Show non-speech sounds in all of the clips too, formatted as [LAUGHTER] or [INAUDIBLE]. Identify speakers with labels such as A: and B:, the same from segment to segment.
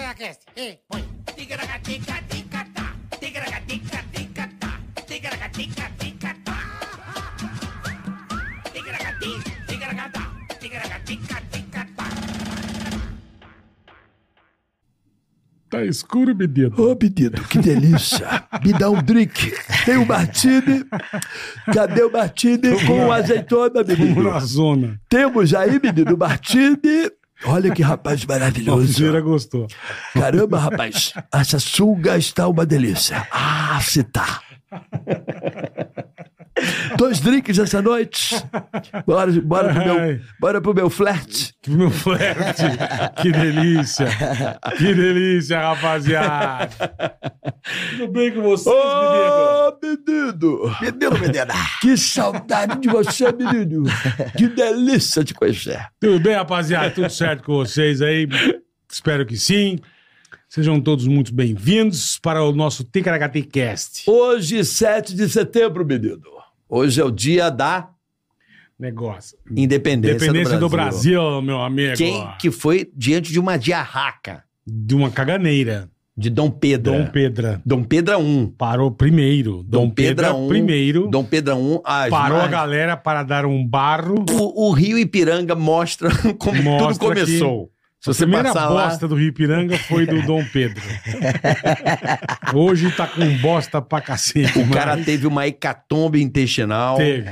A: Ticaracast, ei, põe.
B: Ticaracatica-ticatá, ticaracatica-ticatá, ticaracatica-ticatá. Ticaracati, ticaracatá, ticaracatica-ticatá.
C: Tá escuro, menino.
D: Ô, menino, que delícia. Me dá um drink. Tem o Martini. Cadê o Martini com azeitona,
C: Vamos na
D: menino?
C: zona.
D: Temos aí, menino, o Martini. Olha que rapaz
C: Alzeira né?
D: maravilhoso.
C: gostou.
D: Caramba, rapaz. Essa sunga está uma delícia. Ah, se tá. Dois drinks essa noite. Bora, bora, pro, meu,
C: Ai.
D: bora pro meu flerte.
C: Meu flerte. Que delícia. Que delícia, rapaziada. Tudo bem com vocês, menino?
D: Ô, menino! Menino, menina! Que saudade de você, menino! Que delícia te conhecer!
C: Tudo bem, rapaziada? Tudo certo com vocês aí? Espero que sim. Sejam todos muito bem-vindos para o nosso Ticaracatecast.
D: Hoje, 7 de setembro, menino. Hoje é o dia da
C: Negócio.
E: Independência,
C: Independência do Brasil, meu amigo.
E: Quem que foi diante de uma diarraca
C: De uma caganeira.
E: de Dom Pedro.
C: Dom
E: Dom,
C: Pedra.
E: Pedro I.
C: Parou primeiro. É. Dom, Pedra um.
E: I.
C: primeiro.
E: Dom Pedro I. as
C: Parou a
E: margens-
C: galera para dar um barro.
E: O, o Rio Ipiranga mostra [LAUGHS] como
C: Mostra
E: [LAUGHS] tudo começou. Se
C: A
E: você
C: primeira
E: passar lá,
C: bosta do Rio Ipiranga foi do Dom
E: [LAUGHS]
C: Pedro. Hoje tá com bosta pra cacete.
E: o cara tá um-
C: mas
E: teve uma hecatombe intestinal.
C: teve.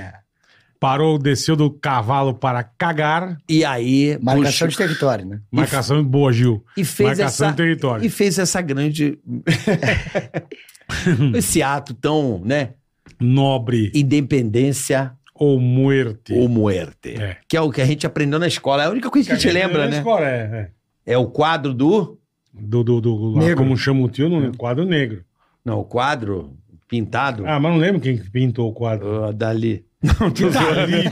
C: Parou, desceu do cavalo para cagar.
E: E aí,
A: Marcação de
E: puxa-
A: território, né?
C: Marcação boa, Gil.
E: e fez
C: marcação
E: essa
C: de território.
E: e fez
C: [LAUGHS]
E: essa grande esse ato tão, né,
C: Nobre
E: independência
C: ou muerte.
E: ou muerte.
C: É.
E: Que é o que a gente aprendeu na escola. É a única coisa que a gente lembra, né?
C: Escola, é, é.
E: É o quadro do.
C: Do, do, do, lá,
A: Negro.
C: como chama o tio, no quadro negro.
E: Não, o quadro pintado.
C: Ah, mas não lembro quem pintou o quadro.
E: Ah, Dali. [LAUGHS] Não, tô zoando.
C: [LAUGHS] Dali.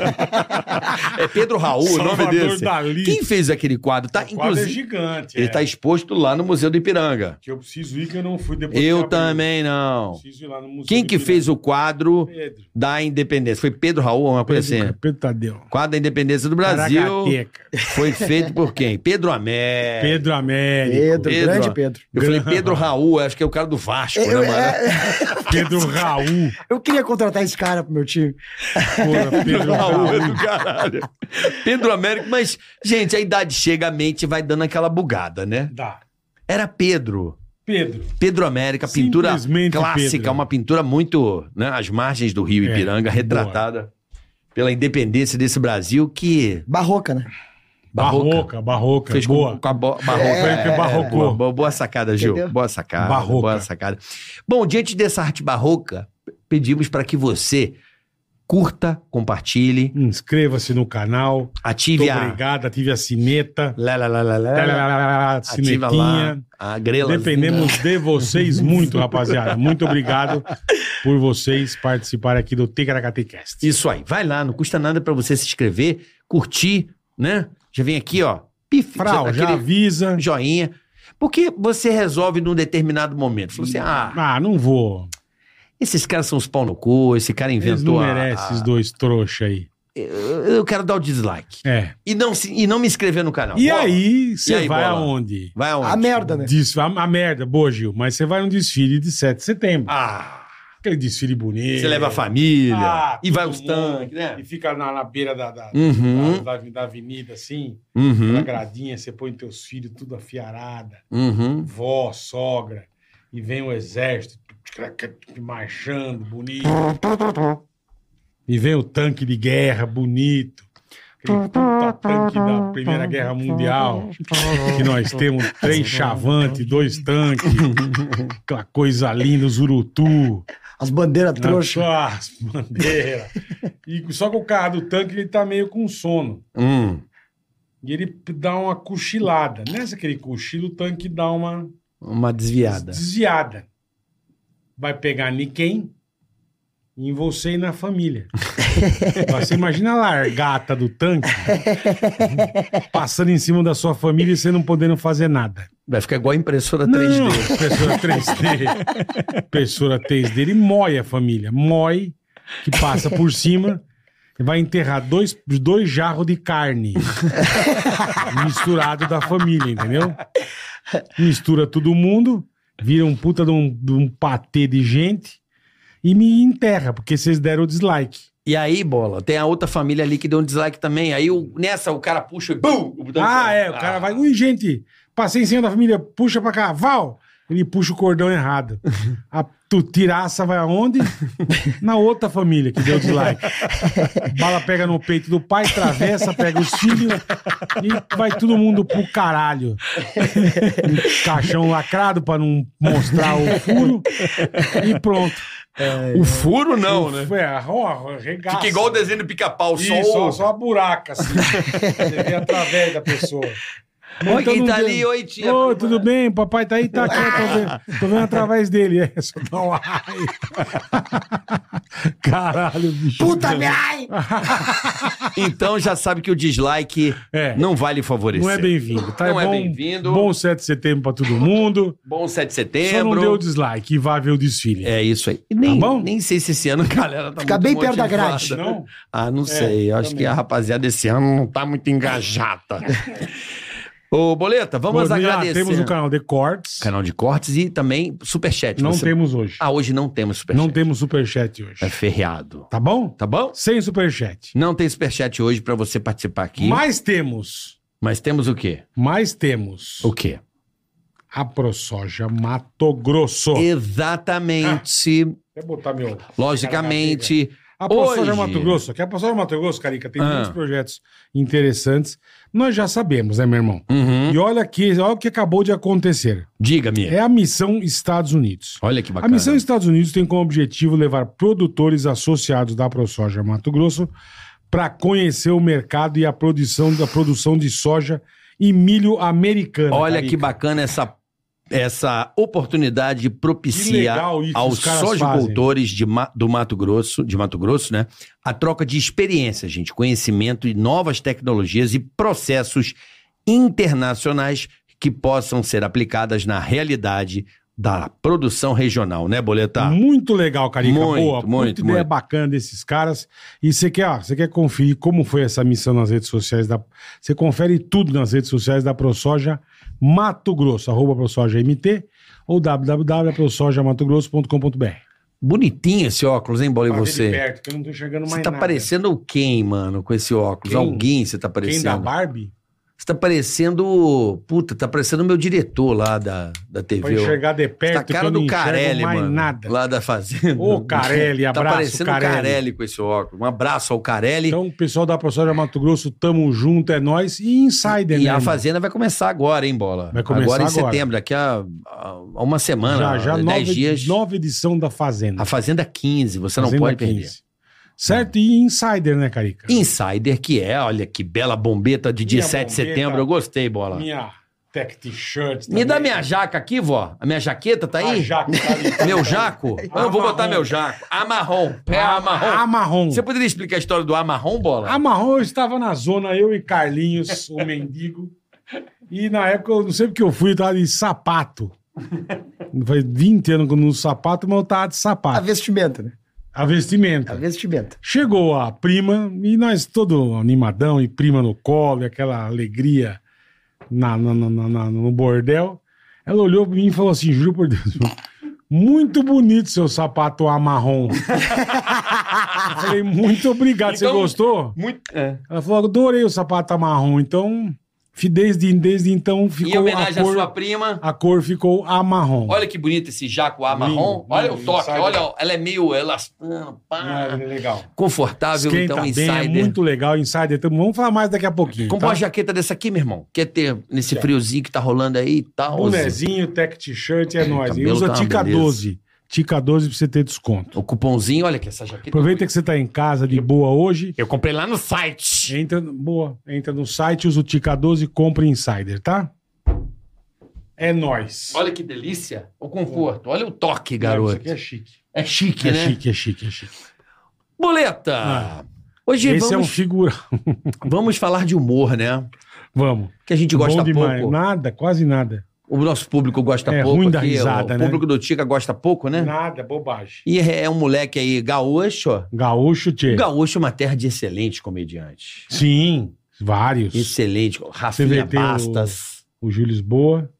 E: É Pedro Raul, Tá o nome
C: Salvador
E: desse.
C: Dali.
E: Quem fez aquele quadro? Tá,
C: O quadro é
E: inclusive,
C: gigante.
E: ele
C: é.
E: tá exposto lá no Museu do Ipiranga.
C: Que eu preciso ir, que eu não fui depois. que
E: Eu
C: abriu.
E: também não.
C: Preciso ir lá no museu
E: Quem
C: do
E: que
C: Ipiranga.
E: fez o quadro
C: Pedro.
E: da independência? Foi Pedro Raul, uma coisa assim.
C: Pedro, Pedro Tadeu.
E: Quadro da independência do Brasil
C: Caracateca.
E: foi feito por quem? Pedro Amé.
C: Pedro Américo.
A: Pedro,
C: Pedro,
E: Pedro,
A: grande
E: ó.
A: Pedro.
E: Eu falei Pedro Raul, acho que é o cara do Vasco, né,
A: Eu,
C: [LAUGHS]
E: mano?
A: é,
C: Raul.
A: eu queria contratar esse cara pro meu time.
E: [LAUGHS]
C: Porra, Pedro
E: Raul é
C: Raul.
E: do caralho. Pedro Américo, mas, gente, a idade chega, a mente vai dando aquela bugada, né?
C: Dá.
E: Era Pedro.
C: Pedro.
E: Pedro América, pintura
C: Simplesmente
E: clássica,
C: Pedro.
E: uma pintura muito, né, às margens do Rio
C: É,
E: Ipiranga, retratada pela independência desse Brasil que
A: Barroca, né?
E: barroca,
C: Barroca, barroca.
E: É, fez
C: boa. É,
E: com, com a bo- barroca.
C: Foi que
E: Boa,
C: barrocou.
E: boa, boa sacada, Gil.
A: Entendeu?
E: Boa sacada.
C: Barroca.
E: Boa sacada. Bom, diante dessa arte barroca, pedimos para que você curta, compartilhe,
C: Inscreva-se no canal.
E: ative
C: Muito
E: um a
C: obrigado. Ative a cineta.
E: Lá, lá, lá, lá, lá.
C: Lá, lá, lá, lá, lá,
E: Ativa lá
C: Cinetinha.
E: a grela.
C: Dependemos
E: né?
C: de vocês muito, rapaziada. Muito obrigado por vocês participarem aqui do Ticaracatecast.
E: Isso aí. Vai lá, não custa nada pra você se inscrever, curtir, né? Já vem aqui, ó. Pif,
C: Frau,
E: já-
C: já
E: aquele
C: avisa.
E: joinha. Porque você resolve num determinado momento. Falou assim, ah,
C: Ah, não vou.
E: esses caras são os pau no cu, esse cara
C: Eles não
E: inventou a-
C: merecem esses dois trouxa aí.
E: Eu, eu quero dar o dislike.
C: É.
E: E não, se- e não me inscrever no canal.
C: E
E: Bola.
C: aí,
E: E
C: você
E: aí,
C: vai
E: bola?
C: aonde?
E: Vai aonde?
A: A merda, né?
C: Diz, a, a merda, boa, Gil. Mas você vai num desfile de 7 de setembro.
E: Ah,
C: Aquele desfile bonito.
E: você leva a família.
C: Ah,
E: e vai
C: todo
E: aos
C: mundo.
E: tanques, né?
C: E fica na, na beira da, da,
E: Uhum.
C: da, da- da avenida, assim, na
E: Uhum.
C: gradinha, você põe teus filhos tudo afiarada,
E: Uhum.
C: vó, sogra, e vem o exército marchando bonito. E vem o tanque de guerra bonito. Aquele puta tanque da Primeira Guerra Mundial. Que nós temos três chavantes, dois tanques. Aquela coisa linda, os urutu.
A: As bandeiras
C: na
A: trouxa.
C: sua- As bandeiras. E só que o cara do tanque, ele tá meio com sono.
E: Hum.
C: E ele dá uma cochilada. Nessa que ele cochila, o tanque dá uma
E: Uma desviada.
C: desviada. Vai pegar em quem? Em você e na família. Você imagina a largata do tanque passando em cima da sua família e você não podendo fazer nada.
E: Vai ficar igual a impressora 3D.
C: Pessoa 3D. Pessoa 3D. Ele mói a família. Mói, que passa por cima. vai enterrar dois, dois jarros de carne misturado da família, entendeu? Mistura todo mundo, vira um puta de um, de um patê de gente e me enterra, porque vocês deram o dislike.
E: E aí, bola, tem a outra família ali que deu um dislike também. Aí o- nessa o cara puxa e bum! o botão-
C: Ah, é, o cara vai. Ui, gente, passei em cima da família, puxa pra cá, Val! Ele puxa o cordão
E: [LAUGHS]
C: errado. A tu tiraça vai aonde? Na outra família que deu dislike. Bala pega no peito do pai, atravessa, pega os filhos e vai todo mundo pro caralho. Um caixão lacrado pra não mostrar o furo e pronto.
E: Ah. O furo não, né?
C: Foi a roa, regaça.
E: Fica igual o desenho do pica-pau, só
C: Isso, só,
E: o...
C: só a buraca, assim. Você vê através da pessoa.
E: Oi, quem
C: Então,
E: tá
C: não-
E: ali, oi, tia.
C: Ô, tudo bem? Papai tá aí, tá aqui. Tô vendo, tô vendo através dele. É, só dá um ai. [LAUGHS] Caralho, bicho. é
B: Puta minha ai!
E: Então já sabe que o dislike
C: É.
E: não vai lhe favorecer.
C: Não é bem-vindo. Tá?
E: Não é
C: bom,
E: bem-vindo.
C: Bom 7 de setembro pra todo mundo.
E: Bom 7 de
C: Só não
E: setembro.
C: deu dislike e vá ver o desfile.
E: É isso aí. E nem,
C: Tá bom?
E: nem sei se esse ano a galera tá
B: Fica
E: muito
B: bem perto da
E: motivada.
B: grade.
C: Não? É,
E: Ah, não sei. Acho que a rapaziada esse ano não tá muito
C: [LAUGHS]
E: engajada. Ô, Boleta, vamos
C: Bom, já
E: agradecer.
C: Temos um o canal de cortes.
E: Canal de cortes e também superchat.
C: Não
E: Você-
C: temos hoje.
E: Ah, hoje não temos superchat.
C: não temos superchat
E: É
C: hoje.
E: ferreado.
C: Tá bom?
E: Tá bom?
C: Sem superchat.
E: Não tem superchat hoje pra você participar aqui. Mas,
C: Mas temos.
E: temos o quê?
C: Mas temos.
E: O quê?
C: A ProSoja Mato Grosso.
E: Exatamente.
C: Quer botar meu.
E: Logicamente.
C: A ProSoja
E: Hoje.
C: Mato Grosso, aqui a ProSoja Mato Grosso, Carica, tem
E: Ah.
C: muitos projetos interessantes. Nós já sabemos, né, meu irmão?
E: Uhum.
C: E olha aqui, olha o que acabou de acontecer.
E: Diga-me.
C: É a missão Estados Unidos.
E: Olha que
C: A
E: bacana.
C: missão Estados Unidos tem como objetivo levar produtores associados da ProSoja Mato Grosso para conhecer o mercado e a produção da produção de soja e milho americano.
E: Olha
C: Carica.
E: que bacana essa, essa
C: Que
E: oportunidade propicia
C: legal isso que
E: aos
C: os caras fazem.
E: sojicultores de Ma- do Mato Grosso, de Mato Grosso, né? A troca de experiência, gente, conhecimento e novas tecnologias e processos internacionais que possam ser aplicadas na realidade da produção regional, né, Boletar?
C: Muito legal, Carica.
E: Muito,
C: Boa,
E: muito,
C: muita ideia
E: muito.
C: bacana desses caras. E você quer, ó, você quer conferir como foi essa missão nas redes sociais da. Você confere tudo nas redes sociais da ProSoja Mato Grosso, arroba ProSojaMT ou www.prosojamatogrosso.com.br.
E: Bonitinho esse óculos, hein, Bola, e você?
C: perto, que eu não tô enxergando
E: Você
C: mais
E: tá
C: nada.
E: parecendo quem, mano, com esse óculos?
C: Quem?
E: Alguém você tá
C: Quem
E: parecendo?
C: da Barbie?
E: Você tá parecendo. Puta, tá parecendo o meu diretor lá da,
C: Pra
E: da TV. ó. Você
C: enxergar de
E: Tá
C: perto,
E: a
C: que
E: cara
C: eu não
E: do
C: enxergo
E: Carelli,
C: mais
E: mano.
C: nada.
E: Lá da Fazenda.
C: Ô, Carelli,
E: Tá
C: abraço,
E: parecendo o
C: Carelli.
E: Carelli com esse óculos. Um abraço ao Carelli.
C: Então, pessoal da ProSoja Mato Grosso, tamo junto, é nós. E Insider,
E: e
C: né,
E: a
C: irmão?
E: Fazenda vai começar agora, hein, Bola?
C: Vai começar
E: agora em
C: agora.
E: setembro, daqui a, a- a uma semana,
C: Já, já,
E: dez
C: nova,
E: dias.
C: nova edição da Fazenda.
E: A Fazenda 15, você não
C: Fazenda
E: pode
C: 15. Certo? E Insider, né, Carica?
E: perder. Insider, que é, olha que bela bombeta de
C: Minha
E: 17 de
C: bombeta.
E: setembro. Eu gostei, Bola.
C: Minha tech t-shirt.
E: Me
C: também.
E: dá minha jaca aqui, vó. A minha jaqueta tá
C: A
E: aí?
C: jaca tá ali.
E: [LAUGHS]
C: É [LAUGHS]
E: Meu jaco? Ah, Eu vou botar meu jaco. Amarrom. Pé
C: Ah,
E: amarrom.
C: Amarrom.
E: Você poderia explicar a história do amarrom, bola?
C: Amarrom, eu estava na zona, eu e Carlinhos, o mendigo. E na época, eu não sei porque eu fui, eu tava de sapato. Faz 20 anos que eu não uso sapato, mas eu tava de
B: A
C: sapato.
B: vestimenta, né?
C: A vestimenta.
B: A vestimenta.
C: Chegou a prima e nós todo animadão e prima no colo, e aquela alegria na, na- na- na- na- no bordel. Ela olhou pra mim e falou assim, juro por Deus, meu, muito bonito seu sapato amarrom. Eu falei, muito obrigado, você
E: Então-
C: gostou?
E: Muito.
C: Ela falou, adorei o sapato amarrom, então fi- desde, desde então
E: Em
C: ficou a
E: homenagem à
C: cor,
E: sua prima.
C: a cor ficou amarrom.
E: Olha que bonito esse jaco amarrom.
C: Lindo,
E: olha o
C: lindo,
E: toque,
C: insider.
E: olha, ela é meio elastana, pá.
C: legal.
E: Confortável,
C: Esquenta
E: então,
C: bem,
E: insider.
C: é muito legal, insider. Então, vamos falar mais daqui a pouquinho. tá?
E: Comprar uma jaqueta dessa aqui, meu irmão. Quer ter nesse friozinho que tá rolando aí e tal.
C: Bonezinho, tech t-shirt, é nóis. E
E: é. cabelo
C: usa
E: tá uma
C: Tica
E: beleza.
C: 12. Tica 12 pra você ter desconto.
E: O cupomzinho, olha que essa jaqueta. é
C: Aproveita que você tá em casa de boa hoje.
E: Eu comprei lá no site.
C: Entra, boa, entra no site, usa o Tica 12 e compra Insider, tá? É nóis.
E: Olha que delícia. O conforto. Olha o toque,
C: Isso
E: garoto.
C: aqui é chique.
E: É chique,
C: é
E: né?
C: chique, é chique, é chique.
E: Boleta!
C: Ah.
E: Hoje
C: Esse é um
E: vamos,
C: figura.
E: vamos falar de humor, né?
C: Vamos.
E: Que a gente gosta
C: Bom demais.
E: pouco.
C: Nada, quase nada.
E: O nosso público gosta
C: É
E: pouco.
C: ruim da
E: aqui,
C: risada,
E: o
C: né?
E: público do Tica gosta pouco, né?
C: Nada, bobagem.
E: E é é um moleque aí gaúcho. ó.
C: Gaúcho, tchê.
E: O gaúcho é uma terra de excelentes comediantes.
C: Sim, vários.
E: Excelente. Rafinha
C: vê, tem o-
E: Bastas.
C: O Júlio Lisboa,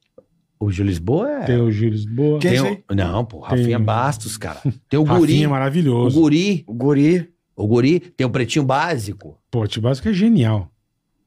E: O, Júlio Lisboa é.
C: tem o Júlio Lisboa.
B: Quem-
E: tem
B: esse
E: o-
B: aí?
E: Não, pô,
C: Tem-
E: Rafinha Bastos, cara.
C: [LAUGHS]
E: Tem o
C: o
E: Guri.
C: Rafinha é
E: O
C: maravilhoso.
E: Guri.
B: O guri.
E: O Guri tem o Pretinho Básico.
C: Pô, o Básico é genial.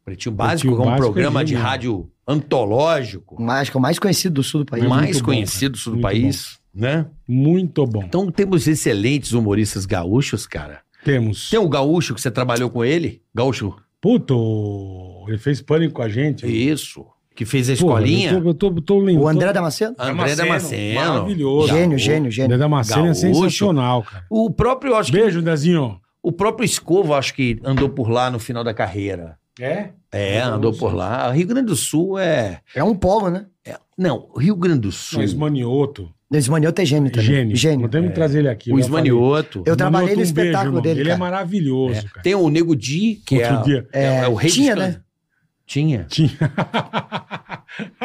E: Pretinho Básico
C: Pretinho
E: é um
C: Básico é
E: programa de
C: genial.
E: rádio antológico,
B: Mas, que é o mais conhecido do sul do país.
E: mais
C: muito bom,
E: conhecido
C: cara.
E: do
C: Muito
E: país, né?
C: Muito bom.
E: Então temos excelentes humoristas gaúchos, cara.
C: Temos.
E: Tem o gaúcho que você trabalhou com ele? Gaúcho?
C: Puto, ele fez pânico com a gente.
E: Isso. Que fez a
C: Porra,
E: escolinha?
C: Eu tô, eu tô, eu tô lembrando.
B: O André Damasceno?
E: André Damasceno.
C: Damasceno, maravilhoso.
B: Gênio,
E: Gaúcho.
B: gênio,
C: O
B: gênio.
C: André Damasceno é
E: Gaúcho.
C: sensacional, cara.
E: O próprio, acho que,
C: Beijo, Dezinho.
E: o próprio Escovo, acho que andou por lá no final da carreira.
C: É?
E: É,
C: Gaúcho.
E: andou por lá. Rio Grande do Sul é.
B: É um polo, né?
E: Não, Rio Grande do
C: O
E: Sul.
C: Esmanioto.
B: O Ismanioto é gênio também.
C: Gênio.
B: Gênio. É.
C: Podemos trazer ele aqui.
E: O
C: eu já falei.
E: Esmanioto.
B: Eu trabalhei no
C: Esmanioto, um beijo,
B: espetáculo
C: irmão.
B: dele,
C: Ele é
B: cara.
C: maravilhoso, cara.
E: Tem o Nego Di, que
C: Outro
E: é,
C: dia. [LAUGHS]
E: é, é o rei
B: tinha,
E: dos can-
B: né?
E: Tinha.
C: Tinha.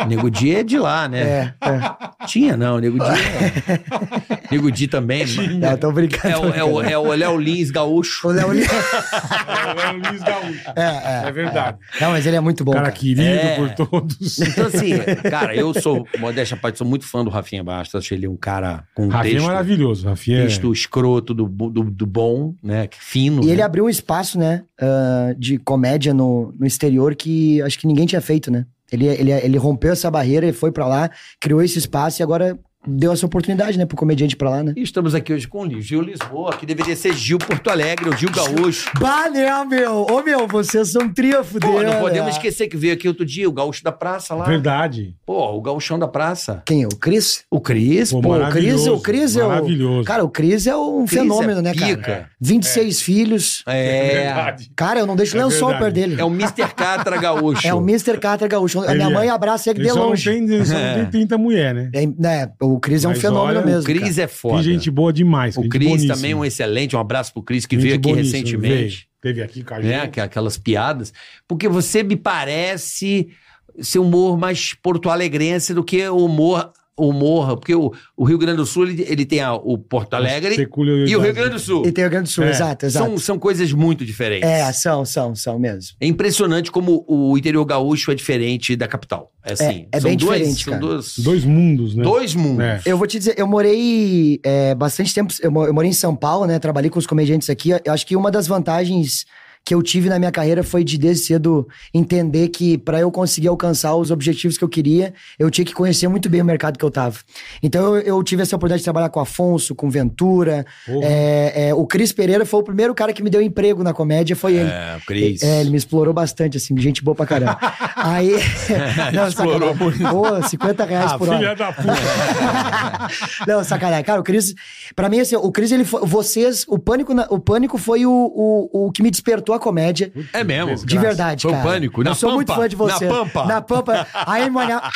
E: Nego Di é de lá, né?
B: É, é.
E: Tinha, não. Nego Di. É...
B: [LAUGHS]
E: Nego Di também.
B: Não, tô brincando.
E: É o, é, o, é o Léo Lins gaúcho.
B: O Léo Lima.
C: é o Luiz Gaúcho.
B: É, [LAUGHS] é.
C: É verdade.
B: Não, mas ele é muito bom,
C: cara,
B: cara.
C: querido
E: É.
C: por todos.
E: Então, assim, cara, eu sou, modéstia à parte, sou muito fã do Rafinha Bastos. Achei ele um cara com um
C: Rafinha é
E: texto,
C: maravilhoso. Rafinha é...
E: texto escroto, do, bo- do, do bom, né? que Fino.
B: E ele
E: né?
B: abriu um espaço, né, ah, de comédia no, no exterior que acho que ninguém tinha feito, né? Ele, ele, ele rompeu essa barreira e foi pra lá, criou esse espaço e agora deu essa oportunidade, né, pro comediante ir pra lá, né?
E: E estamos aqui hoje com o Gil Lisboa, que deveria ser Gil Porto Alegre, o Gil Gaúcho.
B: Bah, né, meu? Ô, meu, vocês são tria, fudeu.
E: Pô, não podemos
B: né?
E: esquecer que veio aqui outro dia o Gaúcho da Praça lá.
C: Verdade.
E: Pô, o Gauchão da Praça.
B: Quem é? O Cris?
E: O Cris,
C: Pô,
E: pô,
B: o Cris,
C: maravilhoso,
B: o Cris é o...
C: maravilhoso.
B: Cara, o Cris é um
E: Cris
B: fenômeno,
E: um é
B: né, cara?
E: pica.
B: 26 filhos.
E: É.
C: Verdade.
B: Cara, eu não deixo
C: É
B: lençol
C: verdade.
B: perto dele.
E: É o Mr. Catra Gaúcho.
B: É o Mr. Carter Gaúcho. A
C: Ele
B: minha
C: é.
B: mãe abraça ele
C: Ele
B: de
C: só não
B: longe.
C: tem, ele só
E: É.
C: não tem 30 mulher, né?
B: É, né, o Cris é um
C: Mas
B: fenômeno
C: olha, o
B: mesmo. cara.
E: Cris é
C: Tem
E: foda.
C: gente boa demais.
E: o
C: gente
E: Cris
C: boníssima.
E: também é um excelente. Um abraço pro Cris que
C: Gente
E: veio aqui
C: boníssima,
E: recentemente.
C: veio. Teve aqui com a gente.
E: Né? Aqu- Aquelas piadas. Porque você me parece ser humor mais porto-alegrense do que o humor. humor porque o, o Rio Grande do Sul ele, ele tem a- o Porto Alegre
C: Peculiaridade.
E: e o Rio Grande do Sul.
B: E tem o Rio Grande do Sul,
C: É.
B: exato, exato.
E: São, são coisas muito diferentes.
B: É, são, são, são mesmo.
E: É impressionante como o interior gaúcho é diferente da capital. É, assim,
B: É, é
E: são
B: bem
E: dois,
B: diferente,
E: são
B: cara.
E: Dois,
C: Dois mundos, né?
E: dois mundos.
C: É.
B: Eu vou te dizer, eu morei é, bastante tempo, eu, mo- eu morei em São Paulo, né? Trabalhei com os comediantes aqui. Eu acho que uma das vantagens que eu tive na minha carreira foi de desde cedo entender que pra eu conseguir alcançar os objetivos que eu queria, eu tinha que conhecer muito bem o mercado que eu tava. Então eu, eu tive essa oportunidade de trabalhar com Afonso, com Ventura.
C: Porra.
B: É, é, o Cris Pereira foi o primeiro cara que me deu emprego na comédia, foi ele.
E: É, o Cris.
B: É, ele me explorou bastante, assim, gente boa pra
E: [LAUGHS]
B: caramba. Aí. não,
E: Explorou
B: sacanagem. Pô, 50 reais
C: Ah,
B: por
C: filha
B: hora.
C: da puta.
B: Não, sacanagem. Cara, o Cris. Pra mim, assim, o Cris, ele foi. Vocês. O pânico, na- o pânico foi o, o, o que me despertou a comédia.
E: É mesmo.
B: De verdade,
E: Foi o
B: cara.
E: Pânico, na
B: Eu sou
E: Pampa,
B: muito fã de você.
E: na Pampa.
B: Na Pampa. Aí, mano, ah!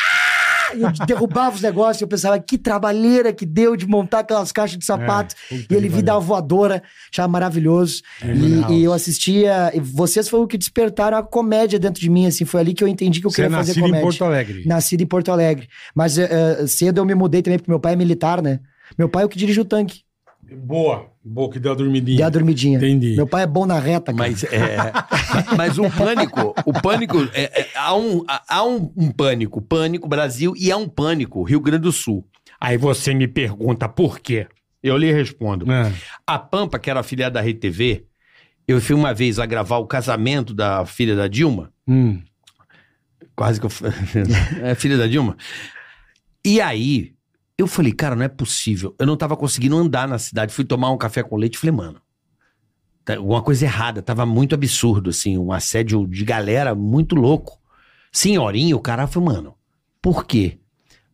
B: eu derrubava os negócios, eu pensava, que trabalheira que deu de montar aquelas caixas de sapato.
C: É, puta
B: tá e ele
C: que
B: vi dar
C: pariu.
B: voadora, achava maravilhoso.
C: House.
B: E, e eu assistia, e vocês foram o que despertaram a comédia dentro de mim, assim, foi ali que eu entendi que eu
C: Você é
B: queria fazer
C: nascido
B: comédia.
C: em Porto Alegre.
B: Nascido em Porto Alegre. Mas eh, eh, cedo eu me mudei também, porque meu pai é militar, né? Meu pai é o que dirige o tanque.
C: Boa. Boa que deu a dormidinha.
B: Deu a dormidinha.
C: Entendi.
B: Meu pai é bom na reta, cara.
E: Mas, é, ma- mas o pânico, o pânico, é, é, há, um, há- há um, um pânico, pânico Brasil, e há um pânico Rio Grande do Sul. Aí você me pergunta por quê? Eu lhe respondo.
C: Ah,
E: A Pampa, que era afiliada da Rede TV, eu fui uma vez a gravar o casamento da filha da Dilma,
C: hum.
E: Quase que eu. fa- [LAUGHS] é filha da Dilma. E aí, eu falei, cara, não é possível. Eu não tava conseguindo andar na cidade. Fui tomar um café com leite e falei, mano. tá- Alguma coisa errada, tava muito absurdo, assim, um assédio de galera muito louco. Senhorinha, o cara falou, mano, por quê?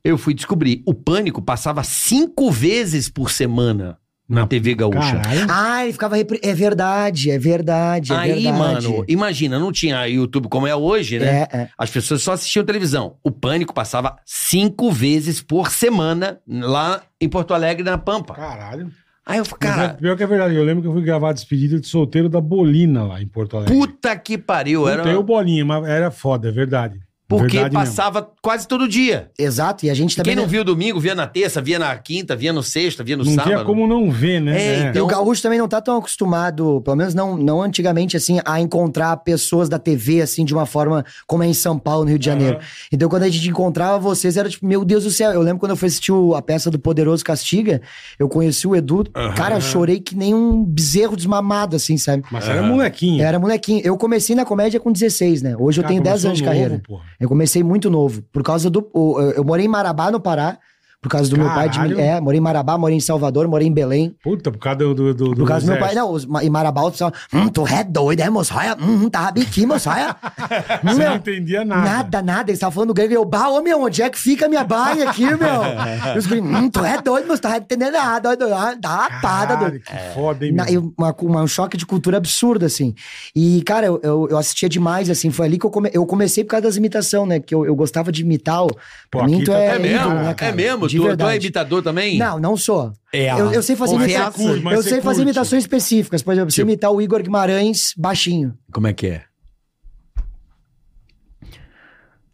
E: Eu fui descobrir, o pânico passava cinco vezes por semana na
C: Não,
E: TV Gaúcha.
C: Caralho.
B: Ah, ele ficava. repre- É verdade, é verdade. É
E: Aí,
B: verdade.
E: mano, imagina, não tinha YouTube como é hoje, né?
B: É, é.
E: As pessoas só assistiam televisão. O Pânico passava cinco vezes por semana lá em Porto Alegre, na Pampa.
C: Caralho.
E: Aí eu falei,
C: Mas
E: cara,
C: é pior que é verdade. Eu lembro que eu fui gravar a despedida de solteiro da Bolina lá em Porto Alegre.
E: puta que pariu.
C: Uhum. Não
E: Era...
C: tem o Bolinha, mas era foda, é verdade.
E: Porque
C: Verdade mesmo.
E: passava quase todo dia.
B: Exato, e a gente também.
E: Quem não
B: né?
E: viu domingo, via na terça, via na quinta, via no sexta, via no
C: não
E: sábado.
C: tinha como não ver, né?
E: É,
B: E
E: então-
B: o gaúcho também não tá tão acostumado, pelo menos não, não antigamente, assim, a encontrar pessoas da TV, assim, de uma forma como é em São Paulo, no Rio de Janeiro.
C: Aham.
B: Então, quando a gente encontrava vocês, era tipo, meu Deus do céu. Eu lembro quando eu fui assistir o- a peça do Poderoso Castiga, eu conheci o Edu, cara, chorei que nem um bezerro desmamado, assim, sabe?
C: Mas
E: É.
C: era molequinho.
B: Era molequinho. Eu comecei na comédia com 16, né? Hoje É, eu
C: Cara,
B: tenho 10
C: começou
B: anos de
C: novo,
B: carreira.
C: porra.
B: Eu comecei muito novo, por causa do. o- Eu eu morei em Marabá, no Pará, por causa do meu pai.
C: Caralho.
B: De, é, morei em Marabá, morei em Salvador, morei em Belém.
C: Puta, por causa do. do, do
B: Por causa do meu pai, não, os, ma- em Marabá, o pessoal, hum, tu é doido, é, moçoia? Hum, tá rabiqui,
C: [LAUGHS]
B: moçoia?
C: Você não
B: meu,
C: entendia nada.
B: é nada, nada, eles estavam falando grego, e eu, bah, ô, meu, onde é que fica a minha baia aqui, meu?
C: [LAUGHS]
B: e os gringos, hum, tu é doido, moço, tá entendendo nada, doido, ah, dá uma rapada, doido.
C: Caralho, que foda, hein,
B: Na-
C: meu?
B: eu- uma- uma- um choque de cultura absurdo, assim. E, cara, eu, eu, eu assistia demais, assim. Foi ali que eu, come- eu comecei por causa das imitação, né? Que eu, eu gostava de imitar. o- pra mim,
C: aqui
B: tu
C: tá-
B: é,
E: É, mesmo?
B: ídolo, né,
E: é
B: cara? De
E: mesmo? Tu, tu é
B: verdade.
E: imitador também?
B: Não, não sou.
E: É.
B: Eu, eu sei fazer
E: Mas você
B: imitações.
C: curte, mas
B: Eu
C: você
B: sei fazer
C: curte.
B: imitações específicas. Por exemplo, se
E: Tipo-
B: imitar o Igor Guimarães baixinho.
E: Como é que é?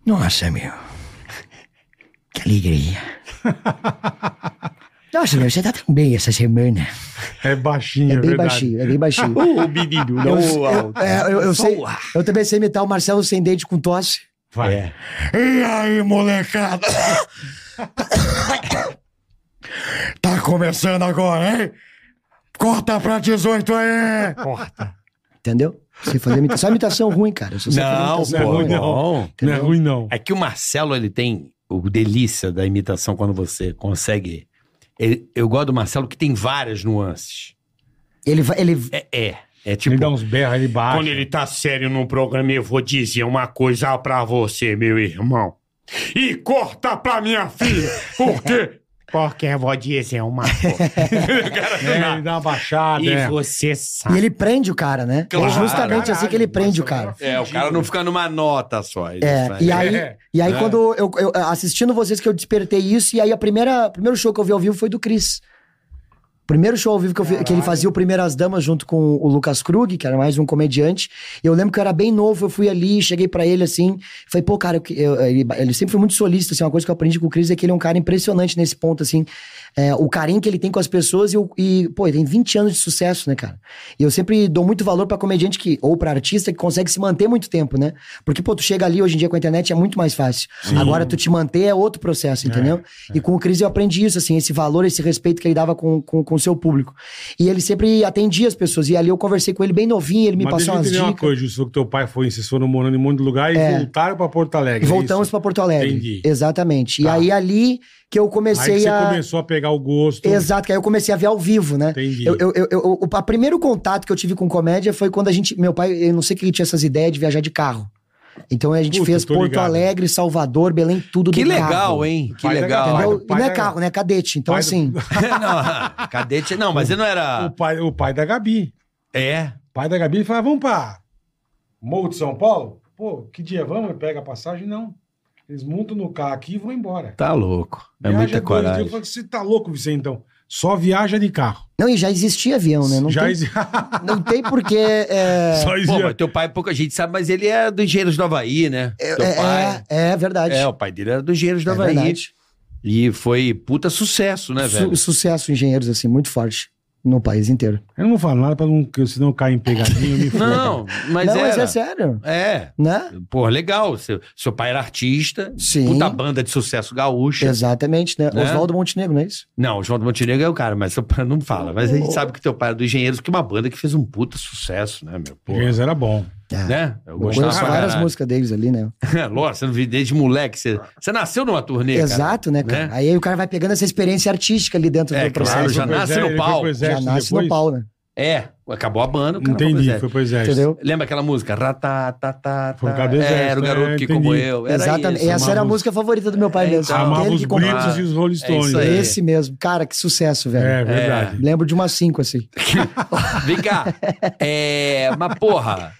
B: Nossa, meu. Que
E: [LAUGHS]
B: alegria. Nossa, meu, você tá tão bem essa semana.
C: É baixinho,
B: É
C: é,
B: bem
C: verdade.
B: baixinho, é bem
E: [LAUGHS]
B: baixinho.
E: Uh, O menino,
B: eu,
E: não o
B: eu,
E: alto.
B: é, eu, eu
E: Só
B: sei,
E: o alto.
B: eu também sei imitar o Marcelo sem dente com tosse.
C: Vai.
E: É.
B: E aí, molecada? tá começando agora, hein? Corta pra 18 aí!
C: Corta.
B: Entendeu? Você fazer imita... Só imitação ruim, cara. Eu só sei fazer
E: Não,
B: imitação
C: é
E: pô,
B: ruim.
C: ruim, não.
E: não.
C: Não é ruim, não.
E: É que o Marcelo, ele tem o delícia da imitação quando você consegue. ele- eu gosto do Marcelo que tem várias nuances.
B: Ele, vai- ele...
E: É, é. É tipo.
C: ele dá uns berros, ele baixa.
F: Quando ele tá sério num programa, eu vou dizer uma coisa pra você, meu irmão. E corta pra minha filha,
B: [LAUGHS]
F: porque... Porque
B: é
F: eu vou dizer uma coisa.
C: É, ele dá uma baixada.
F: e
C: é.
F: você
B: E
F: sabe.
B: ele prende o cara, né?
E: Tá. Claro.
B: é justamente assim
C: Caralho,
B: que ele prende o
C: Marcelo
B: cara.
E: É, o cara não fica numa nota só. ele
B: É,
E: faz-
B: e aí,
C: É.
B: e aí
E: É.
B: quando eu, eu- assistindo vocês que eu despertei isso, e aí a primeira, o primeiro show que eu vi ao vivo foi do Cris. Primeiro show ao vivo que, eu vi- que ele fazia o Primeiras Damas junto com o Lucas Krug, que era mais um comediante. Eu lembro que eu era bem novo, eu fui ali, cheguei pra ele assim, falei, pô, cara, eu que- eu- ele, ele sempre foi muito solícito, assim, uma coisa que eu aprendi com o Cris é que ele é um cara impressionante nesse ponto, assim, é, o carinho que ele tem com as pessoas e, o- e, pô, ele tem 20 anos de sucesso, né, cara? E eu sempre dou muito valor pra comediante que, ou pra artista que consegue se manter muito tempo, né? Porque, pô, tu chega ali hoje em dia com a internet é muito mais fácil. Agora tu te manter é outro processo, entendeu?
C: é.
B: E com o Cris eu aprendi isso, assim, esse valor, esse respeito que ele dava com, com, com o seu público. E ele sempre atendia as pessoas. E ali eu conversei com ele bem novinho, ele me
C: Mas
B: passou
C: deixa eu
B: umas
C: entender
B: dicas.
C: uma coisa, Justo, que teu pai foi, vocês foram morando em um monte de lugar e voltaram pra Porto Alegre. é
B: Voltamos
C: isso?
B: pra Porto Alegre.
C: Entendi.
B: Exatamente. E
C: Tá.
B: aí ali que eu comecei
C: Aí que você
B: a.
C: começou a pegar o gosto.
B: Exato, que aí eu comecei a ver ao vivo, né?
C: Entendi.
B: Eu, eu, eu, eu- o a primeiro contato que eu tive com comédia foi quando a gente. Meu pai, eu não sei que ele tinha essas ideias de viajar de carro. Então a gente
C: Puta,
B: fez
C: tô
B: Porto
C: ligado.
B: Alegre, Salvador, Belém, tudo
E: Que
B: do carro.
E: legal, hein? Que
C: Pai da
E: legal.
C: galera.
E: [LAUGHS]
B: Entendeu?
C: do
B: E não
C: pai
B: é
C: da-
B: carro, né? Cadete. Então,
C: pai do- [LAUGHS]
B: assim.
E: não, [LAUGHS] cadete. Não, mas ele não
C: O
E: era.
C: pai, o pai da Gabi.
E: É.
C: O pai da Gabi falava, vamos pra Morro de São Paulo? Pô, que dia vamos? Pega a passagem? Não. Eles montam no carro aqui e vão embora.
E: Tá louco. É
C: Viaja dois dias.
E: muita
C: Eu
E: coragem.
C: falei, você tá louco, Vicente, então? Só viaja de carro.
B: Não, e já existia avião, né? Não,
C: Já
B: tem,
C: exi-
B: não tem porque. É,
C: [LAUGHS] Só
E: Pô, mas
C: existe.
E: teu pai, pouca gente sabe, mas ele é do Engenheiros do Havaí, né? teu pai.
B: é, é verdade.
E: É, o pai dele era do Engenheiros do
B: É
E: Havaí.
B: verdade.
E: E foi puta sucesso, né,
B: Su- [LAUGHS]
E: velho?
B: sucesso, engenheiros, assim, muito forte no país inteiro.
C: Eu não vou falar nada pra não, que- senão eu caio em pegadinha eu me foda.
E: Não, mas
B: não,
E: era.
B: mas é sério.
E: é.
B: Né?
E: Pô, legal. Seu, seu pai era artista,
B: Sim.
E: puta banda de sucesso gaúcha.
B: Exatamente, né?
E: Né?
B: Oswaldo Montenegro, não é isso?
E: Não, o João do Montenegro é o cara, mas seu pai não fala. Mas a gente sabe que teu pai era do Engenheiros, que é uma banda que fez um puta sucesso, né, meu? [LAUGHS] Pô,
C: Mas era bom.
B: É.
E: né? Eu
B: Eu
E: gostava
B: conheço
E: pra
B: várias
E: caralho.
B: músicas deles ali, né?
E: [LAUGHS] Lógico, você não viu desde moleque. Você, você nasceu numa turnê, cara.
B: Exato, né, cara? Aí, o cara vai pegando essa experiência artística ali dentro
E: É,
B: do processo.
E: claro, já
C: Ele foi pro
E: nasce
C: exército,
E: no palco.
C: ele foi pro
B: Já
C: exército
B: nasce no
C: depois?
B: pau, né?
E: É, acabou a banda, o cara foi pro
C: Entendi,
E: exército.
C: foi pro exército.
B: Entendeu?
E: Lembra aquela música? Ratatatá.
C: Foi por causa do exército,
E: Era o garoto
C: é,
E: que
C: entendi.
E: como eu. Era
B: Exatamente.
E: Isso,
B: Essa era a música favorita do meu pai
E: É,
B: mesmo.
E: então.
C: Amava
B: Teve
C: os
B: que comprar.
C: Britos e os Rolling Stones.
E: É
C: né?
E: isso aí.
B: Esse mesmo. Cara, que sucesso, velho.
C: É, verdade.
B: Lembro de umas cinco, assim. [LAUGHS]
E: Vem cá. É, mas, porra,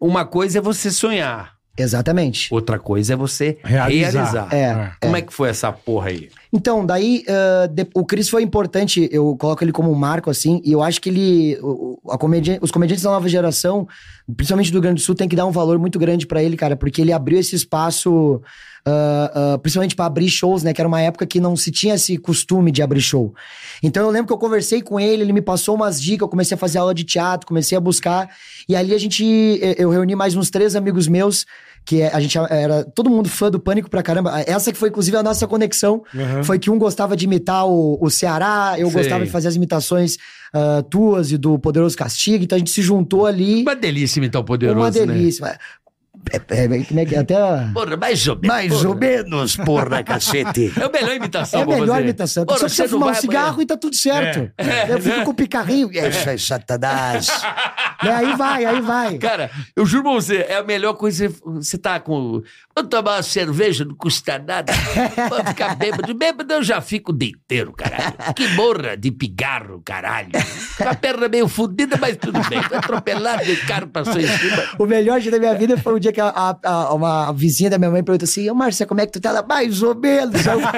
E: uma coisa é você sonhar.
B: Exatamente.
F: Outra coisa é você
C: Realizar.
F: realizar.
B: É.
F: Como é que foi essa porra aí?
B: Então, daí, ah, de- o Chris foi importante, eu coloco ele como um marco, assim, e eu acho que ele. o- o- a comedi- os comediantes da nova geração, principalmente do Rio Grande do Sul, tem que dar um valor muito grande pra ele, cara, porque ele abriu esse espaço, ah, ah, principalmente pra abrir shows, né? Que era uma época que não se tinha esse costume de abrir show. Então, eu lembro que eu conversei com ele, ele me passou umas dicas, eu comecei a fazer aula de teatro, comecei a buscar, e ali a gente. eh, Eu reuni mais uns três amigos meus. Que é, a gente era todo mundo fã do Pânico pra caramba. Essa que foi, inclusive, a nossa conexão
C: Aham.
B: foi que um gostava de imitar o, o Ceará, eu
F: Sei.
B: gostava de fazer as imitações ah, tuas e do Poderoso Castigo, então a gente se juntou ali.
F: Uma delícia imitar o poderoso,
B: uma
F: né?
B: delícia. É, é, como é que é? até.
F: Porra, mais ou menos.
G: Mais ou menos, porra, cacete.
F: É a melhor imitação
B: É a
F: pra
B: melhor
F: fazer.
B: imitação.
F: Porra,
B: Só precisa
F: você não
B: fumar um
F: vai É.
B: cigarro
F: amanhã.
B: e tá tudo certo. eu fico com o picarrinho. É,
G: Isso é satanás.
B: né? Aí vai, aí vai.
F: Cara, eu juro pra você, é a melhor coisa. que Você você tá com. Vamos tomar uma cerveja, não
B: [LAUGHS]
F: custa nada. Vamos ficar bêbado. Bêbado eu já fico o dia inteiro, caralho. Que morra de pigarro, caralho. Com a perna meio fodida, mas tudo bem. Foi atropelado, o carro passou em cima.
B: O melhor dia da minha vida foi o dia que a- a- a- uma vizinha da minha mãe perguntou assim: Ô, Márcia, como é que tu tá? Ela, mais ou menos. Aí eu,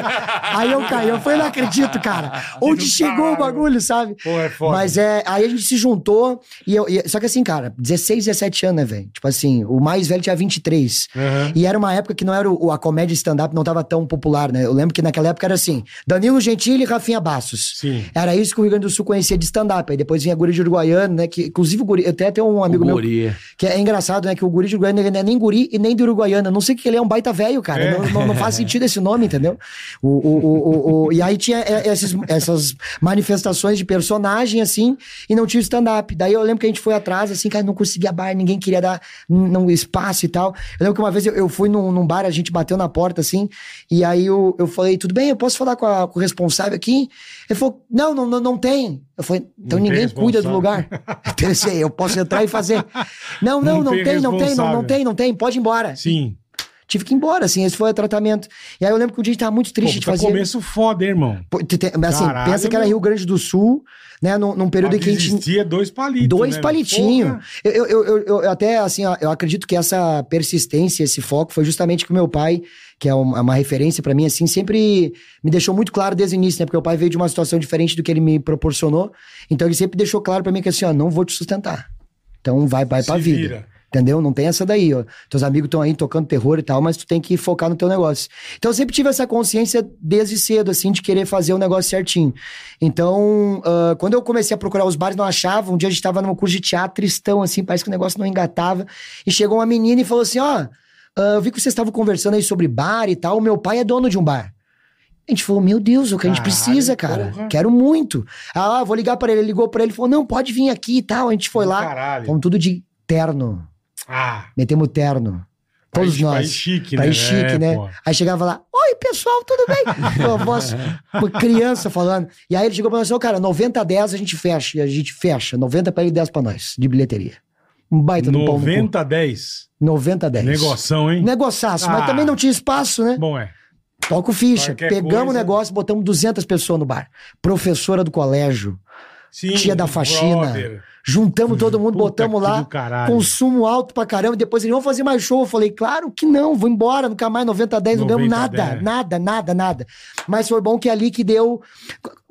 B: aí eu caí. Eu falei, não acredito, cara. Onde
F: né?
B: chegou o bagulho, sabe?
C: Pô, é foda.
B: Mas é, aí a gente se juntou e eu. e- só que assim, cara, 16, 17 anos, né, velho? Tipo assim, o mais velho tinha 23.
C: Aham.
B: E era uma época que não era o- a comédia stand-up não tava tão popular, né? Eu lembro que naquela época era assim: Danilo Gentili e Rafinha Bastos.
C: Sim.
B: Era isso que o Rio Grande do Sul conhecia de stand-up. Aí depois vinha Guri de Uruguaiano, né? Que, inclusive, o Guri, eu até tenho um amigo meu
F: Guri.
B: que é engraçado, né? Que o guri de Uruguaiana ele não é nem guri e nem de Uruguaiana. Não sei o que ele é um baita velho, cara. Não, não- não faz sentido esse nome, entendeu? O, o- o- o- o- e aí tinha é, esses- essas manifestações de personagem, assim, e não tinha stand-up. Daí eu lembro que a gente foi atrás, assim, cara, não conseguia bar, ninguém queria dar não, espaço e tal. Eu lembro que uma vez eu, eu fui num, num bar, a gente bateu na porta, assim, e aí eu, eu falei, tudo bem, eu posso falar com, a- com o responsável aqui? Ele falou, não, não, não, não tem. Eu falei, então
C: Não tem
B: ninguém cuida do
C: responsável.
B: lugar. [LAUGHS] Então, eu sei, eu posso entrar e fazer. Não, não,
C: Não
B: não,
C: tem
B: tem, não tem, não,
C: responsável.
B: não tem, não tem, pode ir embora.
C: Sim.
B: Tive que ir embora, assim, esse foi o tratamento. E aí eu lembro que um dia a gente tava muito triste,
C: Pô,
B: de
C: tá
B: fazer. né?
C: começo foda, hein, irmão.
B: Pô, te- te- Assim,
C: Caralho,
B: pensa que era
C: meu.
B: Rio Grande do Sul, né? Num, num período em que a gente.
C: Existia é dois palitos.
B: Dois
C: né?
B: palitinhos.
C: Porra.
B: Eu, eu, eu, eu- eu até, assim, ó, eu acredito que essa persistência, esse foco, foi justamente que o meu pai, que é uma, uma referência pra mim, assim, sempre me deixou muito claro desde o início, né? Porque o pai veio de uma situação diferente do que ele me proporcionou. Então ele sempre deixou claro pra mim que, assim, ó, não vou te sustentar. Então vai, vai pra
C: Se
B: vida.
C: vira.
B: Entendeu? Não tem essa daí, ó. Teus amigos estão aí tocando terror e tal, mas tu tem que focar no teu negócio. Então eu sempre tive essa consciência desde cedo, assim, de querer fazer o negócio certinho. Então, ah, quando eu comecei a procurar os bares, não achava. Um dia a gente tava num curso de teatro tristão, assim, parece que o negócio não engatava. E chegou uma menina e falou assim: ó, ah, eu vi que vocês estavam conversando aí sobre bar e tal. O meu pai é dono de um bar. A gente falou, meu Deus, é o que a gente
C: Caralho,
B: precisa, cara.
C: porra.
B: Quero muito. Ah, vou ligar pra ele. Ele ligou pra ele e falou, não, pode vir aqui e tal. A gente foi lá.
C: Caralho.
B: Fomos tudo de terno.
C: Ah,
B: Metemos terno. Todos
C: país-
B: nós.
C: país chique, né?
B: País chique,
C: É,
B: né?
C: pô.
B: Aí chegava lá, oi pessoal, tudo
C: [LAUGHS]
B: bem? Uma voz, uma criança falando. E aí ele chegou pra nós e falou, cara, 90 a 10 a gente fecha. E a gente fecha. 90 pra ele 10 pra nós, de bilheteria. Um baita no pau no cu. É Né?
C: 90 a 10.
B: 90 a 10.
C: Negoção, hein?
B: Negociaço, mas
C: Ah.
B: também não tinha espaço, né?
C: Bom, é.
B: Toca o ficha.
C: Qualquer
B: Pegamos
C: coisa.
B: o negócio, botamos 200 pessoas no bar. Professora do colégio,
C: Sim,
B: Tia da faxina.
C: brother.
B: Juntamos todo mundo,
C: Puta
B: botamos
C: que
B: lá.
C: do caralho.
B: Consumo alto pra caramba. E depois eles vão fazer mais show. Eu falei, claro que não, vou embora, nunca mais 90 a 10, não ganhamos
C: 90 a
B: nada,
C: 10.
B: nada, nada, nada. Mas foi bom que é ali que deu.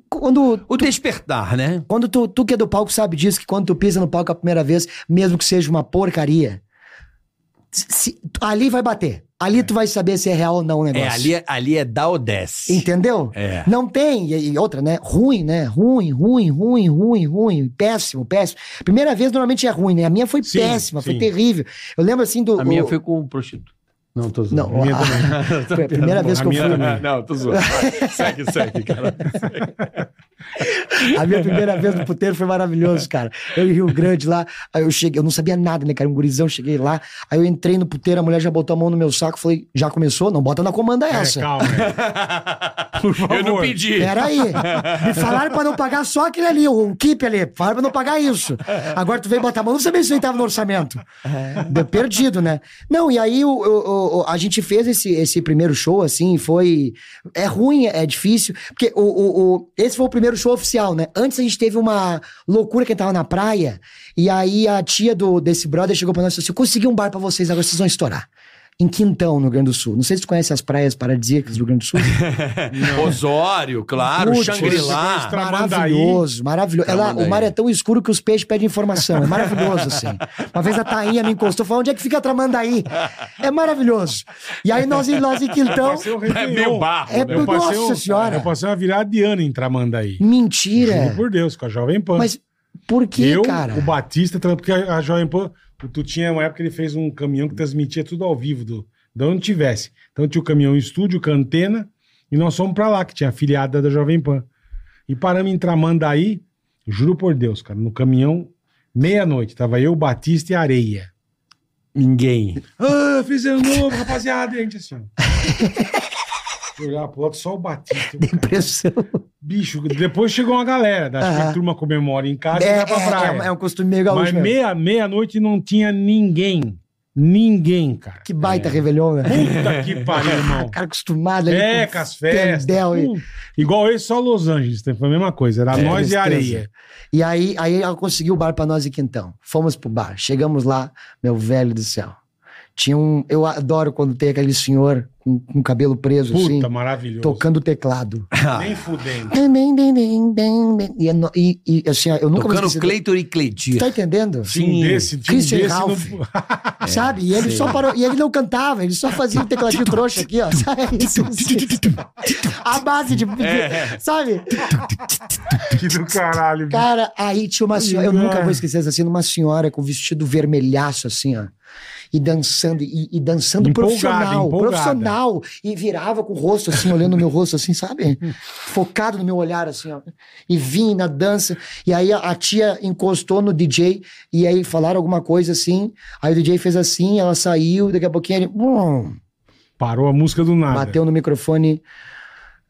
B: Quando,
F: O despertar, né?
B: quando tu, tu que é do palco sabe disso, que quando tu pisa no palco a primeira vez, mesmo que seja uma porcaria, se- se- ali vai bater. Ali tu vai saber se é real ou não o negócio.
F: É, ali, é- ali é dar ou desce.
B: Entendeu?
F: É.
B: Não tem. E, e outra, né? Ruim, né? Ruim, ruim, ruim, ruim, ruim. Péssimo, péssimo. Primeira vez normalmente é ruim, né? A minha foi
C: Sim,
B: péssima, foi
C: sim.
B: terrível. Eu lembro assim do.
F: A minha
B: o-
F: foi com um prostituto. Não, tô zoando.
B: Não,
C: minha
B: a- [LAUGHS]
F: [LAUGHS]
B: foi é a primeira vez que eu
C: minha
B: fui. né?
C: [LAUGHS] também.
F: Não, tô zoando. segue, segue, cara.
B: A minha primeira vez no puteiro foi maravilhoso, cara. Eu em Rio Grande lá, aí eu cheguei, eu não sabia nada, né, cara? Um gurizão, cheguei lá. Aí eu entrei no puteiro, a mulher já botou a mão no meu saco, falei, já começou? Não bota na comanda
C: É,
B: essa.
C: calma. é.
F: [LAUGHS] Eu não pedi.
B: Peraí. Me falaram pra não pagar só aquele ali, o keep ali. Falaram pra não pagar isso. Agora tu veio botar a mão, não sabia se eu tava no orçamento. Deu perdido, né? Não, e aí o- o- o- a gente fez esse, esse primeiro show, assim, foi. É ruim, é difícil. Porque o, o- o- esse foi o primeiro show oficial, né? Antes a gente teve uma loucura que a gente tava na praia, e aí a tia do, desse brother chegou pra nós e falou assim: eu consegui um bar pra vocês, agora vocês vão estourar. em Quintão, no Rio Grande do Sul. Não sei se tu conhece as praias paradisíacas do Rio Grande do Sul.
F: Osório,
E: Ah,
F: claro,
B: Putz,
F: Xangri-Lá.
C: Tramandaí.
B: Maravilhoso, maravilhoso. É lá,
F: Tramandaí.
B: o mar é tão escuro que os peixes pedem informação. É maravilhoso, assim. Uma vez a Tainha me encostou e falou: onde é que fica Tramandaí? É maravilhoso. E aí nós em nós em Quintão.
C: Passei um
F: [LAUGHS] É
C: Réveillon.
F: meio barro.
B: Então, É
F: né?
B: pro-
C: passei
B: Nossa
C: um-
B: Senhora.
C: Eu passei uma virada de ano em Tramandaí. Juro
B: Mentira!
C: por Deus, com a Jovem Pan.
B: Mas por que,
C: eu,
B: cara?
C: o Batista, tra- porque a a Jovem Pan, o Tutinha, uma época que ele fez um caminhão que transmitia tudo ao vivo, do, de onde tivesse. Então tinha o caminhão em estúdio, com a antena, e nós fomos pra lá, que tinha a filiada da Jovem Pan. E paramos em Tramandaí, juro por Deus, cara, no caminhão, meia-noite, tava eu, o Batista e a Areia.
F: Ninguém.
C: Ah, fiz ano novo, rapaziada, e a gente assim, ó. [LAUGHS] Eu olhava pro outro, só o Batista. Eu, cara,
B: Impressão.
C: bicho, depois chegou uma galera, da, acho que a
B: Aham.
C: turma comemora em casa e
B: É,
C: vai pra praia.
B: é, é um costume meio
C: Mas
B: gaúcho. mesmo.
C: meia, meia-noite não tinha ninguém. Ninguém, cara.
B: Que baita revelhão, né?
C: Puta [LAUGHS] que pariu, irmão.
B: Cara acostumado ali.
C: É,
B: com
C: com as festas.
B: tendel e-
C: Puta. Igual esse, só Los Angeles. Foi a mesma coisa. Era nós e
B: É, tristeza.
C: areia.
B: E aí, aí ela conseguiu o bar pra nós e quintão. Fomos pro bar. Chegamos lá, meu velho do céu. Tinha um. Eu adoro quando tem aquele senhor com, com o cabelo preso,
C: Puta,
B: assim,
C: maravilhoso.
B: tocando teclado.
C: Nem fudendo.
B: E, é no- e- e, assim, ó, eu nunca
F: Tocando
B: esqueci-
F: Cleitor e Cleidir.
B: Tá entendendo?
C: Tinha um desse, tinha um
B: Christian
C: desse
B: Ralph. [LAUGHS]
C: no...
B: Sabe? E ele só parou. E ele não cantava, ele só fazia o tecladinho trouxa aqui, ó. [LAUGHS] Sabe? Isso, isso. A base de.
C: É.
B: Sabe?
C: [LAUGHS] que do caralho. bicho.
B: Cara, aí tinha uma senhora, eu
C: Ah.
B: nunca vou esquecer essa cena, uma senhora com vestido vermelhaço, assim, ó. E dançando, e, e dançando
C: Empolgada,
B: profissional,
C: empolgada.
B: profissional. E virava com o rosto, assim, olhando no meu rosto, assim,
C: [LAUGHS]
B: sabe? Focado no meu olhar, assim, ó. E vinha na dança. E aí a, a tia encostou no DJ, e aí falaram alguma coisa assim. Aí o DJ fez assim, ela saiu, daqui a pouquinho ele. Bum,
C: Parou a música do nada.
B: bateu no microfone.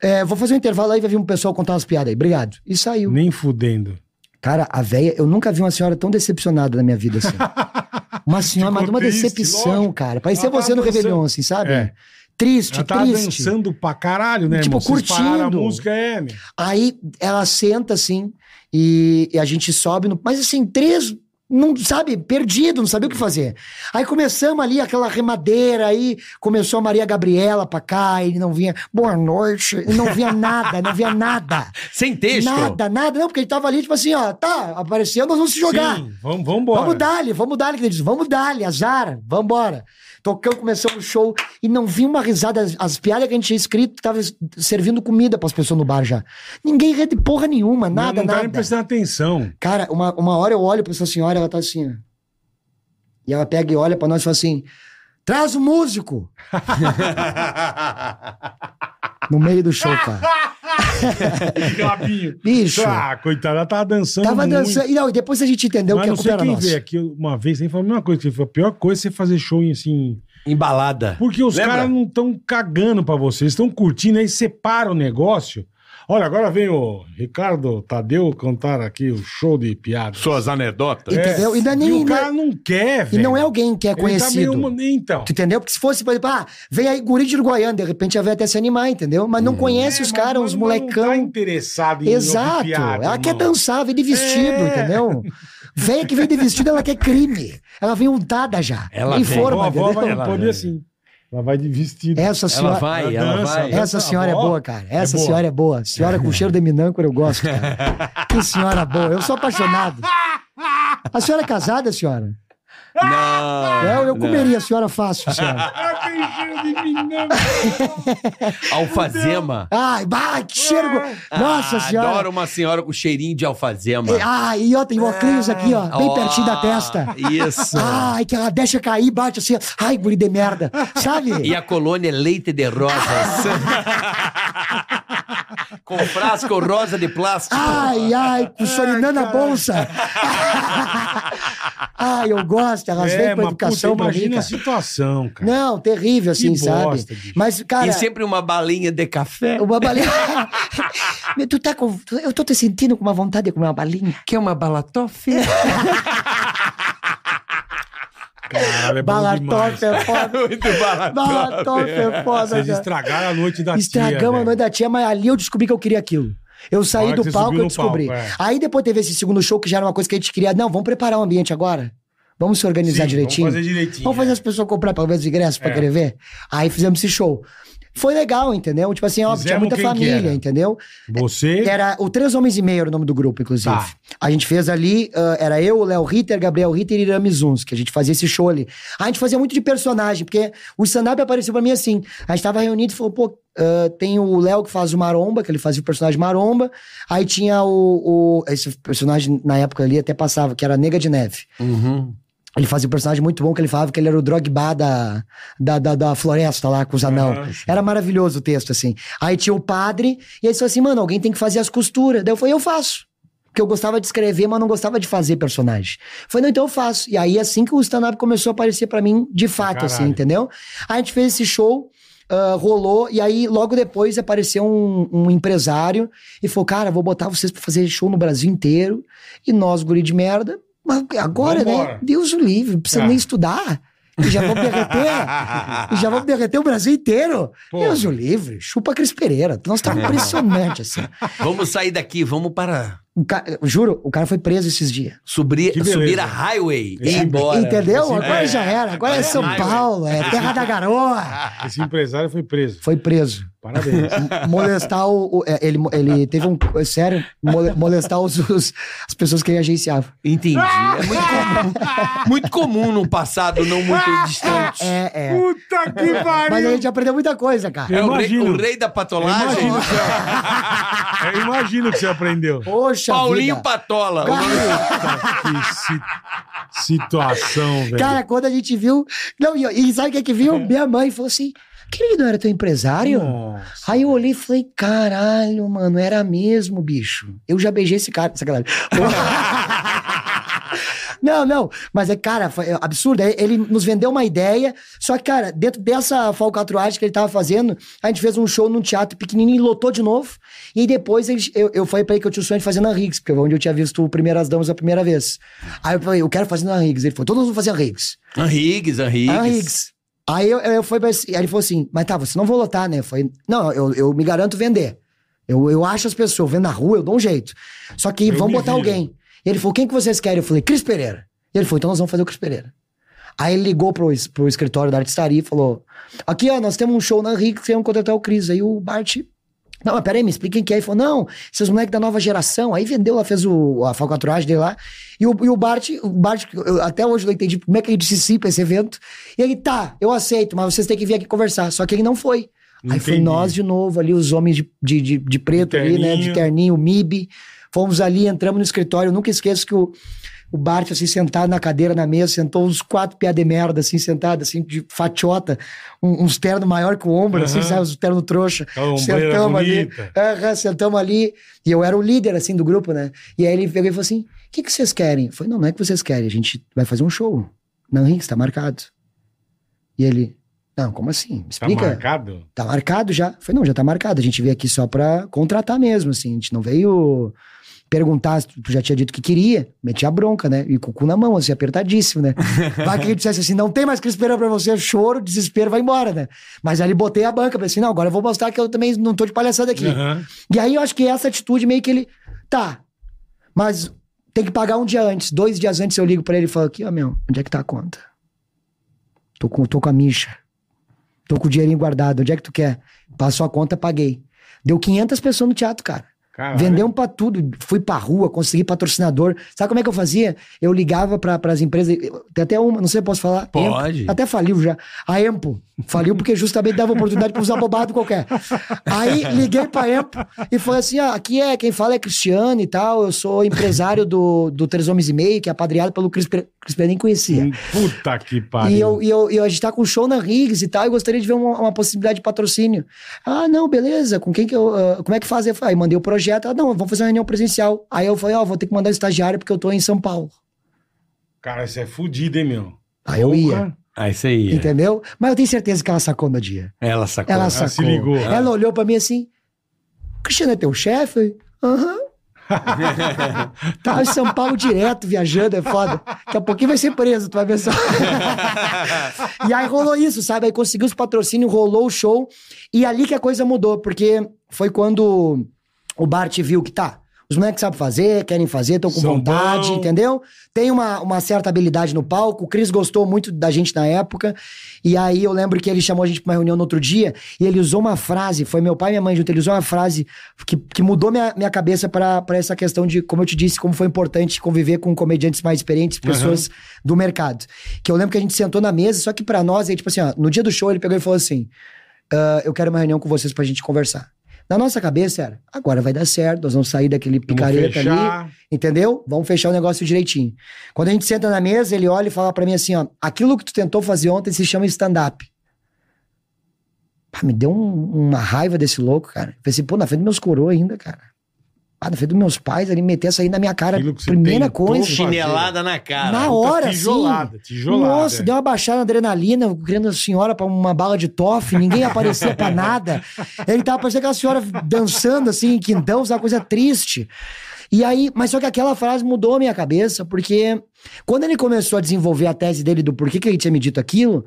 B: É, vou fazer um intervalo aí, vai vir um pessoal contar umas piadas aí. Obrigado. E saiu.
C: Nem fudendo.
B: Cara, a véia, eu nunca vi uma senhora tão decepcionada na minha vida
C: [LAUGHS]
B: assim. Uma senhora, mas de uma
C: triste,
B: decepção,
C: lógico.
B: cara. Parecia
C: Ela tava
B: você no
C: dançando.
B: Réveillon, assim, sabe?
C: É.
B: Triste,
C: Ela tava
B: triste.
C: dançando pra caralho, né,
B: Tipo,
C: irmão? Vocês
B: curtindo.
C: pararam a música, é, meu.
B: Aí ela senta assim e, e a gente sobe, no, mas assim, três, não sabe, perdido, não sabia o que fazer. Aí começamos ali aquela remadeira, aí começou a Maria Gabriela pra cá, e não vinha, boa noite, e não vinha nada, não vinha
C: [LAUGHS]
B: nada.
F: Sem texto.
B: Nada, nada, não, porque ele tava ali, tipo assim, ó, tá, apareceu, nós vamos se jogar.
C: Sim, vamos, vamos embora.
B: Vamos dar-lhe, vamos dar-lhe, que ele diz, vamos dar-lhe, azar, vambora. Tocamos, começamos o show e não vi uma risada. As, as piadas que a gente tinha escrito estavam servindo comida pras pessoas no bar já. Ninguém rende porra nenhuma,
C: Não-
B: nada,
C: não tá nem
B: nada.
C: prestando
B: [LAUGHS]
C: atenção.
B: Cara, uma, uma hora eu olho pra essa senhora, ela tá assim. ó. E ela pega e olha pra nós e fala assim: traz o músico! [LAUGHS] no meio do show, cara.
C: Gabinho.
B: Bicho.
C: Ah, coitada, ela tava dançando
B: Tava
C: muito.
B: dançando. E não, e depois a gente entendeu
C: Mas
B: que a
C: não
B: culpa
C: sei
B: era
C: quem
B: nossa.
C: veio aqui uma vez, nem falou a mesma coisa. que foi A pior coisa é você fazer show em assim.
F: Embalada.
C: Porque os
F: Lembra?
C: caras não estão cagando pra você, eles estão curtindo, aí separa o negócio. Olha, agora vem o Ricardo Tadeu cantar aqui o show de piadas.
F: Suas anedotas.
B: É. Entendeu? E não é nem-
C: e o
B: não-
C: cara não quer,
B: E
C: velho.
B: não é alguém que é
C: Ele tá
B: conhecido.
C: meio uma- Então.
B: Tu entendeu? Porque se fosse, por exemplo, ah, vem aí guri de Uruguaiana, de repente já vai até se animar, entendeu? Mas não conhece os
C: É,
B: caras,
C: mas-
B: os
C: mas Não tá
B: molecão.
C: interessado em ouvir
B: Exato.
C: piada,
B: ela quer
C: irmão.
B: dançar, vem de vestido,
C: É.
B: entendeu? Vem que vem de vestido, ela quer crime. Ela vem untada já.
F: Ela
B: em
F: vem.
C: Pô,
B: forma,
C: a avó
B: entendeu?
C: vai
F: Ela-
C: ela, pode assim. Ela vai de vestido.
B: Essa
F: Ela
B: senhora.
F: vai,
C: Ela
F: ela
C: dança,
F: vai.
C: dança.
B: Essa senhora é
C: avó
B: boa, cara. Essa
C: é boa.
B: senhora é boa. Senhora com cheiro de minâncora, eu gosto, cara. Que senhora boa. Eu sou apaixonado. A senhora é casada, senhora?
F: Não.
B: É, Eu, eu
F: não.
B: comeria a senhora fácil, senhora.
C: Ah, tem cheiro de minâncora.
F: Alfazema.
B: Ai, bah, que cheiro. go- Nossa
F: Ah,
B: senhora.
F: Adoro uma senhora com cheirinho de alfazema.
B: Ah, e ó, tem o óculos aqui, ó, bem
F: Ó,
B: pertinho da testa.
F: Isso.
B: Ai, que ela deixa cair, bate assim, ai, guri de merda,
F: E
B: sabe?
F: a colônia é leite de
B: [LAUGHS]
F: rosas. Com frasco rosa de plástico.
B: Ai, ai, com sorinã na bolsa. ai, eu gosto, elas vêm com
C: É, mas,
B: educação
C: puta,
B: pra mim,
C: imagina a
B: cara.
C: situação, cara.
B: Não, terrível assim,
C: Que
B: sabe?
C: bosta, bicho.
B: Mas, cara...
F: e sempre uma balinha de café.
B: Uma balinha. [LAUGHS] Meu, tu tá com. tu- Eu tô te sentindo com uma vontade de comer uma balinha. É,
F: Quer uma balatofe?
C: Caralho, é bom demais.
B: Balatop é
C: [LAUGHS]
B: foda.
F: [LAUGHS] Muito balatofe.
B: Balatop é foda.
C: Vocês
B: cara.
C: estragaram a noite da tia.
B: Estragamos a
C: velho.
B: noite da tia, mas ali eu descobri que eu queria aquilo. Eu
C: Na
B: saí
C: hora que
B: do
C: você
B: palco
C: subiu
B: eu
C: no
B: descobri.
C: palco, é.
B: Aí depois teve esse segundo show que já era uma coisa que a gente queria. Não, vamos preparar o ambiente agora. Vamos se organizar
C: Sim,
B: direitinho?
C: Vamos fazer direitinho.
B: Vamos fazer as pessoas comprar pelo menos ingressos pra
C: É.
B: querer ver? Aí fizemos esse show. Foi legal, entendeu? Tipo assim, óbvio, tinha
C: Fizemos
B: muita
C: quem que
B: família,
C: era?
B: entendeu?
C: Você.
B: Era o Três Homens e Meio era o nome do grupo, inclusive.
C: Tá.
B: A gente fez ali, ah, era eu, o Léo Ritter, Gabriel Ritter e Irami Zuns, que a gente fazia esse show ali. A gente fazia muito de personagem, porque o stand-up apareceu pra mim assim. A gente tava reunido e falou, pô, ah, tem o Léo que faz o Maromba, que ele fazia o personagem Maromba. Aí tinha o, o- Esse personagem na época ali até passava, que era Nega de Neve.
C: Uhum.
B: Ele fazia um personagem muito bom que ele falava que ele era o Drogba da, da, da, da floresta lá com os anão.
C: Aham.
B: Era maravilhoso o texto, assim. Aí tinha o padre, e aí ele falou assim, mano, alguém tem que fazer as costuras. Daí eu falei, eu faço. Porque eu gostava de escrever, mas não gostava de fazer personagem. Foi, não, então eu faço. E aí, assim que o stand-up começou a aparecer pra mim, de fato,
C: Caralho.
B: assim, entendeu? Aí a gente fez esse show, ah, rolou, e aí logo depois apareceu um, um empresário e falou, cara, vou botar vocês pra fazer show no Brasil inteiro. E nós, guri de merda, mas agora, né?
C: Vambora.
B: Deus o livre, não precisa
C: Ah.
B: nem estudar. E
C: [LAUGHS]
B: já vamos derreter. e já vamos derreter o Brasil inteiro.
C: Pô.
B: Deus o livre, chupa Cris Pereira. Nós [LAUGHS] tá impressionante, assim.
F: Vamos sair daqui, vamos para
B: O ca- eu juro, o cara foi preso esses dias.
F: subir,
C: Que beleza. É.
F: subir a highway e ir
C: Esse-
F: embora.
B: Entendeu?
C: Esse-
B: Agora
C: é.
B: já era. Agora né? é
F: Agora é
B: São
F: highway.
B: Paulo, é terra da garoa.
C: Esse empresário foi preso.
B: Foi preso. [LAUGHS]
C: Parabéns.
B: É. Molestar o. o- é, ele, ele teve um. é Sério, mole- molestar os, os- as pessoas que ele agenciava.
F: Entendi. É muito comum, muito comum num passado não muito distante.
B: É, é.
C: Puta que
B: Mas a
C: pariu!
B: gente aprendeu muita coisa, cara.
F: É o rei,
C: imagino.
F: o rei da patolagem.
C: Imagino que você- Eu imagino É, que
B: [LAUGHS]
C: você aprendeu.
B: Poxa,
F: Paulinho
B: vida.
F: Patola.
C: Que si- situação, velho.
B: Cara, quando a gente viu. Não, e, e sabe o que é que viu? Minha mãe falou assim: querido, era teu empresário?
C: Nossa.
B: Aí eu olhei e falei, caralho, mano, era mesmo, bicho. Eu já beijei esse cara, sacanagem. Não, não, mas é, cara, foi absurdo. Aí Ele nos vendeu uma ideia, só que, cara, dentro dessa falcatruagem que ele tava fazendo, a gente fez um show num teatro pequenininho e lotou de novo. E depois ele- eu, eu falei pra ele que eu tinha o sonho de fazer na Riggs, porque é onde eu tinha visto o Primeiras Damas a primeira vez. Aí eu falei, eu quero fazer na Riggs. Ele falou, todos vão fazer a Riggs.
F: Anrigues, Anrigues.
B: Ah, Higgs. Aí eu, eu foi pra esse- aí ele falou assim: Mas tá, você não vou lotar, né? Eu falei, não, eu, eu me garanto vender. Eu, eu acho as pessoas, vendo na rua, eu dou um jeito. Só que
C: Eu
B: vão
C: me
B: botar
C: viro.
B: alguém. E ele falou: quem que vocês querem? Eu falei, Cris Pereira. E ele falou, então nós vamos fazer o Cris Pereira. Aí ele ligou pro, es- pro escritório da artistaria e falou: Aqui, ó, nós temos um show na Rick, queremos contratar o Cris. Aí o Bart. Não, mas peraí, me explica quem que é. Ele falou, não, esses moleques da nova geração. Aí vendeu lá, fez o, a falcatrugem dele lá. E o, e o Bart, o Bart, eu até hoje não entendi como é que ele dissipa esse evento. E ele, tá, eu aceito, mas vocês têm que vir aqui conversar. Só que ele não foi. Aí foi
C: Entendi.
B: nós de novo ali, os homens de, de, de, de preto
C: De
B: ali, né? De
C: terninho.
B: terninho, o MIB. Fomos ali, entramos no escritório. Eu nunca esqueço que o, o Bart, assim, sentado na cadeira, na mesa, sentou uns quatro piá de merda, assim, sentado, assim, de fatiota, um- uns terno maior que o ombro, assim,
C: Aham.
B: sabe? Uns terno trouxa.
C: Aquela Tá ombreira
B: Sentamos ali.
C: bonita.
B: Aham, sentamos ali. E eu era o líder, assim, do grupo, né? E aí ele pegou e falou assim: o que, que vocês querem? Eu falei: não, não é que vocês querem, a gente vai fazer um show. Não, Henrique, tá marcado. E ele: não, como assim? Me
C: Tá
B: explica.
C: marcado?
B: Tá marcado já? Foi, não, já tá marcado. A gente veio aqui só pra contratar mesmo, assim. A gente não veio perguntar se tu já tinha dito que queria. Meti a bronca, né? E com o cu na mão, assim, apertadíssimo, né? Vai que ele dissesse assim, não tem mais Cris Pereira pra você, choro, desespero, vai embora, né? Mas ali botei a banca, falei assim, não, agora eu vou mostrar que eu também não tô de palhaçada aqui.
C: Aham.
B: E aí eu acho que essa atitude meio que ele. Tá, mas tem que pagar um dia antes. Dois dias antes eu ligo pra ele e falo: aqui, ó, meu, onde é que tá a conta? Tô com, tô com a micha. Tô com o dinheirinho guardado. Onde é que tu quer? Passou a conta, paguei. Deu 500 pessoas no teatro, cara.
C: Caralho.
B: Vendemos pra tudo. Fui pra rua, consegui patrocinador. Sabe como é que eu fazia? Eu ligava pra, pras empresas. eu- Tem até uma, não sei se eu posso falar.
F: Pode.
B: Até faliu já. A Empo. Faliu porque justamente dava oportunidade pra usar bobado qualquer. Aí liguei pra Empo e falei assim: ah, aqui é quem fala é Cristiano e tal. Eu sou empresário do, do Três Homens e Meio, que é apadreado pelo Cris Pereira. Cris Pereira nem conhecia.
C: Hum, Puta que pariu.
B: E, eu, e, eu, e eu- a gente tá com show na Riggs e tal, eu gostaria de ver uma, uma possibilidade de patrocínio. Ah, não, beleza, com quem que eu. ah, como é que faz? Eu falei, aí mandei o projeto. Ela, não, vamos fazer uma reunião presencial. Aí eu falei, ó, vou ter que mandar o estagiário porque eu tô em São Paulo.
C: Cara, isso é fudido, hein, meu?
B: Aí eu ia,
C: Porra.
F: Ah, isso aí.
B: entendeu? Mas eu tenho certeza que ela sacou no dia.
F: Ela sacou.
B: Ela
C: Ela
B: sacou.
C: Ah, se ligou.
B: Ela olhou pra mim assim: Cristiano é teu chefe? Eu falei, Aham.
C: Tá.
B: Tava Tá em São Paulo direto, viajando, é foda. Daqui a pouquinho vai ser preso, tu vai ver
C: [LAUGHS]
B: só. e aí rolou isso, sabe? Aí conseguiu os patrocínios, rolou o show. E ali que a coisa mudou, porque foi quando o Bart viu que tá. Os moleques sabem fazer, querem fazer, estão com
C: São
B: vontade,
C: bom.
B: entendeu? Tem uma, uma certa habilidade no palco. O Cris gostou muito da gente na época. E aí eu lembro que ele chamou a gente pra uma reunião no outro dia e ele usou uma frase, foi meu pai e minha mãe junto, ele usou uma frase que, que mudou minha, minha cabeça pra pra essa questão de, como eu te disse, como foi importante conviver com comediantes mais experientes, pessoas do mercado. Que eu lembro que a gente sentou na mesa, só que pra nós, aí, tipo assim, ó, no dia do show ele pegou e falou assim: "Ah, Eu quero uma reunião com vocês pra gente conversar. Na nossa cabeça era, agora vai dar certo, nós vamos sair daquele picareta ali.
C: fechar.
B: Entendeu? Vamos fechar o negócio direitinho. Quando a gente senta na mesa, ele olha e fala pra mim assim, ó, aquilo que tu tentou fazer ontem se chama stand-up. Pá, me deu um- uma raiva desse louco, cara. Pensei, pô, na frente dos meus coroa ainda, cara. Ah, na frente dos meus pais, ele meter essa aí na minha cara.
C: Aquilo que você
B: Primeira
C: tentou
B: coisa.
C: fazer.
F: Chinelada na cara.
B: Na
C: Puta
B: hora,
C: tijolada,
B: assim.
C: tijolada,
B: Nossa,
C: é.
B: deu uma baixada na adrenalina, querendo a senhora pra uma bala de toffee, ninguém aparecia pra nada. Ele tava parecendo aquela senhora dançando, assim, em quintão, sabe, uma coisa triste. E aí, mas só que aquela frase mudou a minha cabeça, porque quando ele começou a desenvolver a tese dele do porquê que ele tinha me dito aquilo,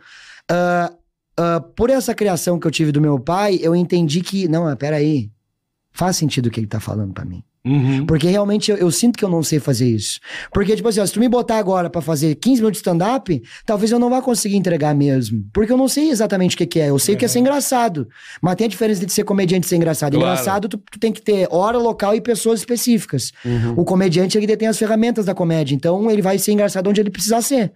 B: ah, ah, por essa criação que eu tive do meu pai, eu entendi que, não, mas peraí, faz sentido o que ele tá falando pra mim.
C: Uhum.
B: Porque realmente eu, eu sinto que eu não sei fazer isso. Porque, tipo assim, ó, se tu me botar agora pra fazer 15 minutos de stand-up, talvez eu não vá conseguir entregar mesmo. Porque eu não sei exatamente o que, que é. Eu sei que é ser
C: Uhum.
B: engraçado. Mas tem a diferença de ser comediante e ser engraçado.
F: Claro.
B: Engraçado, tu, tu tem que ter hora, local e pessoas específicas.
C: Uhum.
B: O comediante, ele detém as ferramentas da comédia. Então, ele vai ser engraçado onde ele precisar ser.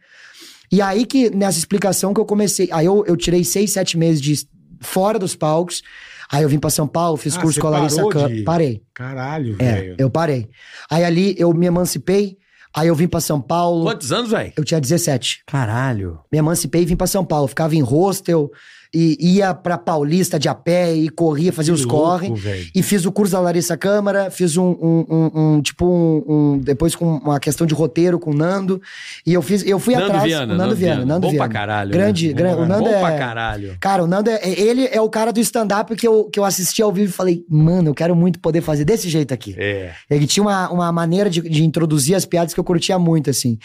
B: E aí que, nessa explicação que eu comecei... Aí eu, eu tirei seis, sete meses de fora dos palcos. Aí eu vim pra São Paulo, fiz
C: Ah,
B: curso
C: você
B: com a Larissa
C: parou
B: Kahn.
C: de-
B: Parei.
C: Caralho,
B: É,
C: velho.
B: eu parei. Aí ali eu me emancipei, aí eu vim pra São Paulo.
F: Quantos anos, velho?
B: Eu tinha 17.
F: Caralho.
B: Me emancipei e vim pra São Paulo. Ficava em hostel e ia pra Paulista de a pé e corria, fazia os
C: louco,
B: corre.
C: velho.
B: E fiz o curso da Larissa Câmara, fiz um, um- um- um, tipo um, um- depois com uma questão de roteiro com o Nando. E eu fiz, eu fui
F: Nando
B: atrás.
F: Viana,
B: o Nando, Viana, Nando
F: Bom
B: Viana.
F: pra caralho.
B: Grande,
F: né?
B: grande. O
F: Bom
B: Nando é
F: pra caralho.
B: Cara, o Nando, é, ele é o cara do stand-up que eu, que eu assisti ao vivo e falei, mano, eu quero muito poder fazer desse jeito aqui.
C: É.
B: Ele tinha uma, uma maneira de, de introduzir as piadas que eu curtia muito, assim.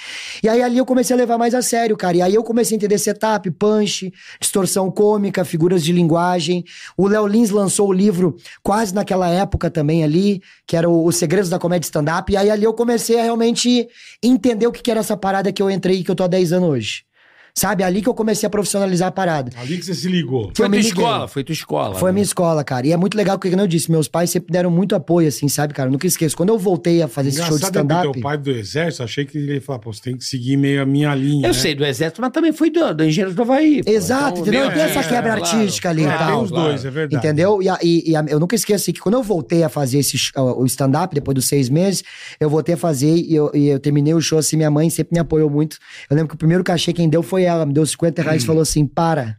B: E aí ali eu comecei a levar mais a sério, cara. E aí eu comecei a entender setup, punch, distorção cômica, figuras de linguagem. O Léo Lins lançou o livro quase naquela época também ali, que era o, o Segredos da Comédia Stand-Up. E aí ali eu comecei a realmente entender o que, que era essa parada que eu entrei e que eu tô há 10 anos hoje. Sabe? É Ali que eu comecei a profissionalizar a parada.
C: Ali que você se
B: Que
C: ligou.
B: eu
F: Foi tua
B: me liguei.
F: escola, foi tua escola.
B: Foi a
F: né?
B: minha escola, cara. E é muito legal, porque, como eu disse, meus pais sempre deram muito apoio, assim, sabe, cara? Eu nunca esqueço. Quando eu voltei a fazer esse show de
C: Engraçado é que o
B: stand-up...
C: teu pai do exército, achei que ele ia falar, pô, você tem que seguir meio a minha linha.
F: Eu
C: né? [LAUGHS]
F: sei do exército, mas também fui do, do engenheiro do Havaí. pô.
B: Exato,
F: Então,
B: entendeu?
F: meu,
B: Tem essa
F: é,
B: quebra
F: claro.
B: artística ali
C: né, É,
B: e tal.
C: tem os dois, é verdade.
B: Entendeu? E, a- e- e a- eu nunca esqueci que quando eu voltei a fazer esse, sh- o stand-up, depois dos seis meses, eu voltei a fazer e eu, e eu terminei o show assim. Minha mãe sempre me apoiou muito. Eu lembro que o primeiro cachê quem deu foi ela, me deu 50
C: Hum.
B: reais e falou assim: para.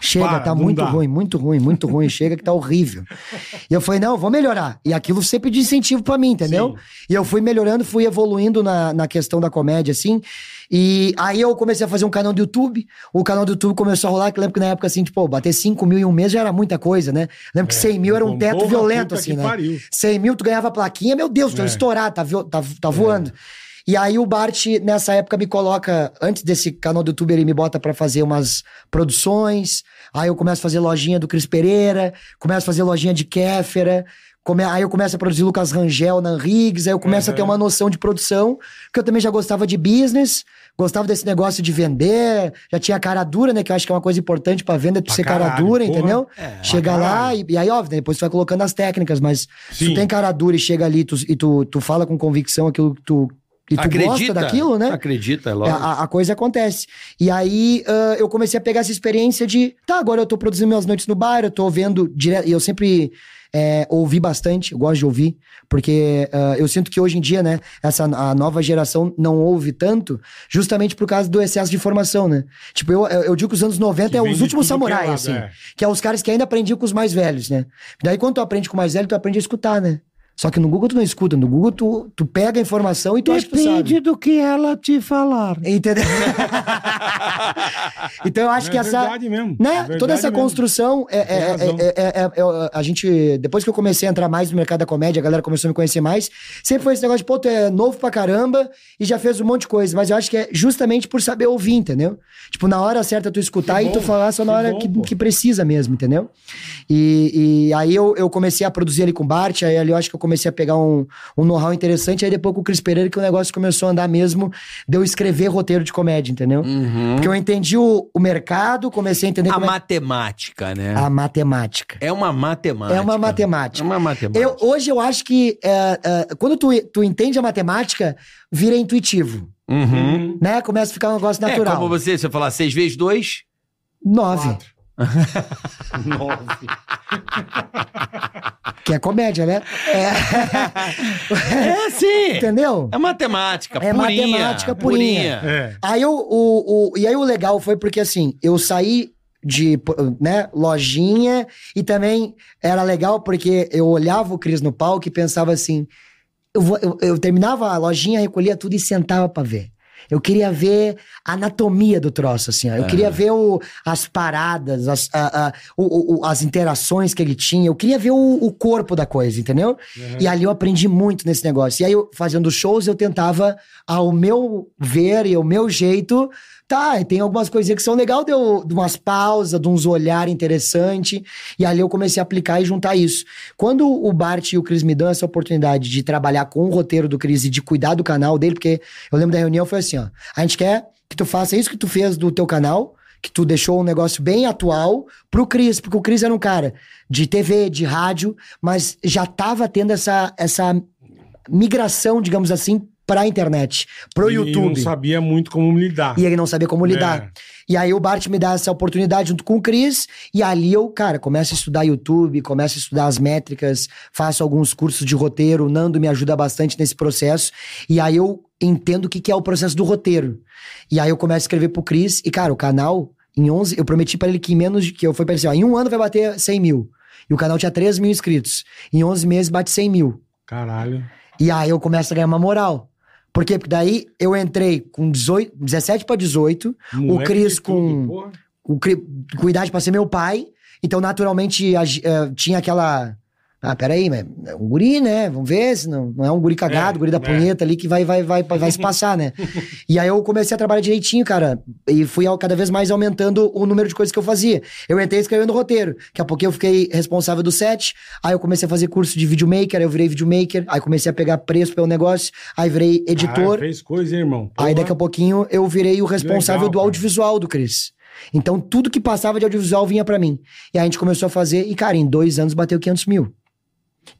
B: Chega,
C: Para,
B: tá
C: não
B: muito
C: dá.
B: ruim, muito ruim, muito ruim. Chega que tá horrível. E eu falei, não, vou melhorar. E aquilo sempre de incentivo pra mim, entendeu? E eu fui melhorando, fui evoluindo na, na questão da comédia, assim. E aí eu comecei a fazer um canal do YouTube. O canal do YouTube começou a rolar, que eu lembro que na época, assim, tipo, bater 5 mil em um mês já era muita coisa, né? Lembro que 100 mil era um
C: Bom,
B: teto
C: porra,
B: violento,
C: É, puta
B: assim,
C: que
B: né?
C: pariu. É.
B: 100 mil, tu ganhava a plaquinha, meu Deus, tu ia estourar, tá, vo- tá- tá voando. E aí o Bart, nessa época, me coloca, antes desse canal do YouTube, ele me bota pra fazer umas produções, aí eu começo a fazer lojinha do Cris Pereira, começo a fazer lojinha de Kéfera, come- aí eu começo a produzir Lucas Rangel na Riggs, aí eu começo a
C: Uhum.
B: ter uma noção de produção, porque eu também já gostava de business, gostava desse negócio de vender, já tinha cara dura, né, que eu acho que é uma coisa importante pra venda, tu
C: Pra
B: ser cara
C: caralho,
B: dura,
C: porra. É,
B: entendeu? Chega
C: pra
B: lá
C: caralho.
B: e, e aí, óbvio, né, depois tu vai colocando as técnicas, mas se tu
C: Sim.
B: tem cara dura e chega ali tu- e tu, tu fala com convicção aquilo que tu. E tu gosta daquilo, né?
F: Acredita,
B: É,
F: lógico.
B: A, a coisa acontece. E aí ah, eu comecei a pegar essa experiência de, tá, agora eu tô produzindo minhas noites no bar, eu tô vendo direto. E eu sempre é, ouvi bastante, eu gosto de ouvir, porque ah, eu sinto que hoje em dia, né, essa a nova geração não ouve tanto, justamente por causa do excesso de informação, né? Tipo, eu, eu eu digo que os anos 90
C: Que
B: é
C: vem
B: os
C: de
B: últimos
C: tudo que é
B: samurais,
C: lado,
B: assim.
C: é.
B: Que é os caras que ainda aprendiam com os mais velhos, né? Daí quando tu aprende com o mais velho, tu aprende a escutar, né? Só que no Google tu não escuta, no Google tu, tu pega a informação e tu acha que tu sabe.
F: do que ela te falar.
C: [LAUGHS]
B: Entendeu? então eu acho
C: É
B: que essa.
C: verdade mesmo.
B: Né?
C: É verdade
B: Toda essa
C: mesmo.
B: construção é, é-
C: Tem razão.
B: é- é- é- é- a gente. Depois que eu comecei a entrar mais no mercado da comédia, a galera começou a me conhecer mais. Sempre foi esse negócio de, pô, tu é novo pra caramba e já fez um monte de coisa. Mas eu acho que é justamente por saber ouvir, entendeu? Tipo, na hora certa tu escutar
C: Que
B: e tu
C: bom,
B: falar só na
C: que
B: hora
C: bom,
B: que,
C: pô.
B: que precisa mesmo, entendeu? E, e aí eu, eu comecei a produzir ali com o Bart, aí ali eu acho que eu comecei a pegar um, um know-how interessante. Aí depois com o Cris Pereira que o negócio começou a andar mesmo, de eu escrever roteiro de comédia, entendeu? Porque eu entendi o, o mercado, comecei a entender
F: A
B: como é-
F: matemática, né?
B: a matemática.
F: É uma matemática.
B: É uma matemática.
F: É uma matemática.
B: Eu, hoje eu acho que é, é, quando tu, tu entende a matemática, vira intuitivo,
F: Uhum.
B: né? Começa a ficar um negócio natural.
F: É como você, você falar 6 vezes 2,
B: Nove,
C: Nove.
B: que é [LAUGHS] comédia, né? É,
F: É sim.
B: entendeu?
F: É matemática,
B: É
F: purinha.
B: matemática purinha.
C: É.
B: Aí eu, o, o- e aí o legal foi porque assim, eu saí de, pô, né, lojinha e também era legal porque eu olhava o Cris no palco e pensava assim, eu, vou- eu- eu terminava a lojinha, recolhia tudo e sentava pra ver. Eu queria ver a anatomia do troço, assim, ó. Eu queria ver o- as paradas, as, a- a- o- o- o- as interações que ele tinha. Eu queria ver o, o corpo da coisa, entendeu? E ali eu aprendi muito nesse negócio. E aí, eu, fazendo shows, eu tentava, ao meu ver e ao meu jeito, tá, e tem algumas coisinhas que são legais, deu de umas pausas, de uns olhar interessante. E ali eu comecei a aplicar e juntar isso. Quando o Bart e o Cris me dão essa oportunidade de trabalhar com o roteiro do Cris e de cuidar do canal dele, porque eu lembro da reunião, foi assim, ó. A gente quer que tu faça isso que tu fez do teu canal, que tu deixou um negócio bem atual pro Cris, porque o Cris era um cara de TV, de rádio, mas já tava tendo essa, essa migração, digamos assim, pra internet, pro
C: E
B: YouTube.
C: não sabia muito como lidar.
B: E ele não sabia como lidar.
C: É.
B: E aí o Bart me dá essa oportunidade junto com o Cris. E ali eu, cara, começo a estudar YouTube, começo a estudar as métricas, faço alguns cursos de roteiro. O Nando me ajuda bastante nesse processo. E aí eu entendo o que, que é o processo do roteiro. E aí eu começo a escrever pro Cris. E, cara, o canal, em 11, eu prometi pra ele que em menos de. que eu fui pra ele assim, ó, em um ano vai bater 100 mil. E o canal tinha 3 mil inscritos. Em 11 meses bate 100 mil.
C: Caralho.
B: E aí eu começo a ganhar uma moral. Por quê? Porque daí eu entrei com 18, 17 pra 18,
C: Moleque
B: Cris
C: de tudo,
B: com-
C: porra.
B: o cri- com idade pra ser meu pai, então naturalmente agi- eh, tinha aquela. Ah, peraí, mas é um guri, né? Vamos ver se não, não é um guri cagado,
C: É,
B: guri da
C: é.
B: punheta ali que vai, vai, vai, vai se passar, né? E aí eu comecei a trabalhar direitinho, cara. E fui ao- cada vez mais aumentando o número de coisas que eu fazia. Eu entrei escrevendo roteiro. Daqui a pouco eu fiquei responsável do set. Aí eu comecei a fazer curso de videomaker, aí eu virei videomaker. Aí comecei a pegar preço pelo negócio. Aí virei editor.
C: Caralho, fez coisa, hein, irmão.
B: Aí daqui a pouquinho eu virei o responsável
C: Legal,
B: do
C: cara.
B: audiovisual do Cris. Então tudo que passava de audiovisual vinha pra mim. E aí a gente começou a fazer, e cara, em dois anos bateu 500 mil.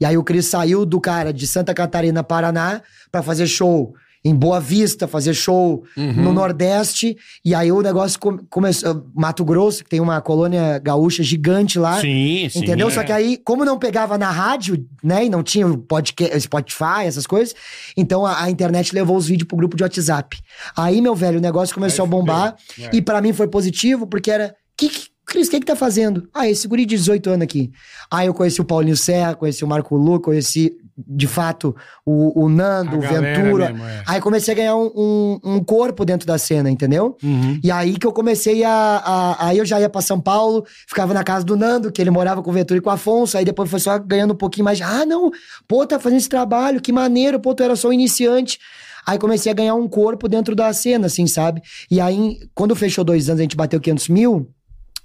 B: E aí o Cris saiu do cara de Santa Catarina, Paraná, pra fazer show em Boa Vista, fazer show
C: Uhum.
B: no Nordeste. E aí o negócio come- começou. Mato Grosso, que tem uma colônia gaúcha gigante lá.
F: Sim, sim.
B: Entendeu?
C: é.
B: Só que aí, como não pegava na rádio, né? E não tinha o podcast, Spotify, essas coisas, então a, a internet levou os vídeos pro grupo de WhatsApp. Aí, meu velho, o negócio começou
C: Aí
B: a bombar.
C: fudeu, é.
B: E pra mim foi positivo, porque era. Que, que, Cris, o que, que tá fazendo? Ah, esse guri de 18 anos aqui. Aí eu conheci o Paulinho Serra, conheci o Marco Lu, conheci, de fato, o, o Nando,
C: A
B: o
C: galera
B: Ventura.
C: mesmo, é.
B: Aí comecei a ganhar um- um- um corpo dentro da cena, entendeu?
C: Uhum.
B: E aí que eu comecei a, a- Aí eu já ia pra São Paulo, ficava na casa do Nando, que ele morava com o Ventura e com o Afonso. Aí depois foi só ganhando um pouquinho mais. Ah, não, pô, tá fazendo esse trabalho, que maneiro, pô, tu era só um iniciante. Aí comecei a ganhar um corpo dentro da cena, assim, sabe? E aí, quando fechou dois anos, a gente bateu 500 mil.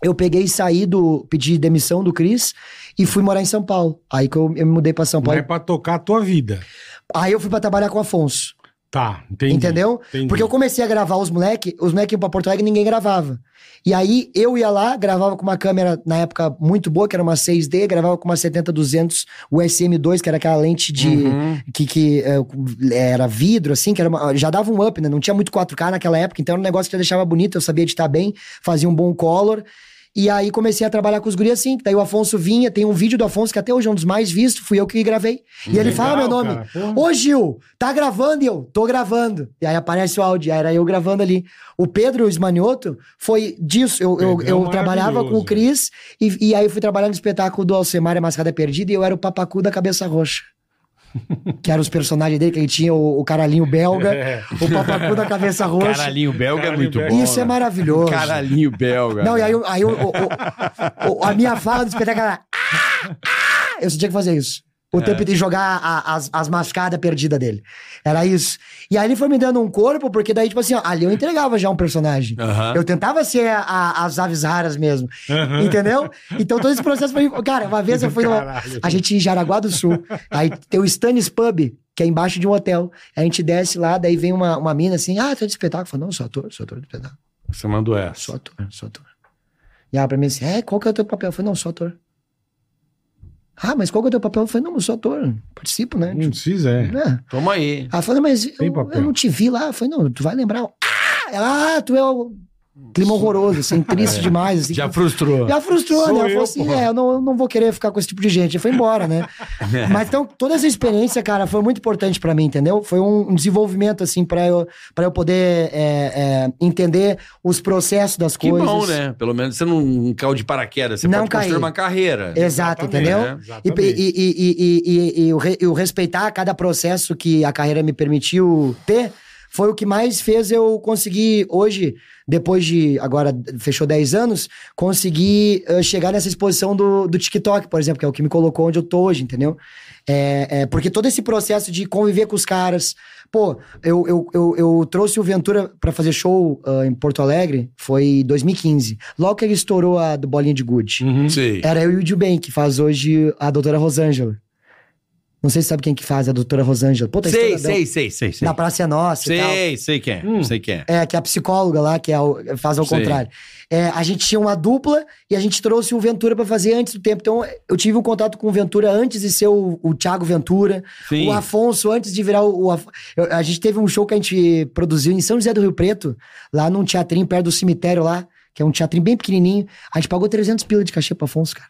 B: Eu peguei e saí do. pedi demissão do Cris e fui morar em São Paulo. Aí que eu, eu me mudei pra São Paulo.
C: Mas é pra tocar a tua vida.
B: Aí eu fui pra trabalhar com o Afonso.
C: Tá, entendi.
B: Entendeu?
C: Entendi.
B: Porque eu comecei a gravar os moleque, os moleque iam pra Porto Alegre e ninguém gravava. E aí eu ia lá, gravava com uma câmera na época muito boa, que era uma 6D, gravava com uma 70-200 USM2, que era aquela lente de. que, que é, era vidro, assim, que era uma- já dava um up, né? Não tinha muito 4K naquela época, então era um negócio que já deixava bonito, eu sabia editar bem, fazia um bom color. E aí comecei a trabalhar com os guris assim. Daí o Afonso vinha, tem um vídeo do Afonso que até hoje é um dos mais vistos, fui eu que gravei. E ele
C: Legal,
B: fala meu nome.
C: cara, porra.
B: Ô Gil, tá gravando? E eu, tô gravando. E aí aparece o áudio, aí era eu gravando ali. O Pedro Esmanioto foi disso. Eu, eu,
C: Pedrão
B: eu trabalhava com o
C: maravilhoso. né?
B: Cris e, e aí eu fui trabalhar no espetáculo do Alcemar A Mascada Perdida e eu era o papacu da Cabeça
C: [LAUGHS]
B: Roxa. Que eram os personagens dele, que ele tinha o, o caralhinho belga,
C: É.
B: o papacu da
C: [LAUGHS]
B: cabeça roxa.
F: Caralhinho belga é
C: Caralho
F: muito
C: belga.
F: bom.
B: Isso é
F: né?
B: maravilhoso.
F: Caralhinho belga.
B: Não, e aí, eu- aí ah", eu- o- o- o- a minha fala do espetáculo era. "Ah, ah", eu só tinha que fazer isso. O tempo de jogar a- as, as mascadas perdidas dele. Era isso. E aí ele foi me dando um corpo, porque daí, tipo assim, ó, ali eu entregava já um personagem.
F: Aham.
B: Eu tentava ser a- a- as aves raras mesmo. Entendeu? Então todo esse processo foi. Cara, uma vez eu fui numa. A gente em Jaraguá do Sul. Aí tem o Stannis Pub. Que é embaixo de um hotel. A gente desce lá, daí vem uma, uma mina assim, ah, tu é de espetáculo? Eu falo, não, sou ator, sou ator de espetáculo.
F: Você mandou
B: Sou
F: essa.
B: ator, sou ator. E ela pra mim assim, é, qual que é o teu papel? Eu falei, não, sou ator. Ah, mas qual que é o teu papel? Eu falei, não, eu sou ator, participo, né?
C: Não precisa, é.
B: Né?
F: Toma aí.
B: Ela falou, mas eu,
C: Tem papel.
B: eu não te vi lá. Eu falei, não, tu vai lembrar. Ah, ela, ah tu é o clima horroroso,
C: [LAUGHS]
B: assim, triste demais. Assim,
F: Já
B: [LAUGHS]
F: frustrou.
B: já frustrou,
C: Sou
B: né? Ela
C: eu,
B: falou assim:
C: porra.
B: é, eu não, eu não vou querer ficar com esse tipo de gente. Foi embora,
C: [LAUGHS]
B: né? Mas então, toda essa experiência, cara, foi muito importante pra mim, entendeu? Foi um, um desenvolvimento, assim, pra eu, pra eu poder é, é, entender os processos das
F: Que
B: coisas.
F: bom, né? Pelo menos você não caiu de paraquedas. Você
B: Não
F: pode
B: caí. É,
F: construir uma carreira.
B: Exato, entendeu?
C: É.
F: né?
B: E,
C: Exatamente.
B: e, e, e, e, e, e o re- e o respeitar cada processo que a carreira me permitiu ter foi o que mais fez eu conseguir hoje, depois de agora fechou 10 anos, conseguir eh, chegar nessa exposição do, do TikTok, por exemplo, que é o que me colocou onde eu tô hoje, entendeu? É, é, porque todo esse processo de conviver com os caras. Pô, eu, eu, eu, eu trouxe o Ventura pra fazer show ah, em Porto Alegre, foi em 2015. Logo que ele estourou a do Bolinha de Gude.
C: Uhum.
F: Sei.
B: Era eu e o Juben, que faz hoje a doutora Rosângela. Não sei se sabe quem que faz a doutora Rosângela. Pô, tá
F: sei,
B: estouradão.
F: sei, sei, sei, sei.
B: Da Praça é Nossa e tal.
F: Sei, sei quem é. Sei quem é.
B: É, que é a psicóloga lá, que é o- faz ao
F: Sei.
B: contrário. É, a gente tinha uma dupla e a gente trouxe o Ventura pra fazer antes do tempo. Então, eu tive um contato com o Ventura antes de ser o, o Thiago Ventura.
F: Sim.
B: O Afonso, antes de virar o. o Af- eu- a gente teve um show que a gente produziu em São José do Rio Preto, lá num teatrinho perto do cemitério lá, que é um teatrinho bem pequenininho. A gente pagou 300 pila de cachê pro Afonso, cara.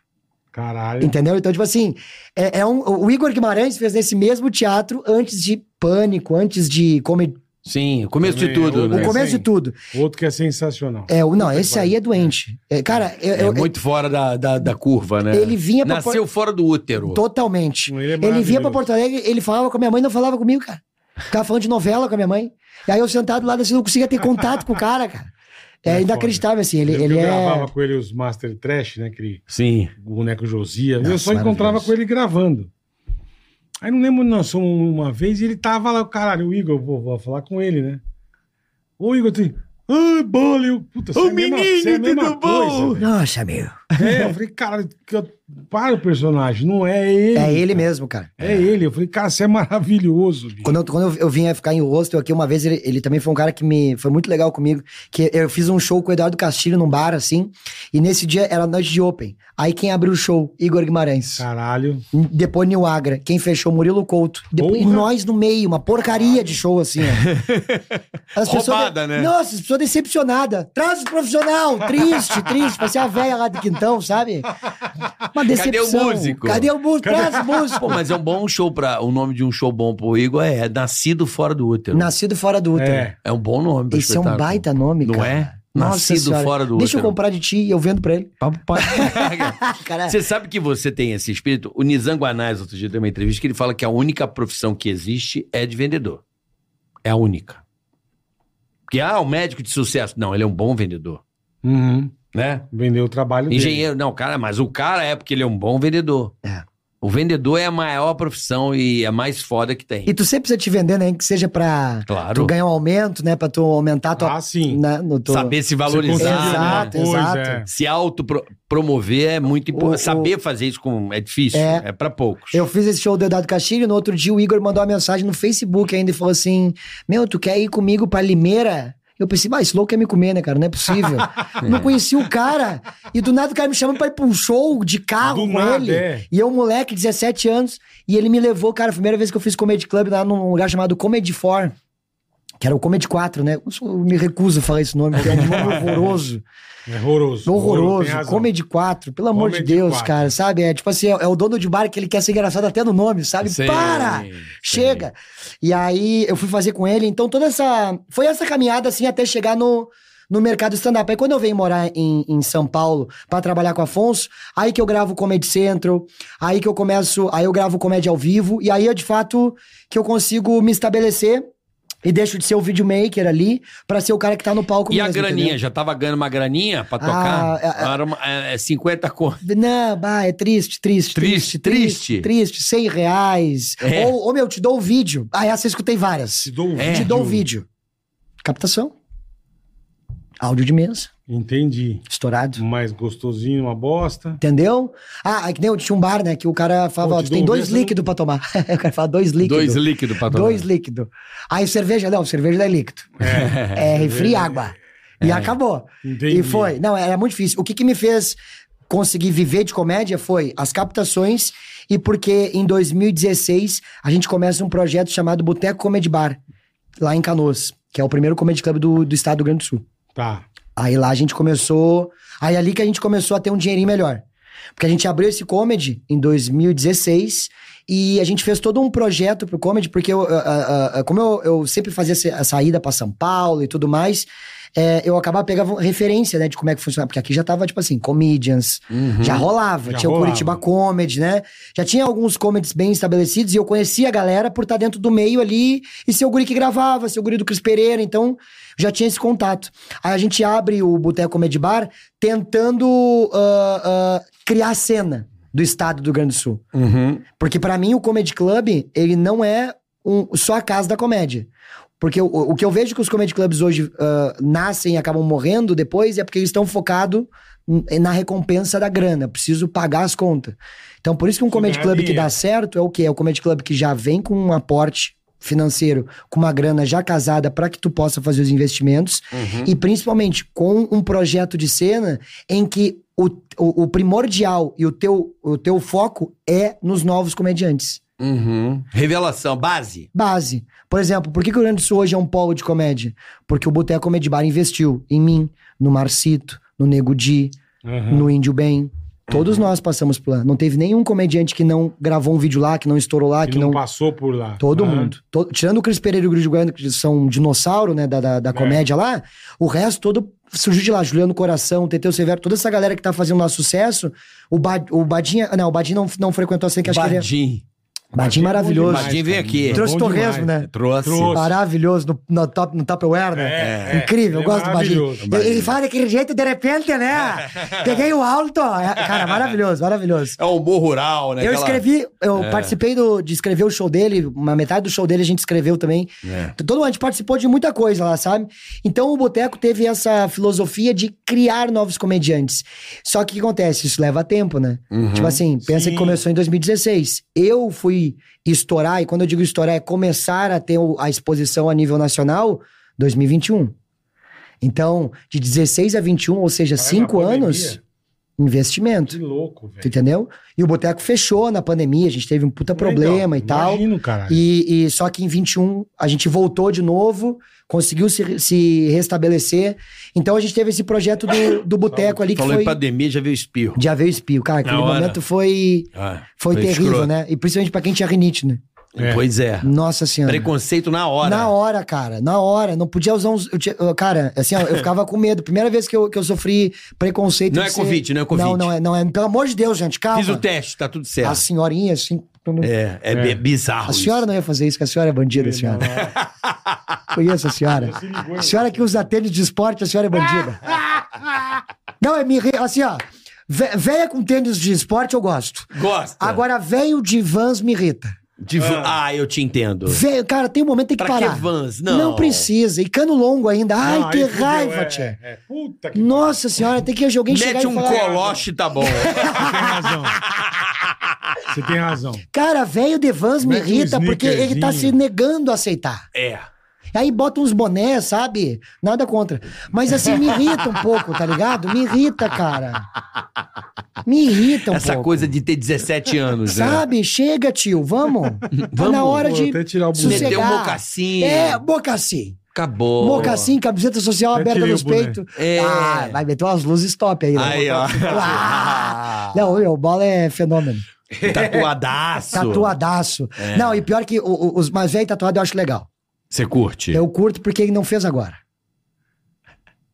C: Caralho.
B: Entendeu? Então, tipo assim, é, é um- o Igor Guimarães fez nesse mesmo teatro antes de Pânico, antes de Comedy.
F: Sim, o começo de
C: Também,
F: tudo,
C: eu-
F: né?
B: O começo
C: sim.
B: de tudo.
C: Outro que é sensacional.
B: É, o- não,
C: Puta
B: esse
C: que
B: aí
C: pariu.
B: é doente. É, cara, eu-
F: É
B: eu-
F: muito fora da, da, da curva, né?
B: ele vinha pra
F: Nasceu fora do útero.
B: Porto Totalmente.
C: Ele é
B: Ele vinha pra
C: maravilhoso.
B: Porto Alegre, ele falava com a minha mãe, não falava comigo, cara. Ficava falando de novela com a minha mãe. E aí eu sentado lá, assim, não conseguia ter contato com o cara, cara. É,
C: É
B: inacreditável, assim. Ele,
C: Eu que
B: ele
C: eu
B: é.
C: gravava com ele os Master Trash, né? Aquele
F: Sim.
C: boneco Josias. eu só
B: Nossa,
C: encontrava
B: maravilhoso.
C: com ele gravando. Aí não lembro, nós fomos uma vez e ele tava lá, caralho, o Igor, vou, vou falar com ele, né? Ô, Igor, tem. Ai, bola, eu. Puta,
F: Ô,
C: você é a mesma-
F: menino,
C: você é a mesma
F: tudo
C: coisa,
F: bom?
C: velho.
B: Nossa, meu.
C: É, eu falei, cara, que eu- para o personagem, não é ele.
B: É ele mesmo, cara.
C: É ele. Eu falei, cara, você é maravilhoso, bicho.
B: Quando eu, quando eu- eu vinha ficar em hostel aqui uma vez, ele, ele também foi um cara que me foi muito legal comigo. Que eu fiz um show com o Eduardo Castilho num bar, assim. E nesse dia era noite de Open. Aí quem abriu o show? Igor Guimarães.
C: Caralho.
B: Depois Nil Agra. Quem fechou? Murilo Couto. Depois, e
C: Porra.
B: nós no meio, uma porcaria de show, assim, ó.
F: [LAUGHS]
B: As pessoas-
F: Roubada, né?
B: Nossa, as pessoas decepcionadas. Traz os profissional, triste, triste. Parecia a velha lá do quintão, sabe? Uma decepção.
F: músico?
B: Cadê o
F: [LAUGHS]
B: músico? Traz o músico.
F: Pô, mas é um bom show pra. O nome de um show bom pro Igor é Nascido Fora do Útero.
B: Nascido fora do útero.
C: É.
F: É um bom nome pra
B: Esse é um
F: espetáculo.
B: baita nome,
F: Não
B: cara.
F: é?
B: Nossa
F: Nascido
B: Senhora.
F: fora do
B: Deixa eu
F: útero.
B: comprar de ti e eu vendo pra
C: [LAUGHS]
B: ele. Caralho.
F: Você sabe que você tem esse espírito? O Nizam Guanais, outro dia, deu uma entrevista que ele fala que a única profissão que existe é de vendedor. É a única. Porque, ah, o médico de sucesso. Não, ele é um bom vendedor,
C: Uhum.
F: né?
C: Vendeu o trabalho dele.
F: Engenheiro, não, cara, mas o cara é porque ele é um bom vendedor.
B: É.
F: O vendedor é a maior profissão e é a mais foda que tem.
B: E tu sempre precisa te vender, né? Que seja pra
F: Claro.
B: tu ganhar um aumento, né? Pra tu aumentar a tua...
C: Ah, sim.
B: né, no teu-
F: Saber se
C: Você
F: valorizar.
C: conseguiu alguma
B: Exato,
F: né?
B: exato.
C: é.
F: Se autopromover é muito
B: O- o-
F: importante. Saber fazer isso com... é difícil.
B: É.
F: É, pra poucos.
B: Eu fiz esse show do Eduardo Castilho, no outro dia o Igor mandou uma mensagem no Facebook ainda e falou assim: Meu, tu quer ir comigo pra Limeira? Eu pensei, mas esse louco quer me comer, né, cara? Não é possível. Não conheci o cara. E do nada o cara me chamando pra ir pra um show de carro
C: Do
B: com
C: nada,
B: ele.
C: é.
B: E eu, moleque, 17 anos, e ele me levou, cara, a primeira vez que eu fiz Comedy Club lá num lugar chamado Comedy 4. Que era o Comedy 4, né? Eu me recuso a falar esse nome, porque é um
C: [LAUGHS]
B: nome horroroso.
C: É horroroso.
B: Horroroso,
C: Tem razão.
B: Comedy 4, pelo amor
C: Comedy
B: de Deus,
C: 4.
B: cara, sabe? É tipo assim, é, é o dono de bar que ele quer ser engraçado até no nome, sabe?
F: Sei,
B: Para!
F: sei.
B: Chega! E aí eu fui fazer com ele, então toda essa. Foi essa caminhada assim até chegar no. No mercado stand-up. Aí quando eu venho morar em, em São Paulo pra trabalhar com o Afonso, aí que eu gravo o Comedy Central, aí que eu começo, aí eu gravo comédia ao vivo, e aí é de fato que eu consigo me estabelecer E deixo de ser o videomaker ali pra ser o cara que tá no palco
F: E a
B: mesmo,
F: graninha?
B: entendeu?
F: Já tava ganhando uma graninha pra tocar?
B: é, é.
F: Era uma, é, é 50 conto.
B: Não, bah, é triste, triste,
F: Triste,
B: triste.
F: triste.
B: Triste, 100 reais.
F: É.
B: Ou, ou, meu, te dou o vídeo. Ah, essa eu escutei várias.
C: Te dou um o
F: É.
B: Te dou o vídeo. Captação. Áudio de mesa.
C: Entendi.
B: Estourado.
C: Mais gostosinho, uma bosta.
B: Entendeu? Ah, é que nem eu tinha um bar, né? Que o cara falava,
C: Pô,
B: ó,
C: te
B: tu
C: dou
B: tem
C: um
B: dois
C: beijo,
B: líquidos pra tomar. [LAUGHS] o cara fala, dois líquidos.
F: Dois líquidos pra tomar.
B: Dois líquidos. Aí cerveja, não, cerveja não é líquido. É, [LAUGHS] refri e água. E acabou.
C: Entendi.
B: E foi. Não, era muito difícil. O que, que me fez conseguir viver de comédia foi as captações e porque em 2016 a gente começa um projeto chamado Boteco Comedy Bar, lá em Canoas, que é o primeiro comedy club do, do estado do Rio Grande do Sul.
C: Tá.
B: Aí lá a gente começou. Aí ali que a gente começou a ter um dinheirinho melhor. Porque a gente abriu esse comedy em 2016 e a gente fez todo um projeto pro comedy, porque eu, ah, ah, ah, como eu, eu sempre fazia essa- a saída pra São Paulo e tudo mais, eh, eu acabava pegando referência, né, de como é que funcionava. Porque aqui já tava, tipo assim, comedians,
F: Uhum,
B: já rolava,
C: Uhum. Já
B: tinha
C: rolava.
B: o Curitiba Comedy, né? Já tinha alguns comedies bem estabelecidos e eu conhecia a galera por estar dentro do meio ali e ser o guri que gravava, ser o guri do Cris Pereira, então já tinha esse contato. Aí a gente abre o Boteco Comedy Bar tentando ah, ah, criar a cena do estado do Rio Grande do Sul.
F: uhum,
B: Porque pra mim o Comedy Club, ele não é um- só a casa da comédia. Porque o, o que eu vejo que os comedy clubs hoje ah, nascem e acabam morrendo depois é porque eles estão focados na recompensa da grana. Preciso pagar as contas. Então, por isso que um comedy club que
C: Cidadania.
B: dá certo é o quê? É o comedy club que já vem com um aporte financeiro, com uma grana já casada pra que tu possa fazer os investimentos e principalmente com um projeto de cena em que o, o, o primordial e o teu, o teu foco é nos novos comediantes
F: Uhum. Revelação, base.
B: base. Por exemplo, por que, que o Rio Grande do Sul hoje é um polo de comédia? Porque o Boteco Comedy Bar investiu em mim, no Marcito, no Nego Di,
C: Aham.
B: no Índio Bem. Todos
C: Uhum.
B: nós passamos por lá. Não teve nenhum comediante que não gravou um vídeo lá, que não estourou lá,
C: Que
B: é que não...
C: não passou por lá.
B: Todo
C: Ah,
B: mundo. To- Tirando o Cris Pereira e o Gris Guiano, que são um dinossauro, né, da, da,
C: É.
B: da comédia lá, o resto todo surgiu de lá. Juliano Coração, Teteu Severo, toda essa galera que tá fazendo lá sucesso. O, ba o Badinha... Não, o Badinha não, não frequentou a cena que acho que ele... é-
F: Badim.
B: Badinha
C: Badinha é bom
B: maravilhoso.
C: demais,
F: Badinha vem
C: cara.
F: aqui.
C: É
B: Trouxe
C: bom
B: torresmo,
C: demais.
B: né?
F: Trouxe.
C: Trouxe.
B: Maravilhoso no, no, top, no Tupperware, né?
C: É,
B: Incrível,
C: é,
B: eu gosto
C: é
B: do Badinho.
C: maravilhoso.
B: Ele ele fala daquele jeito de repente, né? Peguei o alto. É, Cara, maravilhoso, maravilhoso.
F: É o humor rural, né?
B: Eu
F: Aquela-
B: escrevi, eu participei do, de escrever o show dele, uma metade do show dele a gente escreveu também.
F: É.
B: T- Todo mundo a gente participou de muita coisa lá, sabe? Então o Boteco teve essa filosofia de criar novos comediantes. Só que o que acontece? Isso leva tempo, né?
F: Uhum.
B: Tipo assim, pensa
C: Sim.
B: que começou em 2016. Eu fui estourar, e quando eu digo estourar, é começar a ter o- a exposição a nível nacional 2021. Então, de 16 a 21, ou seja,
C: Parece
B: cinco
C: uma pandemia.
B: anos, investimento.
C: Que louco,
B: Tu
C: velho.
B: entendeu? E o boteco fechou na pandemia, a gente teve um puta problema e tal.
C: Imagino, caralho.
B: E, e só que em 21 a gente voltou de novo, conseguiu se, re- se restabelecer. Então a gente teve esse projeto do, do boteco ali que
F: Falou em
B: foi.
F: pandemia, já veio espirro.
B: Já veio espio. Cara, aquele
F: Na hora.
B: momento foi,
F: Ah,
B: foi, terrível,
F: escroto.
B: né? E principalmente pra quem tinha rinite, né?
C: É.
F: Pois é.
B: Nossa senhora.
F: Preconceito na hora.
B: Na hora, cara, na hora. Não podia usar uns. eu tinha- eu- cara, assim, ó, eu ficava com medo. Primeira vez que eu, que eu sofri preconceito.
F: Não
B: de
F: é Covid, não é Covid.
B: Não, não é, não é. Pelo amor de Deus, gente, calma.
F: Fiz o teste, tá tudo certo.
B: A senhorinha, assim. quando-
F: É, é, bi- bizarro.
B: A senhora
F: isso.
B: não ia fazer isso, que a senhora é bandida, a senhora. Conheço a senhora.
C: [LAUGHS]
B: A senhora que usa tênis de esporte, a senhora é bandida. Não, é me re... assim, ó. ve- Véia com tênis de esporte, eu gosto.
F: Gosta.
B: Agora, veio de vans me irrita.
F: De van- Ah. eu te entendo.
B: Veio, cara, tem um momento que tem que
F: Pra que
B: parar.
F: Vans? Não. Ah,
B: precisa. E cano longo ainda. Ai,
C: Não, aí
B: que
C: fudeu,
B: raiva,
C: é,
B: tia.
C: é. Puta que
B: Nossa senhora, tem que alguém chegar
F: Mete
B: e
F: um
B: falar,
F: coloche, tá bom.
C: Você
B: [LAUGHS]
C: tem razão. Você tem razão.
B: Cara, velho de Vans me
C: Mete um
B: irrita porque ele tá se
C: sneakerzinho.
B: negando a aceitar.
F: [LAUGHS] é.
B: Aí bota uns bonés, sabe? Nada contra. Mas assim, me irrita um pouco, tá ligado? Me irrita, cara. Me irrita um
F: Essa
B: pouco.
F: coisa de ter 17 anos, né?
B: Sabe? Chega, tio,
F: [LAUGHS]
B: vamos. Tá
F: Vamos,
B: na hora
C: vou
B: de
C: até tirar o boné.
B: sossegar.
F: Meteu um mocassim.
B: É, mocassim.
F: Acabou.
B: Mocassim, assim, camiseta social
C: Até
B: aberta
C: tirei
B: nos
C: o boné.
B: peitos.
F: É.
B: Ah, vai meter umas luzes top aí. né?
F: Aí,
B: [LAUGHS]
F: ó.
B: Ah! Não, meu, o bola é fenômeno.
F: Tatuadaço.
B: Tatuadaço.
F: É.
B: Não, e pior que o- o- os mais velhos tatuados eu acho legal.
F: Você curte?
B: Eu curto porque ele não fez agora.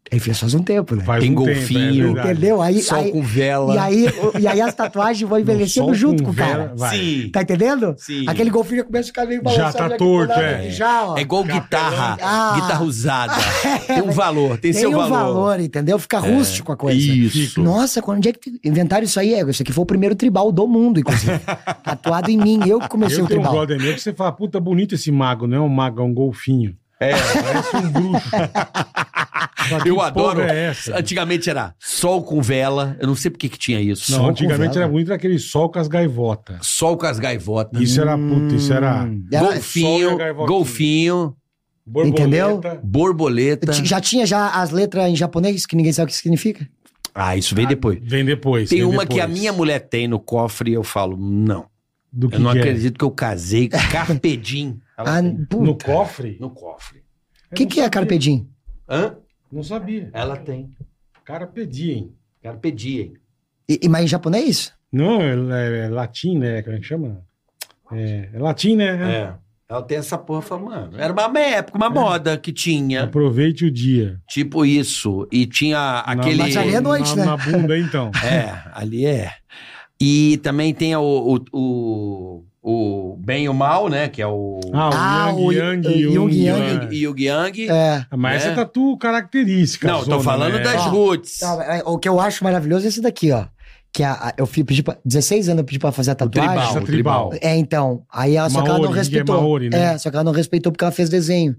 B: Ele fez faz um tempo, né?
C: Faz
F: Tem
C: tempo, é
F: golfinho.
C: verdade.
B: Entendeu? Aí,
F: Sol
B: aí,
F: com vela.
B: e, aí, o- e aí as tatuagens vão envelhecendo
C: sol
B: junto
C: com
B: com o cara.
C: vela, vai.
F: Sim.
B: Tá entendendo?
F: Sim.
B: Aquele golfinho já começa a ficar meio
C: Já
B: balançado.
C: tá
B: que
C: torto,
B: colado
C: é.
B: aqui, Já, ó. É,
F: É
B: [LAUGHS]
F: igual guitarra,
B: Ah. [LAUGHS]
F: guitarra usada. Tem um valor, tem,
B: tem
F: seu
B: um
F: valor. É,
B: valor. entendeu? Fica rústico a coisa.
F: Isso.
B: Nossa, quando onde é que inventaram isso aí? É, Isso aqui foi o primeiro tribal do mundo,
F: [LAUGHS]
B: inclusive. Tatuado em mim, eu que comecei
C: Eu
B: o
C: tenho um
B: tribal.
C: brother meu que você fala, puta, bonito esse mago, não é um mago, é um golfinho. É, parece um
B: [LAUGHS]
C: bruxo. Fala, que
F: Eu
C: porra
F: adoro.
C: É essa?
F: Antigamente era sol com vela. Eu não sei porque que tinha isso.
C: Não,
B: sol com
C: antigamente
B: vela.
C: era bonito daquele sol com as gaivotas.
F: Sol com as gaivotas.
C: Isso era
B: Hum.
C: puta, isso era
B: Era-
C: sol e a
F: golfinho,
C: gaivotinha.
F: golfinho,
C: borboleta.
B: Entendeu?
F: borboleta.
B: Ti- Já tinha já as letras em japonês que ninguém sabe o que significa?
F: Ah, isso veio depois.
C: Vem depois.
F: Tem
C: vem
F: uma que é a
C: depois.
F: minha mulher tem no cofre e eu falo, não.
C: Do que
F: Eu não
C: que é?
F: acredito que eu casei com
C: [LAUGHS]
F: carpedim. Ela
B: Ah,
F: tem.
B: puta.
C: No cofre?
F: No cofre.
B: O que, que é carpedim?
F: Hã?
C: Não sabia.
F: Ela tem.
C: O cara pedia, hein?
F: Carpedim.
B: E, e- mas em japonês?
C: Não, é, é, é latim, né? Como é que chama? É, é É. latim, né?
F: É. Ela tem essa porra, eu falo, mano. Era uma época, uma moda que tinha.
C: Aproveite o dia.
F: Tipo isso. E tinha aquele.
B: Mas ali é noite,
C: na,
B: né?
C: na bunda, então.
F: É, ali é. E também tem o, o, o, o bem e o mal, né? Que é o
C: Ah, é.
B: Ah,
C: o
B: o
C: Yang Yang.
B: Yang-
C: Yung,
B: Yang-
C: Yang.
F: Yang Yang.
B: É.
C: Ah, Mas
F: né?
C: essa tá tu característica. né?
F: Não, tô falando das
B: Ó,
F: roots.
C: tá,
B: Não, é- o que eu acho maravilhoso é esse daqui, ó. Que a, a- eu fui pedir pra, 16 anos eu pedi pra fazer a tatuagem.
F: tribal.
C: Essa tribal.
B: É, então. Aí ela, só que ela não
C: Maori, ninguém é
B: respeitou.
C: Maori, né?
B: É, só que ela não respeitou porque ela fez desenho.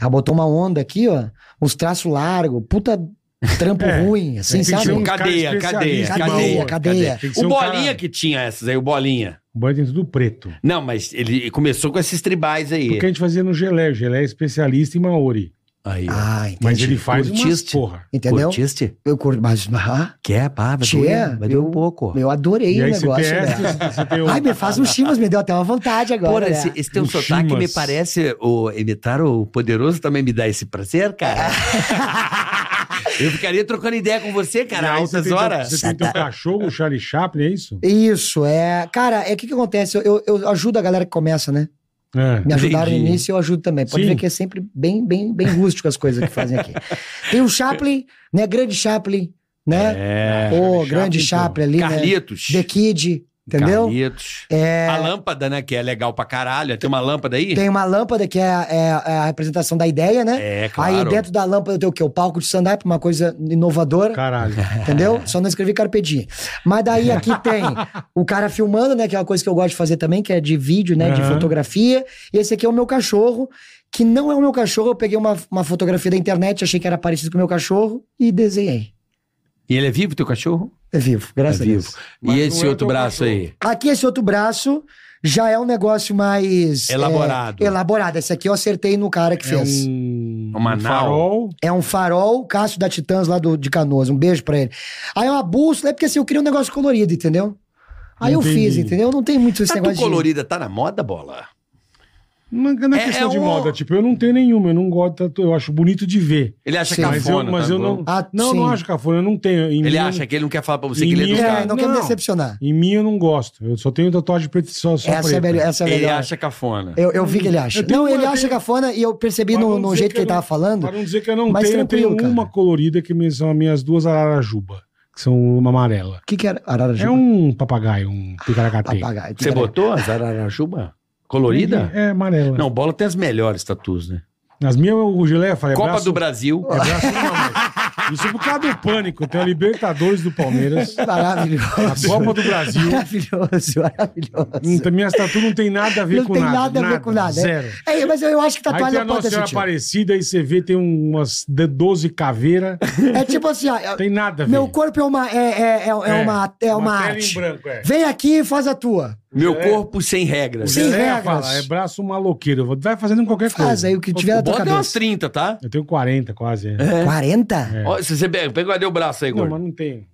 B: Ela botou uma onda aqui, ó. Uns traços largos. Puta trampo
C: [LAUGHS] É,
B: ruim, assim,
C: tem que
B: sabe?
C: ser um cara
F: Cadeia, cadeia,
C: especialista em
F: cadeia,
C: Maori.
B: cadeia.
C: Tem que ser
F: O
C: um cara-
F: Bolinha que tinha essas aí, o Bolinha.
C: O Bolinha tem tudo preto.
F: Não, mas ele começou com esses tribais aí.
C: Porque a gente fazia no gelé. O gelé é especialista em Maori.
F: Aí. ó.
B: Ah, entendi.
C: Mas ele faz umas
F: Curtiste?
C: porra.
B: Entendeu?
F: Curtiste?
B: Eu curto, mas... Ah,
F: Quer, é, pá, vai
B: Tchê,
F: doer, vai doer um
B: eu-
F: pouco.
B: eu adorei
C: E
B: o
C: aí você
B: negócio,
C: tem
B: né?
C: essa, você tem
B: [LAUGHS]
C: o...
B: Ai, me faz um chimas, me deu até uma vontade agora.
F: Porra,
B: né?
F: esse, esse teu
C: Um
F: sotaque me
C: chimas.
F: parece o, imitar o poderoso também me dá esse prazer,
B: [LAUGHS]
F: cara. eu ficaria trocando ideia com você, cara, a
C: Aí você
F: altas
C: tem teu-
F: horas.
C: Você tem teu cachorro, o Charlie Chaplin, é isso?
B: Isso, é. Cara, é o que, que acontece? Eu- Eu, eu ajudo a galera que começa, né?
C: É.
B: Me ajudaram
F: Entendi.
B: no início e eu ajudo também. Pode
C: Sim.
B: ver que é sempre bem, bem, bem rústico as coisas que fazem aqui. Tem o Chaplin, né? Grande Chaplin, né?
F: É.
B: Ô,
C: Charlie
B: grande
C: Chaplin,
B: Chaplin ali, né?
F: Carlitos.
B: The Kid, entendeu?
F: Carlitos.
B: É,
F: A lâmpada, né? Que é legal pra caralho. Tem uma lâmpada aí?
B: tem uma lâmpada que é, é- é a representação da ideia, né?
F: É, claro.
B: Aí dentro da lâmpada tem o quê? O palco de stand-up, uma coisa inovadora.
C: Caralho. é
B: Entendeu? Só não escrevi carpedinho. Mas daí aqui tem o cara filmando, né? Que é uma coisa que eu gosto de fazer também, que é de vídeo, né? De
C: Aham.
B: fotografia. E esse aqui é o meu cachorro, que não é o meu cachorro. Eu peguei uma, uma fotografia da internet, achei que era parecido com o meu cachorro e desenhei.
F: E ele é vivo, teu cachorro?
B: É vivo,
F: É
B: graças a Deus.
F: vivo.
C: Mas
F: E esse
C: não é
F: outro
C: teu
F: braço
C: cachorro.
F: aí?
B: Aqui esse outro braço já é um negócio mais... é,
F: Elaborado.
B: elaborado. Esse aqui eu acertei no cara que
C: É
B: fez.
C: um,
F: Uma
C: um
F: nau.
C: farol.
B: É um farol, Cássio da Titãs lá do, de Canoas. Um beijo pra ele. Aí é uma bússola, é porque assim, eu queria um negócio colorido, entendeu? Aí eu
C: Entendi.
B: fiz, entendeu? Não tem muito esse
F: Tatu
B: negócio de...
F: colorida tá na moda, bola?
C: Não não é
F: É-
C: questão
F: é
C: de
F: um-
C: moda. Tipo, eu não tenho nenhuma. Eu não gosto de tatu. Eu acho bonito de ver.
F: Ele acha
B: Sim.
C: Mas eu,
F: cafona.
C: mas
F: tá
C: eu
F: bom?
C: não...
B: Ah,
C: Não,
B: sim.
C: não acho cafona. Eu não tenho. Em mim,
F: Ele
C: eu-
F: acha que ele não quer falar pra você
C: Em
F: que ele é
C: mim
F: dos
C: é-
B: É,
F: caras.
B: não, quer me
C: Não.
B: decepcionar.
C: Em mim eu não gosto. Eu só tenho tatuagem preta e só, só
B: Essa é,
C: preta.
B: melhor, essa é
F: Ele
B: melhor.
F: acha cafona.
C: É,
B: Eu, eu vi que ele acha.
C: Eu tenho
B: Não, ele
C: uma-
B: acha cafona e eu percebi
C: Para
B: no,
C: não
B: no
C: dizer
B: jeito que,
C: eu
B: ele
C: não-
B: tava falando.
C: Para não dizer que eu não
B: Mas
C: tenho, eu tenho
B: tranquilo, cara.
C: uma colorida que me- são as minhas duas ararajuba, que são uma amarela.
B: O que que era? Ararajuba?
C: É um papagaio, um picaracateiro.
B: papagaio.
F: Você botou as ararajuba? Colorida?
C: É, amarela.
F: Não, bola tem as melhores tatus, né?
C: Nas minhas, o Gilé, eu falei, é
F: Copa
C: braço-
F: do Brasil.
C: é braço
F: [LAUGHS]
C: normal. Isso por causa do pânico. Tem a Libertadores do Palmeiras, a
B: Maravilhoso.
C: Copa do Brasil. Então-
B: Maravilhoso,
C: Não,
B: maravilhoso.
C: tem- minhas tatu não tem nada a ver
B: Não
C: com
B: tem
C: nada.
B: nada a ver com nada, é.
C: Zero.
B: É, mas eu acho que
C: Aí tem
B: tatuagem
C: a
B: não pode
C: Nossa
B: ter
C: Senhora
B: sentido.
C: Aparecida, aí você vê, tem umas de- 12 caveiras.
B: É tipo assim, ó,
C: Tem nada a ver.
B: meu corpo é uma, é, é, é, é uma, é uma
C: tela em
B: arte.
C: branco, é.
B: Vem aqui e faz a tua.
F: Meu corpo sem regras.
B: Sem
C: Sem regras.
B: regras.
C: Fala, é braço maloqueiro. Vai fazendo qualquer coisa.
B: Faz aí o que tiver na
F: Bota
B: tua
F: umas
B: cabeça.
F: 30, tá?
C: Eu tenho 40 quase. É.
B: 40?
C: É.
F: Ó, se você pega, pega cadê o braço aí,
C: Não,
F: gordo?
C: mas não tenho.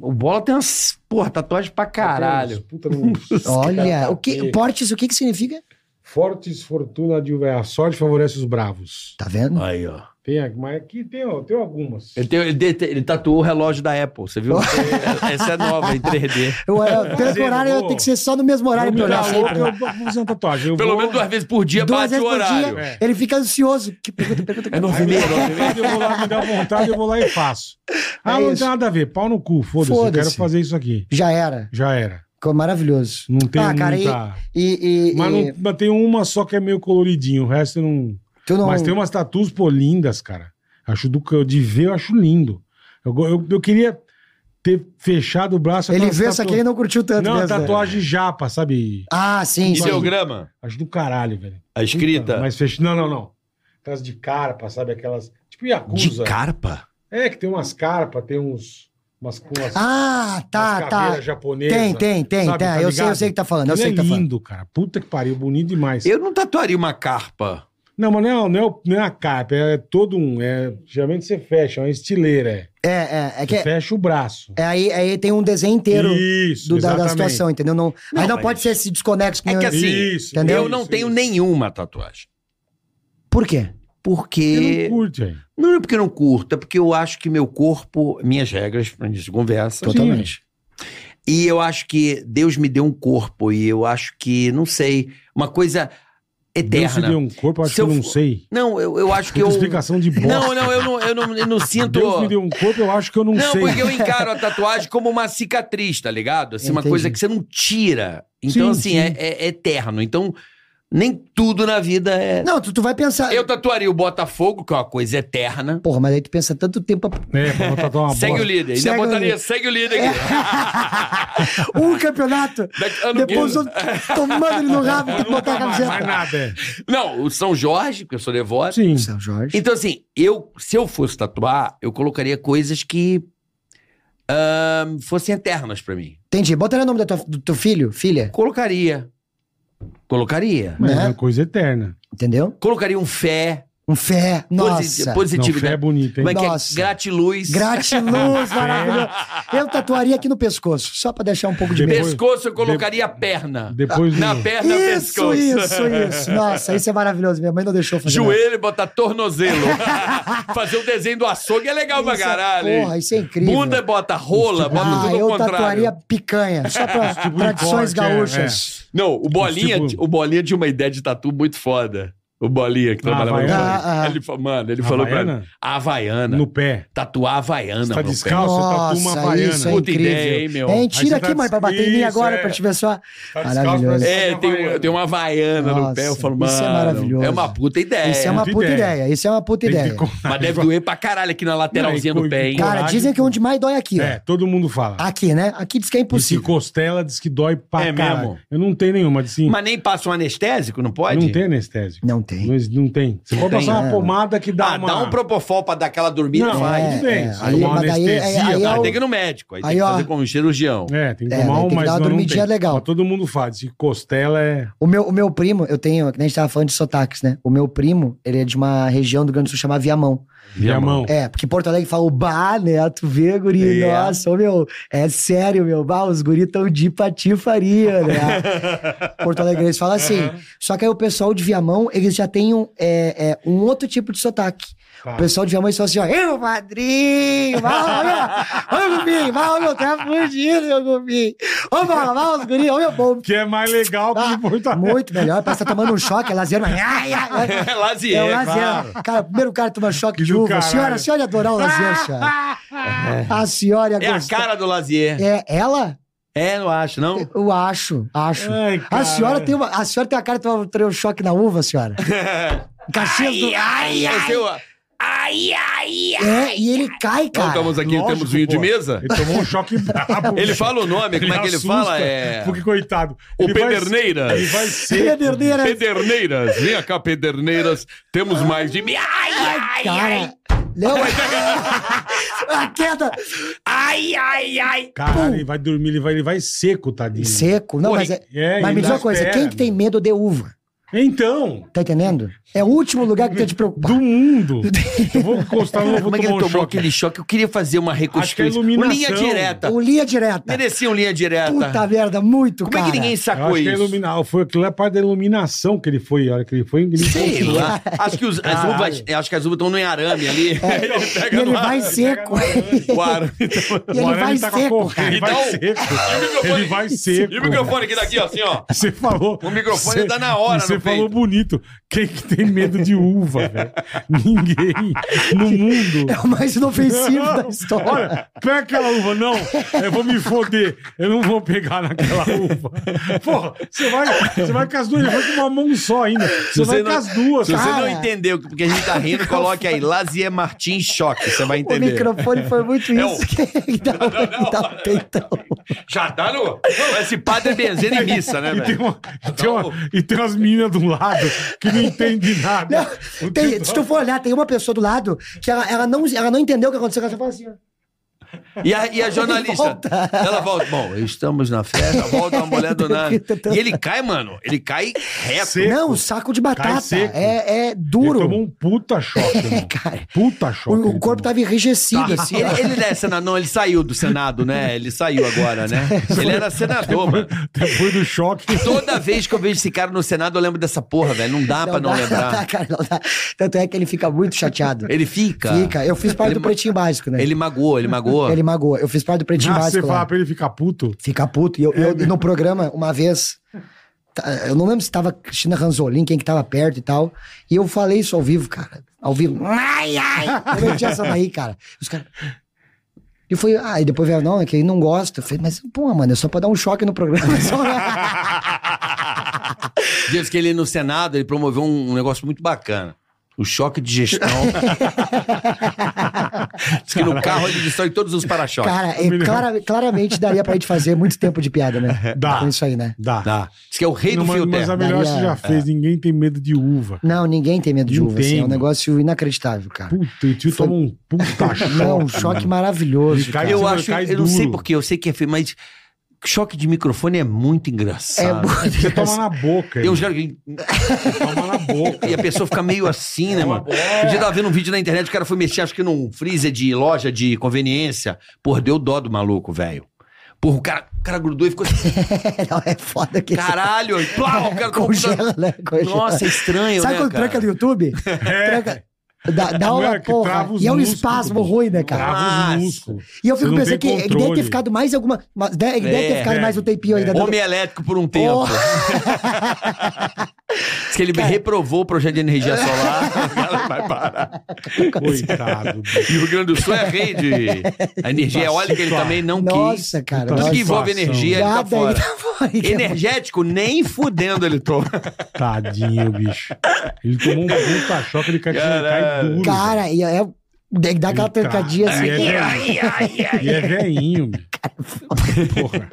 F: O bola tem umas, porra, tatuagem pra
C: Tem
F: caralho.
C: uns Puta, não...
B: [LAUGHS] Olha, o que,
C: Aqui.
B: portes, o que que significa?
C: Fortes fortuna de... A sorte favorece os bravos.
B: Tá vendo?
F: Aí, ó.
C: Tem, mas aqui tem, ó, tem algumas.
F: Ele, tem- ele dete- ele tatuou o relógio da Apple,
C: [LAUGHS]
F: você viu? Essa é nova, em 3D.
B: Eu, eu, pelo
C: Fazendo,
B: horário, eu
C: vou-
B: tenho que ser só no mesmo horário pra
C: Vou me
B: olhar
C: dar louco,
B: sempre.
C: eu vou vou fazer uma tatuagem. Eu
F: Pelo
C: vou-
F: menos duas vezes por dia
B: Duas
F: bate
B: vezes
F: o
B: por
F: horário.
B: dia,
C: É.
B: ele fica ansioso. Que pergunta, pergunta,
F: É
B: pergunta.
F: nove e meia, nove e meia.
C: Eu vou lá, me dá vontade, eu vou lá e faço. Ah,
B: É
C: não
B: isso.
C: tem nada a ver. Pau no cu, foda-se. Eu
B: Foda-se.
C: quero fazer isso aqui.
B: Já era.
C: Já era.
B: Ficou maravilhoso.
C: Não tem
B: Ah, cara, e-
C: muita...
B: E, e- e-
C: Mas, não, mas tem uma só que é meio coloridinho, o resto eu não...
B: tu não...
C: Mas tem umas tatuas, pô, lindas, cara. Acho do que eu de ver, eu acho lindo. Eu, go- eu, eu queria ter fechado o braço.
B: Ele
C: aquelas
B: viu essa
C: tatu-
B: aqui e não curtiu tanto
C: tá Não, tá
B: mesmo, né?
C: tatuagem japa, sabe?
B: Ah, sim, sim.
F: Ideograma,
C: Acho do caralho, velho.
F: a escrita.
C: Mas fech... Não, não, não. Aquelas de carpa, sabe? Aquelas. Tipo
F: De
C: Yakuza.
F: carpa?
C: É, que tem umas carpas, tem uns. Umas, umas
B: Ah, tá,
C: umas
B: tá.
C: caveiras japonesas.
B: Tem, tem, tem,
C: Sabe,
B: tem.
C: tá
B: eu, sei, eu
C: ligado?
B: sei o que tá falando, eu
C: Ele
B: sei o que
C: é
B: tá falando.
C: lindo, cara. Puta que pariu, bonito demais.
F: Eu não tatuaria uma carpa.
C: Não, mas não é, não, é, o- não é a capa, é todo um. É, geralmente você fecha, é uma estileira. É.
B: É, é, é
C: Você
B: que
C: fecha o braço.
B: é, aí, aí tem um desenho inteiro
C: Isso,
B: do, da, da
C: exatamente.
B: situação, entendeu? Não, aí não
F: mas-
B: pode ser esse desconexo.
F: É que
B: eu-
F: assim,
C: Isso,
B: Entendeu?
F: eu não
C: isso,
F: tenho
C: isso.
F: nenhuma tatuagem.
B: Por quê?
F: Porque.
C: Você não curte, aí.
F: Não é porque eu não curto, é porque eu acho que meu corpo, minhas regras, pra gente conversa.
B: Totalmente.
F: E eu acho que Deus me deu um corpo, e eu acho que, não sei, uma coisa
C: Deus te
F: eterna.
C: deu um corpo, eu acho
F: Se eu
C: que eu não
F: for-
C: sei.
F: Não, eu, eu acho que
C: Puta
F: eu.
C: explicação de bosta.
F: Não, não, eu não, eu não, eu não sinto.
C: um Deus me deu um corpo, eu acho que eu não,
F: Não,
C: sei.
F: porque eu encaro a tatuagem como uma cicatriz, tá ligado? Assim, uma
B: Entendi.
F: coisa que você não tira. Então,
C: Sim,
F: assim, É, é- é eterno. Então, nem tudo na vida é.
B: Não, tu, tu vai pensar...
F: Eu tatuaria o Botafogo, que é uma coisa eterna.
B: Porra, mas aí tu pensa tanto tempo... pra-
C: É, pra botar uma
F: [LAUGHS] segue
C: bosta.
F: o líder. Ainda
B: Segue o
F: botaria,
B: líder. É.
F: segue o líder aqui.
B: Um
F: [LAUGHS]
B: campeonato,
F: Daqui- ano que-
B: depois os outros tomando ele no rabo, tem que botar a
C: Mais, mais
B: camiseta.
C: nada. é.
F: Não, o São Jorge, porque eu sou devoto.
C: Sim.
B: São Jorge.
F: Então, assim, eu, se eu fosse tatuar, eu colocaria coisas que ahn, fossem eternas pra mim.
B: Entendi. Bota aí o nome da tua- do teu filho, filha,
F: Colocaria. Colocaria.
C: Mas é
B: Né?
C: uma coisa eterna.
B: entendeu?
F: Colocaria um fé.
B: Um fé,
F: posi-
B: nossa.
C: Não, fé
F: Positividade.
C: é bonito,
F: Como é
C: hein?
F: que
B: Nossa.
F: é? Gratiluz. [LAUGHS]
B: Gratiluz, maravilhoso. Eu tatuaria aqui no pescoço, só pra deixar um pouco de medo.
C: Depois-
F: Pescoço, eu colocaria a perna.
C: Depois do-
F: Na perna,
B: Isso,
F: pescoço.
B: isso, isso. Nossa, isso é maravilhoso. Minha mãe não deixou eu fazer. nada.
F: Joelho, botar
B: [LAUGHS]
F: tornozelo. Fazer o desenho do açougue é legal pra
B: Isso é-
F: caralho.
B: Porra,
F: hein?
B: isso é incrível.
F: Bunda, bota rola, bota
B: ah,
F: tudo ao
B: eu
F: contrário.
B: tatuaria picanha, só
F: [LAUGHS]
B: pra
C: Tipo de
B: tradições
C: corte, é,
B: gaúchas.
F: Não, o Bolinha,
C: Tipo-
F: o Bolinha tinha uma ideia de tatu muito foda. O Bolinha que trabalhava no
C: Havaiana?
F: Bolinha.
B: Ah, ah.
F: Ele falou, mano, ele falou pra
C: Havaiana?
F: mim. Havaiana.
C: No pé.
F: Tatuar a Havaiana.
C: Você tá
F: no pé.
C: descalço, você tatua uma
B: Nossa,
C: havaiana.
B: isso é
F: Puta
B: incrível.
F: ideia, hein, meu?
B: Hein,
C: Aí você
B: tira aqui,
C: tá
B: mãe, pra bater em mim
C: isso,
B: agora,
C: é.
B: pra te ver só.
C: Tá descalço,
B: Maravilhoso.
C: mas-
F: É, tem, um- tem uma Havaiana
B: Nossa,
F: no pé. Eu falo, mano.
B: isso é maravilhoso.
F: é uma puta ideia.
B: Isso é uma
C: puta
B: puta
C: ideia.
B: ideia. Isso é uma puta
C: Tem que ter
B: ideia.
C: coragem.
F: Mas deve doer pra caralho aqui na lateralzinha
C: Não, é e
F: do pé, hein?
C: co-
B: Cara,
C: coragem,
B: dizem que
C: pô.
B: onde mais dói é aqui, ó.
C: É, todo mundo fala.
B: Aqui, né? Aqui diz que é
C: E se
B: impossível.
C: costela, diz que dói pra
F: É
C: caralho.
F: mesmo?
C: Eu não tenho nenhuma, diz assim,
F: Mas nem passa um anestésico, não pode?
C: não tem anestésico.
B: Não tem.
C: Não, não tem. Você pode
F: tem,
B: né?
C: passar uma pomada que dá
F: Ah,
C: uma...
F: dá um propofol pra dar aquela dormida.
C: Não,
F: faz.
C: aí
B: É,
C: tudo bem.
B: é,
C: Você
B: aí-
C: toma uma
B: mas daí-
C: anestesia.
B: aí- aí é
F: Aí
B: o-
F: tem que ir no médico, aí,
B: Aí,
F: tem que
B: ó.
F: fazer com
C: [LAUGHS]
F: um cirurgião.
C: É, tem que
B: É,
C: tomar
B: daí
C: um,
B: tem que
C: mas
B: dar uma
C: não, não
B: dormidinha
C: tem.
B: legal.
C: Mas todo mundo fala, diz que costela é...
B: O meu, o meu primo, eu tenho, que nem a gente tava falando de sotaques, né? O meu primo, ele é de uma região do Rio Grande do Sul chamada Viamão.
C: E a mão.
B: É, porque Porto Alegre fala o bah, né? Tu vê, guri,
F: É.
B: nossa, ô, meu, é sério, meu, bah, os guri tão de patifaria, né?
C: [LAUGHS]
B: Porto Alegre, eles falam assim. Só que aí o pessoal de Viamão, eles já têm um, é, é, um outro tipo de sotaque.
C: Tá.
B: O pessoal de Viamão, eles falam assim, ó, eu, padrinho, vai, olha, ô, Gubim, vai, ô, meu, tá fugindo, meu Gubim. Ô, vai, vai, os guri, ô, meu, bom,
C: Que é mais legal que
B: ah,
C: o Porto Alegre.
B: muito melhor, parece que tá tomando um choque, é lazer, mas... ai, ai, ai.
F: É
B: É o
F: lazier.
B: lazer.
C: claro.
B: Cara, primeiro o cara toma choque
C: Que
B: de
C: do
B: uva. A
C: caralho.
B: senhora, a senhora ia adorar o
F: [LAUGHS]
B: lazer, senhora. A senhora ia
F: É a
B: gostar.
F: cara do lazier.
B: É ela?
F: É, não acho, não?
B: [LAUGHS] Eu acho, acho.
F: É,
C: Ai,
B: a,
C: cara.
B: senhora tem uma, a senhora tem a cara de tomar um choque na uva, senhora.
F: [LAUGHS]
B: Em Caxias do...
F: Ai, ai.
B: É, e ele cai,
F: Não,
B: cara.
F: estamos aqui,
C: Lógico,
F: temos vinho de
C: pô.
F: mesa.
C: Ele tomou um choque brabo.
F: [LAUGHS] Ele
C: bicho.
F: fala o nome, como é que ele
C: assusta,
F: fala? É...
C: Porque, coitado.
F: O
C: ele vai-
F: Pederneiras.
C: Ele
F: [LAUGHS]
C: vai
B: é
C: ser.
B: Pederneira.
F: Pederneiras, vem cá, Pederneiras. Temos mais de. Ai, ai,
B: Cara,
F: [LAUGHS]
B: Léo... a queda
F: ai, ai, ai.
C: Caralho, ele vai dormir, ele vai, ele vai seco, tadinho.
B: seco. Não,
F: Pô,
B: mas, é-
C: é,
B: mas
C: e
B: me diz
C: na
B: uma coisa,
C: espera,
B: quem que tem medo de uva?
C: Então,
B: Tá entendendo? É o último lugar que tem que te preocupar. [LAUGHS]
C: do mundo. Eu vou encostar no vou
F: Como é que
C: tomar
F: ele
C: um
F: tomou
C: choque.
F: aquele choque? Eu queria fazer uma
C: Acho que é
F: reconstrução. Uma
C: iluminação.
F: linha direta.
B: O linha direta.
F: Merecia um linha direta.
B: Puta merda, muito,
F: Como
B: cara.
F: é que ninguém
C: Eu acho
F: sacou
C: que é
F: isso?
C: iluminar. Foi aquilo é parte da iluminação que ele foi, a hora que ele foi. Ele
F: Sei
C: conseguiu.
F: lá. Acho que, os- as
C: Caralho.
F: uvas, acho que as uvas estão no arame ali. [LAUGHS] ele
B: E
F: pega
B: ele
F: no
B: vai
F: arame.
B: seco.
C: [LAUGHS]
F: O arame.
B: E ele
C: Agora
B: vai
C: tá com a
B: seco,
C: corrente,
B: cara.
C: Ele vai
F: Então-
C: seco. Ele vai seco.
F: E o microfone aqui daqui, ó, assim, ó.
C: Você falou.
F: O microfone
C: você-
F: dá na hora
C: Você
F: no
C: falou
F: peito.
C: bonito. Quem que tem medo de uva, velho? Ninguém no mundo.
B: É o mais inofensivo
F: [LAUGHS]
B: da história.
C: Olha, pega aquela uva, não. Eu vou me foder. Eu não vou pegar naquela uva. Porra, você vai, você vai com as duas, vai com uma mão só ainda. Você, vai com as duas,
F: se você
C: cara.
F: não entendeu porque a gente tá
C: [LAUGHS]
F: rindo, coloque aí Lazier Martins Choque, você vai
B: O
F: entender.
B: microfone foi muito
F: É
B: isso
F: [LAUGHS]
B: que dá, dá o peitão.
F: Já tá no... Esse padre é benzendo em missa, né,
C: [LAUGHS] E tem,
F: velho?
C: uma, e, tem uma- e tem umas meninas do lado que não entendem nada.
B: Não, tem- se tu for olhar, tem uma pessoa do lado que ela, ela não, ela não entendeu o que aconteceu. Ela só fala assim, ó.
F: E a,
C: [LAUGHS]
F: e a jornalista,
B: volta.
F: ela volta. Bom, estamos na festa, volta uma mulher
C: [LAUGHS]
F: do nada. E ele cai, mano. Ele cai reto.
C: Seco.
B: Não, saco de
C: Cai
B: batata.
C: seco.
B: É, é
C: Ele
B: duro.
C: tomou um puta choque, irmão.
B: Cara,
C: Puta choque.
B: o,
C: ele
B: o corpo tá-
C: tomou.
B: tava enrijecido, assim. ó.
F: Ele, ele não é senador, não, ele saiu do Senado, né? Ele saiu
C: [LAUGHS]
F: agora, né? Ele era senador, mano.
C: Depois do choque.
F: Toda vez que eu vejo esse cara no Senado, eu lembro dessa porra, velho. Não dá pra não
B: dá,
F: lembrar.
B: dá, cara, não dá. Tanto é que ele fica muito chateado.
F: Ele fica.
B: Fica. Eu fiz parte
F: Ele
B: do
F: ma-
B: Pretinho Básico, né?
F: Ele magoou, ele magoou.
B: Ele magoa. Eu fiz parte do Pretinho
C: Ah, você
B: Básico lá.
C: fala pra ele ficar puto.
B: Fica puto. E eu, eu, no programa, uma vez... tá, Eu não lembro se tava Cristina Ranzolin, quem que tava perto e tal. E eu falei isso ao vivo, cara. Ao vivo. Ai, ai! Eu meti essa daí, cara. Os caras... E foi, ah, e depois veio, não, é que ele não gosta. Eu falei, mas, pô, mano, é só pra dar um choque no programa.
F: Diz que ele no Senado, ele promoveu um, um negócio muito bacana. O choque
B: [LAUGHS]
F: de gestão. Diz que no carro ele destrói todos os para-choques.
B: Cara, é clara- claramente daria pra gente fazer muito tempo de piada, né?
C: Dá.
B: Com isso aí, né?
C: Dá.
F: Tá. Diz que é o rei
C: Não,
F: do
C: mas,
F: fio
C: mas a
F: terra.
C: melhor
B: Daria- é.
C: você já fez. Ninguém tem medo de uva.
B: Não, ninguém tem medo de
C: Não
B: uva, assim,
C: tem,
B: é um
C: mano.
B: negócio inacreditável, cara.
C: Puta, e o tio
B: Foi-
C: tomou um puta choque.
B: [LAUGHS] Não, um choque
C: mano.
B: maravilhoso.
C: Ele cai-
B: cara.
F: Eu
C: Você
F: acho,
C: cai
F: eu não sei
C: duro.
F: porquê, eu sei que é feio, mas choque de microfone é muito engraçado.
B: É muito
C: Você toma
B: engraçado.
C: na boca.
F: Eu
C: irmão.
F: já. E
C: Você toma
F: [LAUGHS]
C: na boca.
F: a pessoa fica meio assim,
B: É
F: né, mano? Eu já tava vendo um vídeo na internet, o cara foi mexer, acho que num freezer de loja de conveniência. Porra, deu dó do maluco, velho. Porra, o cara, o cara grudou e ficou assim,
B: [LAUGHS] Não, é foda que
F: [LAUGHS] caralho, e plau, o cara tá
B: congela, né? Congela.
F: Nossa, é estranho,
B: Sabe
F: né,
B: quando
F: cara?
B: tranca no YouTube? Tranca. Dá,
C: [LAUGHS]
B: dá
C: É, Não
B: uma
C: é que
B: porra.
C: trava os
B: E é um
C: músculos.
B: espasmo ruim, né, cara?
F: Trava.
C: Trava
F: Nossa.
C: os músculos.
B: E eu fico
C: Você não
B: pensando que
C: tem
B: ele deve ter
C: controle.
B: ficado mais alguma. mas Deve, ele deve
F: É,
B: ter ficado
C: é,
B: mais um tempinho ainda.
F: Homem elétrico por
B: Oh. [LAUGHS]
F: um tempo.
B: Porra.
F: Diz que ele reprovou o projeto de
B: [LAUGHS]
F: energia solar. o cara vai parar.
C: Coitado. bicho.
F: E o Rio Grande do Sul é rei de. A energia eólica ele também não quis.
B: Nossa, cara.
C: Puta
F: Tudo
B: nossa.
F: que envolve
C: situação.
F: energia, ele tá
B: Nada,
F: fora.
B: ele tá fora. [LAUGHS]
F: Energético, nem fudendo ele toma.
C: Tadinho, bicho. Ele tomou um puta choque, ele cai, ele cai
F: Caralho.
C: duro.
B: Cara, e é, deve dar aquela
C: Ele tá-
B: trancadinha assim.
C: E é
H: Ai, ai, ai.
C: velhinho, e é velhinho bicho. Porra.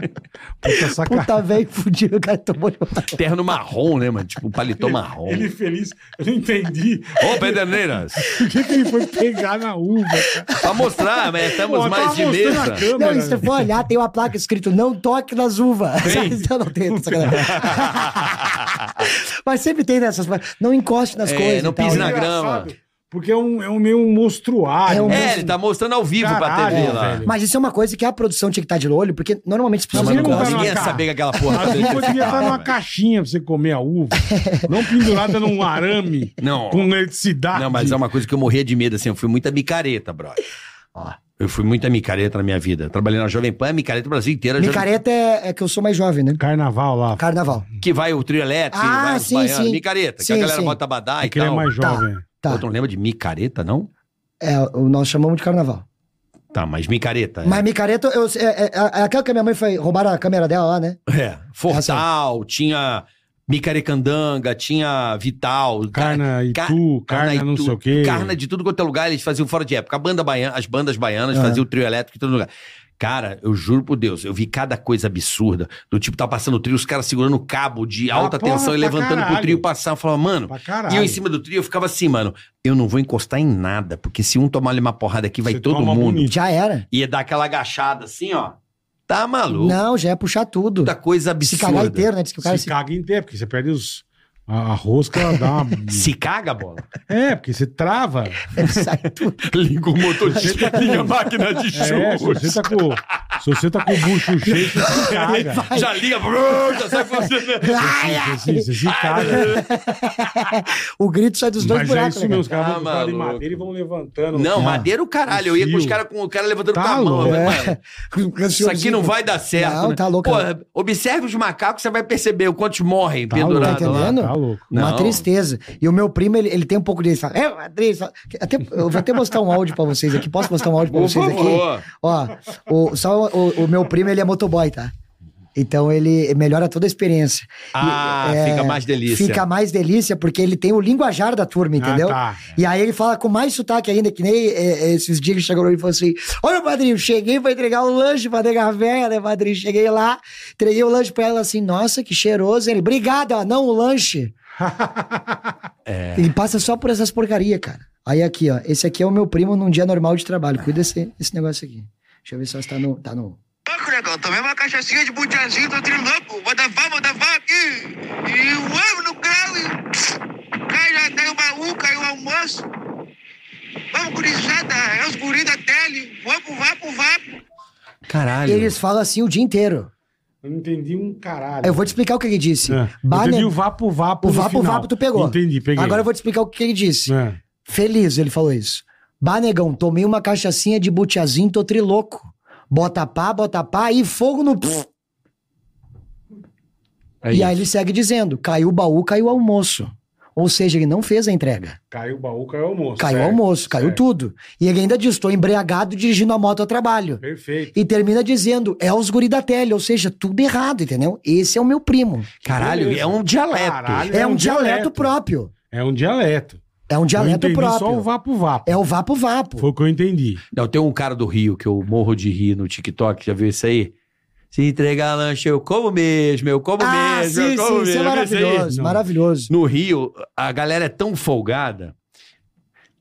C: Puta sacanagem.
B: Puta velho fudido, o cara tomou de vontade.
F: Terno marrom, né, mano? Tipo, um paletó marrom.
C: Ele feliz. Eu não entendi
F: Ô, Pederneiras,
C: por que, que ele foi pegar na uva. cara.
F: pra mostrar, mas estamos
C: Pô,
F: mais
C: tava
F: de
C: mostrando
F: mesa.
C: a câmera,
B: Não, é e se você
C: né?
B: for olhar, tem uma placa escrito não toque nas uvas. [LAUGHS] Não, não tem,
C: [LAUGHS]
B: sacanagem. Mas sempre tem nessas placas. Não encoste nas
F: É,
B: coisas.
F: não
B: e tal,
F: pise na
B: né?
F: grama.
C: Engraçado, Porque é um, é um meio um né? monstruário.
B: É um-
F: É, ele tá mostrando ao vivo pra
C: Caralho,
F: TV lá.
C: velho.
B: Mas isso é uma coisa que a produção tinha que estar de olho, porque normalmente as
F: Não,
B: pessoas
F: mas
B: não,
F: não,
C: Ele tá
B: encostam.
F: ninguém
C: numa
F: ia
C: ca-
F: saber que aquela porra
C: A uva devia estar numa
F: velho.
C: caixinha pra você comer a uva.
B: [LAUGHS]
C: Não pendurada num arame
F: Não.
C: com eletricidade.
F: Não, mas é uma coisa que eu morria de medo, assim. Eu fui muita micareta, brother.
B: Ó.
F: Eu fui muita micareta na minha vida. Trabalhei na Jovem Pan, micareta o Brasil inteiro. Jovem-
B: Micareta é, é que eu sou mais jovem, né?
C: Carnaval lá.
B: Carnaval.
F: Que vai o trio elétrico,
B: Ah,
F: vai os
B: sim,
F: baianos.
B: sim.
F: Micareta, que
B: Sim,
F: a galera
B: sim.
F: bota badá
C: É
F: e
C: que ele é
F: tal.
C: mais
B: Tá.
C: jovem.
B: Tá.
F: Pô, tu não lembra de micareta, não?
B: É, o- nós chamamos de carnaval.
F: Tá, mas micareta. é.
B: Mas micareta, eu, é, é- é aquela que a minha mãe foi roubar a câmera dela lá, né?
F: É, Fortal, tinha Micarecandanga, tinha Vital.
C: Carna e
F: Ca-
C: tu, carna,
F: e
C: não
F: tu-
C: sei o quê.
F: Carna de tudo quanto é lugar, eles faziam fora de época. A banda baiana, as bandas baianas
B: Aham.
F: faziam o trio elétrico em todo lugar. Cara, eu juro por Deus, eu vi cada coisa absurda. Do tipo, tá passando o trio, os caras segurando o cabo de
C: Ah,
F: alta
C: porra,
F: tensão e
C: pra
F: levantando pro
C: caralho.
F: trio passar. Eu falava, mano.
C: Pra
F: E
C: caralho.
F: eu em cima do trio, eu ficava assim, mano. Eu não vou encostar em nada, porque se um tomar ali uma porrada aqui, vai
C: Você
F: todo
C: toma
F: mundo.
C: bonito.
B: Já era.
F: Ia dar aquela agachada assim, ó. Tá maluco?
B: Não, já é puxar tudo.
F: Puta coisa
B: Se
F: absurda.
B: cagar inteiro, né? Diz que o cara
C: se,
B: se
C: caga inteiro, porque você perde os, A, a rosca ela dá
F: [LAUGHS]
C: uma.
F: Se caga, bola.
C: É, porque você trava.
B: [LAUGHS] Sai tudo.
F: Liga o motorista, [LAUGHS] liga a máquina de
C: É, se
F: churros.
C: você tá com, se você tá com o [LAUGHS] bucho cheio, você se caga.
F: já liga, [LAUGHS] brrr, já sai fazendo.
C: Você, se- você se caga.
B: O grito sai dos dois
C: Mas é
B: buracos. né,
C: isso mesmo, os caras
F: Tá
B: Ah,
C: vão buscar de
F: maluco.
C: madeira e vão levantando.
F: Não,
C: Ah.
F: madeira o caralho. Eu ia com os
C: Fio.
F: caras com o cara levantando
C: Tá
F: com a mão.
C: louco.
F: Eu falei,
B: [LAUGHS]
F: "Mano,
B: cara.
F: Isso aqui não vai dar certo.
B: é. Não,
F: né?"
B: tá louco.
F: Pô, observe os macacos, você vai perceber o quantos morrem
C: Tá louco,
F: pendurados lá.
B: entendendo?
C: Tá louco.
B: Uma
F: Não.
B: tristeza. E o meu primo, ele, ele tem um pouco disso. Fala, é, Adriano, fala- até, eu vou até mostrar um áudio pra vocês aqui. Posso mostrar um áudio pra
F: Por
B: vocês aqui?
F: favor.
B: Ó, o, só o, o meu primo, ele é motoboy, tá? Então ele melhora toda a experiência.
F: Ah,
B: E, é,
F: fica mais delícia.
B: Fica mais delícia porque ele tem o linguajar da turma, entendeu?
C: tá.
B: E aí ele fala com mais sotaque ainda, que nem é, é, esses dias ele chegou pra mim e falou assim: Olha, padrinho, cheguei pra entregar o lanche pra nega velha, né, padrinho? Cheguei lá, entreguei o lanche pra ela assim, nossa, que cheiroso. Ele, obrigado, ela, não, o
C: [LAUGHS]
B: lanche.
C: É.
B: Ele passa só por essas porcaria, cara. Aí aqui, ó, esse aqui é o meu primo num dia normal de trabalho. Cuida desse esse negócio aqui. Deixa eu ver se está no. Tá no...
I: Paco, negão, né, tomei uma cachaçinha de budiazinho, tô tendo louco. Vou davar, vou davar aqui. E o ovo no grau e... Cai, já caiu o baú, caiu o um almoço. Vamos, gurizada, é os guris da tele. Vamos, vapo, vapo.
B: E eles falam assim o dia inteiro.
C: Eu não entendi um caralho.
B: Eu vou te explicar o que ele disse.
C: É.
B: Bah,
C: Eu entendi
B: né?
C: o vapo vapo.
B: O
C: no
B: vapo
C: final.
B: vapo tu pegou.
C: Entendi, peguei.
B: Agora eu vou te explicar o que ele disse.
C: É.
B: Feliz, ele falou isso. Banegão, tomei uma cachaçinha de butiazinho, tô triloco. Bota pá, bota pá e fogo no...
C: É
F: Aí.
B: e aí ele segue dizendo, caiu o baú, caiu o almoço. Ou seja, ele não fez a entrega.
C: Caiu o baú, caiu o almoço.
B: caiu o
C: certo,
B: almoço, caiu
C: certo.
B: tudo. E ele ainda diz, tô embriagado dirigindo a moto ao trabalho.
C: Perfeito.
B: E termina dizendo, é os guri da tele, ou seja, tudo errado, entendeu? Esse é o meu primo.
F: Caralho, é um dialeto.
C: Caralho,
B: É, um, dialeto, próprio.
C: É um dialeto.
B: É um
C: eu
B: dialeto
C: entendi
B: próprio.
C: só o vapo vapo.
B: É o vapo-vapo.
C: Foi o que eu entendi.
F: Não, tem um cara do Rio que eu morro de rir no TikTok, já viu isso aí? Se entregar lanche, eu como mesmo, eu como
B: Ah,
F: mesmo,
B: sim,
F: eu como
B: sim,
F: mesmo.
B: isso é
F: Já viu aí?
B: maravilhoso,
C: Não.
B: maravilhoso.
F: No Rio, a galera é tão folgada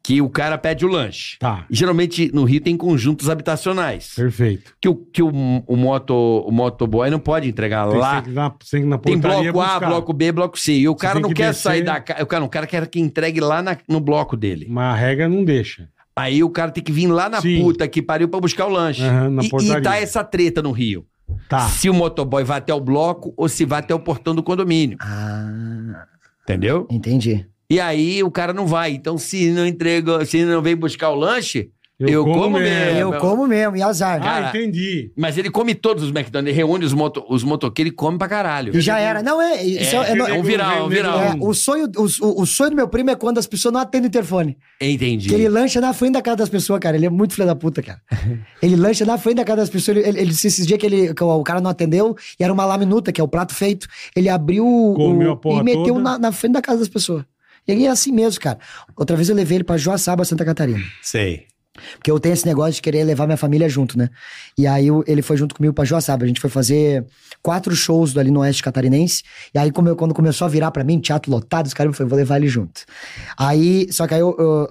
F: que o cara pede o lanche.
C: Tá,
F: E, Geralmente no Rio tem conjuntos habitacionais
C: perfeito.
F: que o, que o, o, moto, o motoboy não pode entregar
C: Tem
F: lá.
C: que ir na- tem que ir na
F: Tem
C: portaria
F: bloco A,
C: buscar.
F: bloco B, bloco C. E o cara
C: tem
F: não
C: que
F: quer
C: descer.
F: sair da casa. O cara, o cara quer que entregue lá na- no bloco dele.
C: Mas a regra não deixa.
F: Aí o cara tem que vir lá na
C: Sim.
F: puta que pariu pra buscar o lanche.
C: Aham, na
F: e, e
C: portaria.
F: tá essa treta no Rio.
C: Tá.
F: Se o motoboy vai até o bloco ou se vai até o portão do condomínio.
B: Ah,
F: Entendeu?
B: entendi.
F: E aí o cara não vai. Então, se não entregou, se não vem buscar o lanche, eu, como, mesmo.
B: Eu como mesmo, e azar. né?
C: Ah,
F: Cara,
C: entendi.
F: Mas ele come todos os McDonald's, ele reúne os, moto, os motoqueiros e come pra caralho.
B: E já era. Não, é. Isso é, é,
F: É,
B: no-
F: é um viral, um viral.
B: é, o, sonho, o, o sonho do meu primo é quando as pessoas não atendem o interfone.
F: Entendi.
B: Que ele lancha na frente da casa das pessoas, cara. Ele é muito filho da puta, cara. ele lancha na frente da casa das pessoas. Ele, ele, ele disse esses dias que, ele, que o, o cara não atendeu e era uma laminuta, que é o prato feito. Ele abriu o-
C: Comeu a
B: e
C: porra
B: meteu
C: toda.
B: na, na frente da casa das pessoas. E ele é assim mesmo, cara. Outra vez eu levei ele pra Joaçaba, Santa Catarina.
F: Sei.
B: Porque eu tenho esse negócio de querer levar minha família junto, né? E aí eu- ele foi junto comigo pra Joaçaba. A gente foi fazer quatro shows ali no Oeste Catarinense. E aí como eu- quando começou a virar pra mim, teatro lotado, os caras me falaram, vou levar ele junto. Aí, só que aí eu- eu- eu-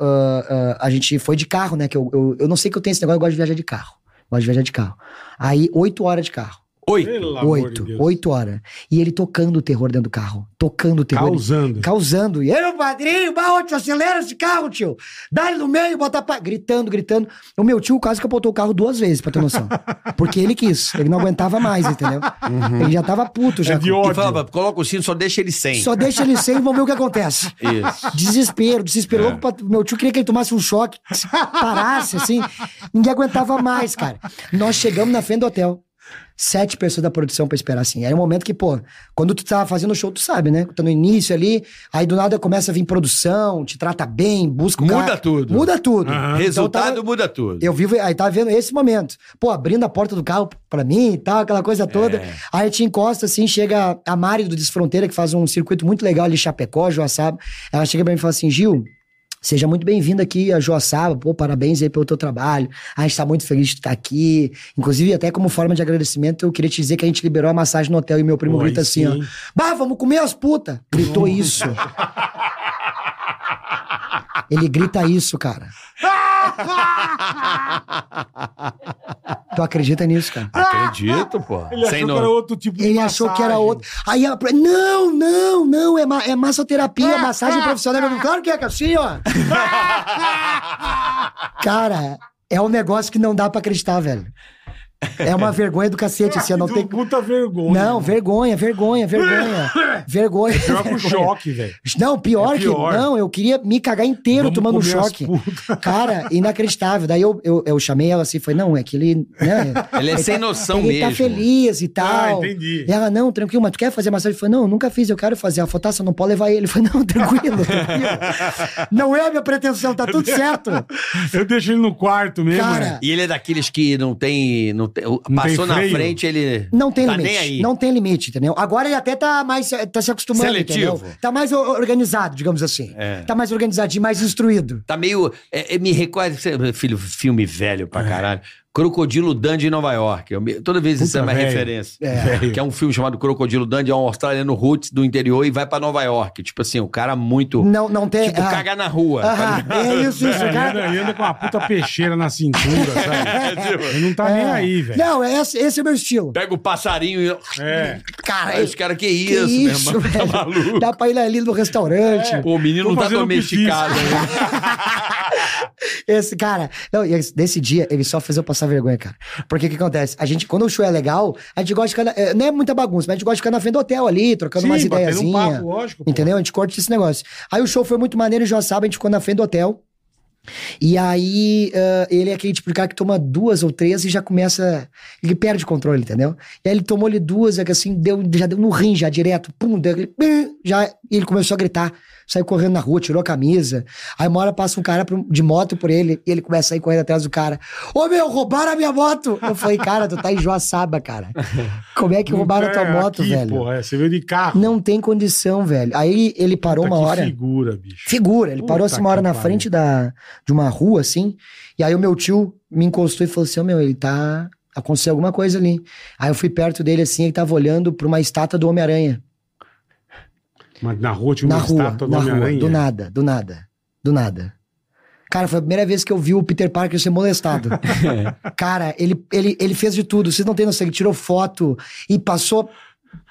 B: eu- a gente foi de carro, né? Que eu, eu, eu não sei que eu tenho esse negócio, eu gosto de viajar de carro. Gosto de viajar de carro. Aí, oito horas de carro.
F: Oi.
C: Pelo amor
B: Oito.
C: de Deus.
B: oito horas. E ele tocando o terror dentro do carro. Tocando o terror.
C: Causando.
B: Causando. E aí, meu padrinho, baúte, acelera esse carro, tio. Dá ele no meio, bota pra... Gritando, gritando. O meu tio quase capotou o carro duas vezes, pra ter noção. Porque ele quis. Ele não aguentava mais, entendeu? Ele já tava puto, já.
C: Uhum. É de
F: E
C: ódio.
F: falava, coloca o sino, só deixa ele sem.
B: Só deixa ele ser e vamos ver o que acontece.
F: Isso.
B: Desespero,
F: É.
B: desespero. Logo pra- Meu tio queria que ele tomasse um choque, se parasse, assim. Ninguém aguentava mais, cara. Nós chegamos na frente do hotel. Sete pessoas da produção pra esperar, assim. Era um momento que, pô, quando tu tá fazendo o show, tu sabe, né? Tá no início ali, aí do nada começa a vir produção, te trata bem, busca o
F: Muda
B: cara-
F: tudo.
B: Muda tudo.
C: Aham.
B: Então,
F: Resultado
B: tava-
F: muda tudo.
B: [LAUGHS] eu vivo, aí tá vendo esse momento. Pô, abrindo a porta do carro pra mim e tal, aquela coisa toda. Aí te encosta assim, chega a Mari do Desfronteira, que faz um circuito muito legal ali, Chapecó, Joaçaba. Ela chega pra mim e fala assim, Gil... Seja muito bem-vindo aqui a Joaçaba, pô, parabéns aí pelo teu trabalho. A gente tá muito feliz de estar aqui. Inclusive, até como forma de agradecimento, eu queria te dizer que a gente liberou a massagem no hotel e meu primo
C: Pô, aí
B: grita assim, ó.
C: sim.
B: Bah, vamos comer as putas! Gritou isso. Ele grita isso, cara. Tu acredita nisso, cara?
F: Acredito, pô.
C: Ele
F: Sem
C: achou que era
F: no...
C: outro tipo de
B: Ele achou que era
C: massagem.
B: outro. Aí ela. Não, não, não, é, ma- é massoterapia, massagem profissional. Eu falei, claro que é, cara, assim, ó. cara, é um negócio que não dá pra acreditar, velho. É uma vergonha do cacete, assim, ó,
C: [LAUGHS]
B: não
C: Do
B: tem.
C: Puta vergonha.
B: Não, vergonha, vergonha,
C: [LAUGHS]
B: vergonha. vergonha.
C: Pior
B: [LAUGHS]
C: que
B: vergonha.
C: o um choque, velho.
B: Não, pior,
C: É pior.
B: que. Não, eu queria me cagar inteiro
C: Vamos
B: tomando um
C: comer as
B: choque.
C: [LAUGHS]
B: Cara, inacreditável. Daí eu, eu, eu chamei ela assim, foi, não, é que ele. Né,
F: Ele é sem
B: tá-
F: noção
B: ele
F: mesmo.
B: tá feliz e
C: Ah,
B: tal. É.
C: entendi.
B: E ela, não, tranquilo, mas tu quer fazer massagem? Eu falei, não, eu nunca fiz, eu quero fazer. Ela falou, tá, você não pode levar ele. Eu falei, não,
C: [LAUGHS]
B: tranquilo, tranquilo. Não é a minha pretensão, tá tudo certo.
C: Eu deixo ele no quarto mesmo.
B: Cara,
C: né?
F: E ele é daqueles que não tem. Não tem
C: tem
F: passou na
C: freio.
F: frente, ele.
B: Não tem
F: tá
B: limite.
F: nem aí.
B: Não tem limite, entendeu? Agora ele até tá mais. tá se acostumando,
F: Seletivo.
B: entendeu? Tá mais o- organizado, digamos assim.
F: É.
B: Tá mais organizadinho, mais instruído.
F: Tá meio. é- é- me recorda. você- Filho, filme velho pra caralho. Crocodilo Dundee em Nova York. Eu me- toda vez isso
C: Puta,
F: é uma
C: velho.
F: referência.
B: É.
F: Que é um filme chamado Crocodilo Dundee, é um australiano roots do interior e vai pra Nova York. Tipo assim, o cara muito.
B: Não, não tem.
F: tipo,
B: ah,
F: caga na rua. Tá
B: ah, é isso, isso,
C: Ele
B: cara.
C: anda, ele anda com uma puta peixeira na
B: [LAUGHS]
C: cintura, sabe? Ele não tá nem
B: É.
C: aí, velho.
B: Não, esse, esse é o meu estilo.
F: Pega o passarinho e.
C: É.
B: Cara,
F: Aí os caras, que isso,
B: que
F: meu
B: isso,
F: irmão? [LAUGHS] Tá
B: velho?
F: maluco?
B: Dá pra ir ali no restaurante.
F: Pô, o menino
C: Tô
F: não tá
C: fazendo
F: domesticado. né?
B: Esse cara. Não, e esse- desse dia, ele só fez eu passar vergonha, cara. Porque o que acontece? A gente, quando o show é legal, a gente gosta de ficar. na- eh, não é muita bagunça, mas a gente gosta de ficar na frente do hotel ali, trocando umas
C: batendo um
B: ideiazinhas.
C: papo, lógico. pô.
B: entendeu? A gente curte esse negócio. Aí o show foi muito maneiro em Joaçaba, a gente ficou na frente do hotel. E aí, ah, ele é aquele tipo de cara que toma duas ou três e já começa. Ele perde o controle, entendeu? E aí ele tomou ali duas, é que assim, deu, já deu no rim, já direto, pum, deu aquele. pim, Já, e ele começou a gritar. Saiu correndo na rua, tirou a camisa. Aí uma hora passa um cara pro- de moto por ele e ele começa a ir correndo atrás do cara. Ô meu, roubaram a minha moto! Eu falei, cara, tu tá em Joaçaba, cara. Como é que
C: Não
B: roubaram a tua
C: tá
B: moto,
C: aqui,
B: velho?
C: Porra, é, você veio de carro.
B: Não tem condição, velho. Aí ele parou
C: Puta,
B: uma
C: que
B: hora.
C: figura, bicho.
B: Figura, ele
C: Puta
B: parou assim uma
C: que
B: hora na
C: pariu.
B: frente da, de uma rua, assim. E aí o meu tio me encostou e falou assim: "Ô, meu, ele tá. Aconteceu alguma coisa ali. Aí eu fui perto dele assim, ele tava olhando pra uma estátua do Homem-Aranha.
C: Mas na rua tinha uma
B: Na rua,
C: estátua do
B: na rua.
C: Homem-Aranha.
B: Do nada, do nada. Do nada. Cara, foi a primeira vez que eu vi o Peter Parker ser molestado. [LAUGHS] Cara, ele, ele, ele fez de tudo. Vocês não tem noção. Ele tirou foto e passou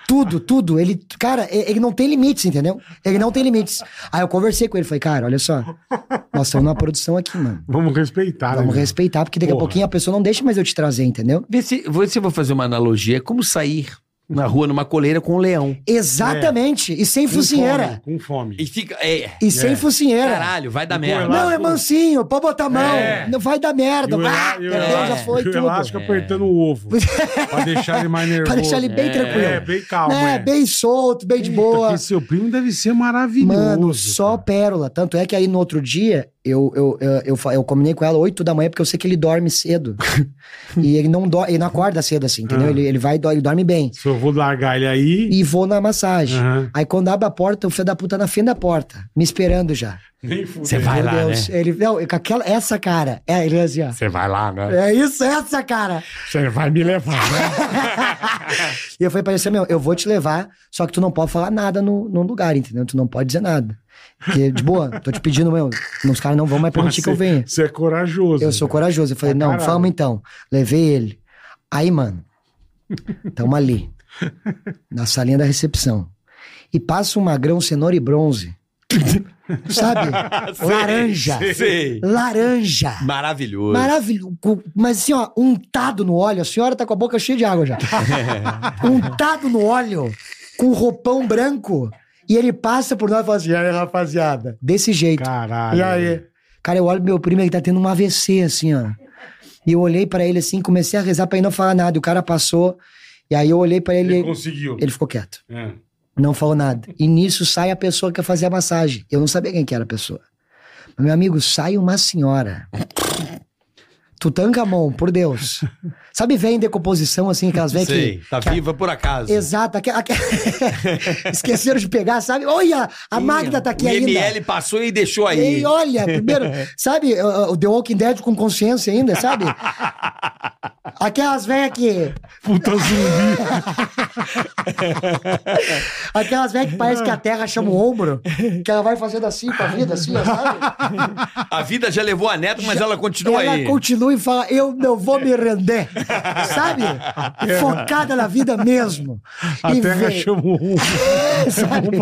B: tudo, tudo. Ele, cara, e- ele não tem limites, entendeu? Ele não tem limites. Aí eu conversei com ele. Falei, cara, olha só. Nós estamos numa produção aqui, mano.
C: Vamos respeitar,
B: Vamos
C: né,
B: respeitar, porque daqui
C: Porra.
B: a pouquinho a pessoa não deixa mais eu te trazer, entendeu?
F: [LAUGHS] Vê se, vê se eu vou fazer uma analogia. É como sair na rua numa coleira com um leão.
C: É.
B: Exatamente. E sem
C: meu? Com fome,
B: focinheira.
C: Com fome.
F: E fica. É,
B: assim, E sem focinheira.
F: caralho, vai
C: Não
F: dar merda.
C: põe lá.
B: Não, é mansinho, pode botar a mão.
C: É.
B: Não vai dar
C: E
B: merda.
C: o
B: Ah,
C: elá- e o
B: perdeu,
C: elá-
B: já foi
C: e o
B: tudo.
C: elástico
J: É.
C: apertando o ovo. pra deixar ele mais nervoso.
B: [LAUGHS] Pra deixar ele bem
F: É.
B: tranquilo.
C: É, bem calmo.
B: né?
C: é.
B: Bem solto, bem de
C: Puta,
B: boa.
C: que seu primo deve ser maravilhoso.
B: Mano, só
C: cara.
B: pérola. Tanto é que aí no outro dia, eu, eu, eu, eu, fa- eu combinei com ela 8 da manhã, porque eu sei que ele dorme
C: [LAUGHS]
B: cedo. e ele não, do, ele não acorda cedo assim, entendeu?
C: Ah.
B: Ele, ele vai e do- ele dorme bem.
C: Se eu vou largar ele aí.
B: E vou na massagem.
C: Aham.
B: Aí quando abre a porta, o filho da puta na frente da porta, me esperando já.
C: Nem fudeu.
F: Você vai lá, né?
B: Ele, não, com aquela, essa cara. É, ele assim, ó.
J: Você vai lá, né?
B: É isso, essa cara.
J: Você vai me levar, né?
B: [LAUGHS] E eu falei pra ele assim, meu, eu vou te levar, só que tu não pode falar nada no, no lugar, entendeu? Tu não pode dizer nada. Porque, de boa, tô te pedindo, meu, os caras não vão mais permitir que eu venha.
C: Você é corajoso. né?
B: Eu sou
C: cara.
B: corajoso. Eu falei,
C: Pra
B: não,
C: caralho.
B: vamos então. Levei ele. Aí, mano, tamo ali. Na salinha da recepção. E passa um magrão, cenoura e
C: [LAUGHS]
B: bronze. Sabe? laranja.
F: Sei.
B: Laranja.
F: Maravilhoso.
B: Maravilhoso. Mas assim, ó, untado no óleo. A senhora tá com a boca cheia de
C: [LAUGHS]
B: água já. untado no óleo, com roupão branco. E ele passa por nós e fala assim, e aí, rapaziada? Desse jeito.
C: Caralho.
B: E aí? Cara, eu olho pro meu primo, ele tá tendo um AVC, assim, ó. E eu olhei pra ele assim, comecei a rezar pra ele não falar nada. E o cara passou. E aí eu olhei pra
C: Ele
B: ele,
C: conseguiu.
B: ele ficou quieto.
C: É.
B: Não falou nada. E nisso sai a pessoa que ia fazer a massagem. Eu não sabia quem que era a pessoa. Mas, meu amigo, sai uma senhora. Tutankamon, por Deus. Sabe, vem em decomposição, assim, que elas vêm
F: Sei.
B: que...
F: Tá viva por acaso.
B: Exato. aque- aque- [LAUGHS] Esqueceram de pegar, sabe? Olha, a Magda tá aqui
F: o
B: ainda.
F: ML passou e deixou aí.
B: Ei, olha, primeiro, sabe, o o The Walking Dead com consciência ainda, sabe? Aquelas velhas que.
C: Puta zumbi.
B: Aquelas velhas que parece que a terra chama o ombro, que ela vai fazendo assim com a vida, assim, ó, sabe?
F: A vida já levou a neta, mas ela continua
B: ela
F: aí.
C: é.
B: continua e fala, eu não vou me
C: [LAUGHS]
B: render. Sabe? Focada na vida mesmo. [LAUGHS]
C: A
B: e
C: terra
B: vê- [LAUGHS] É,
C: chamou um.
B: sabe?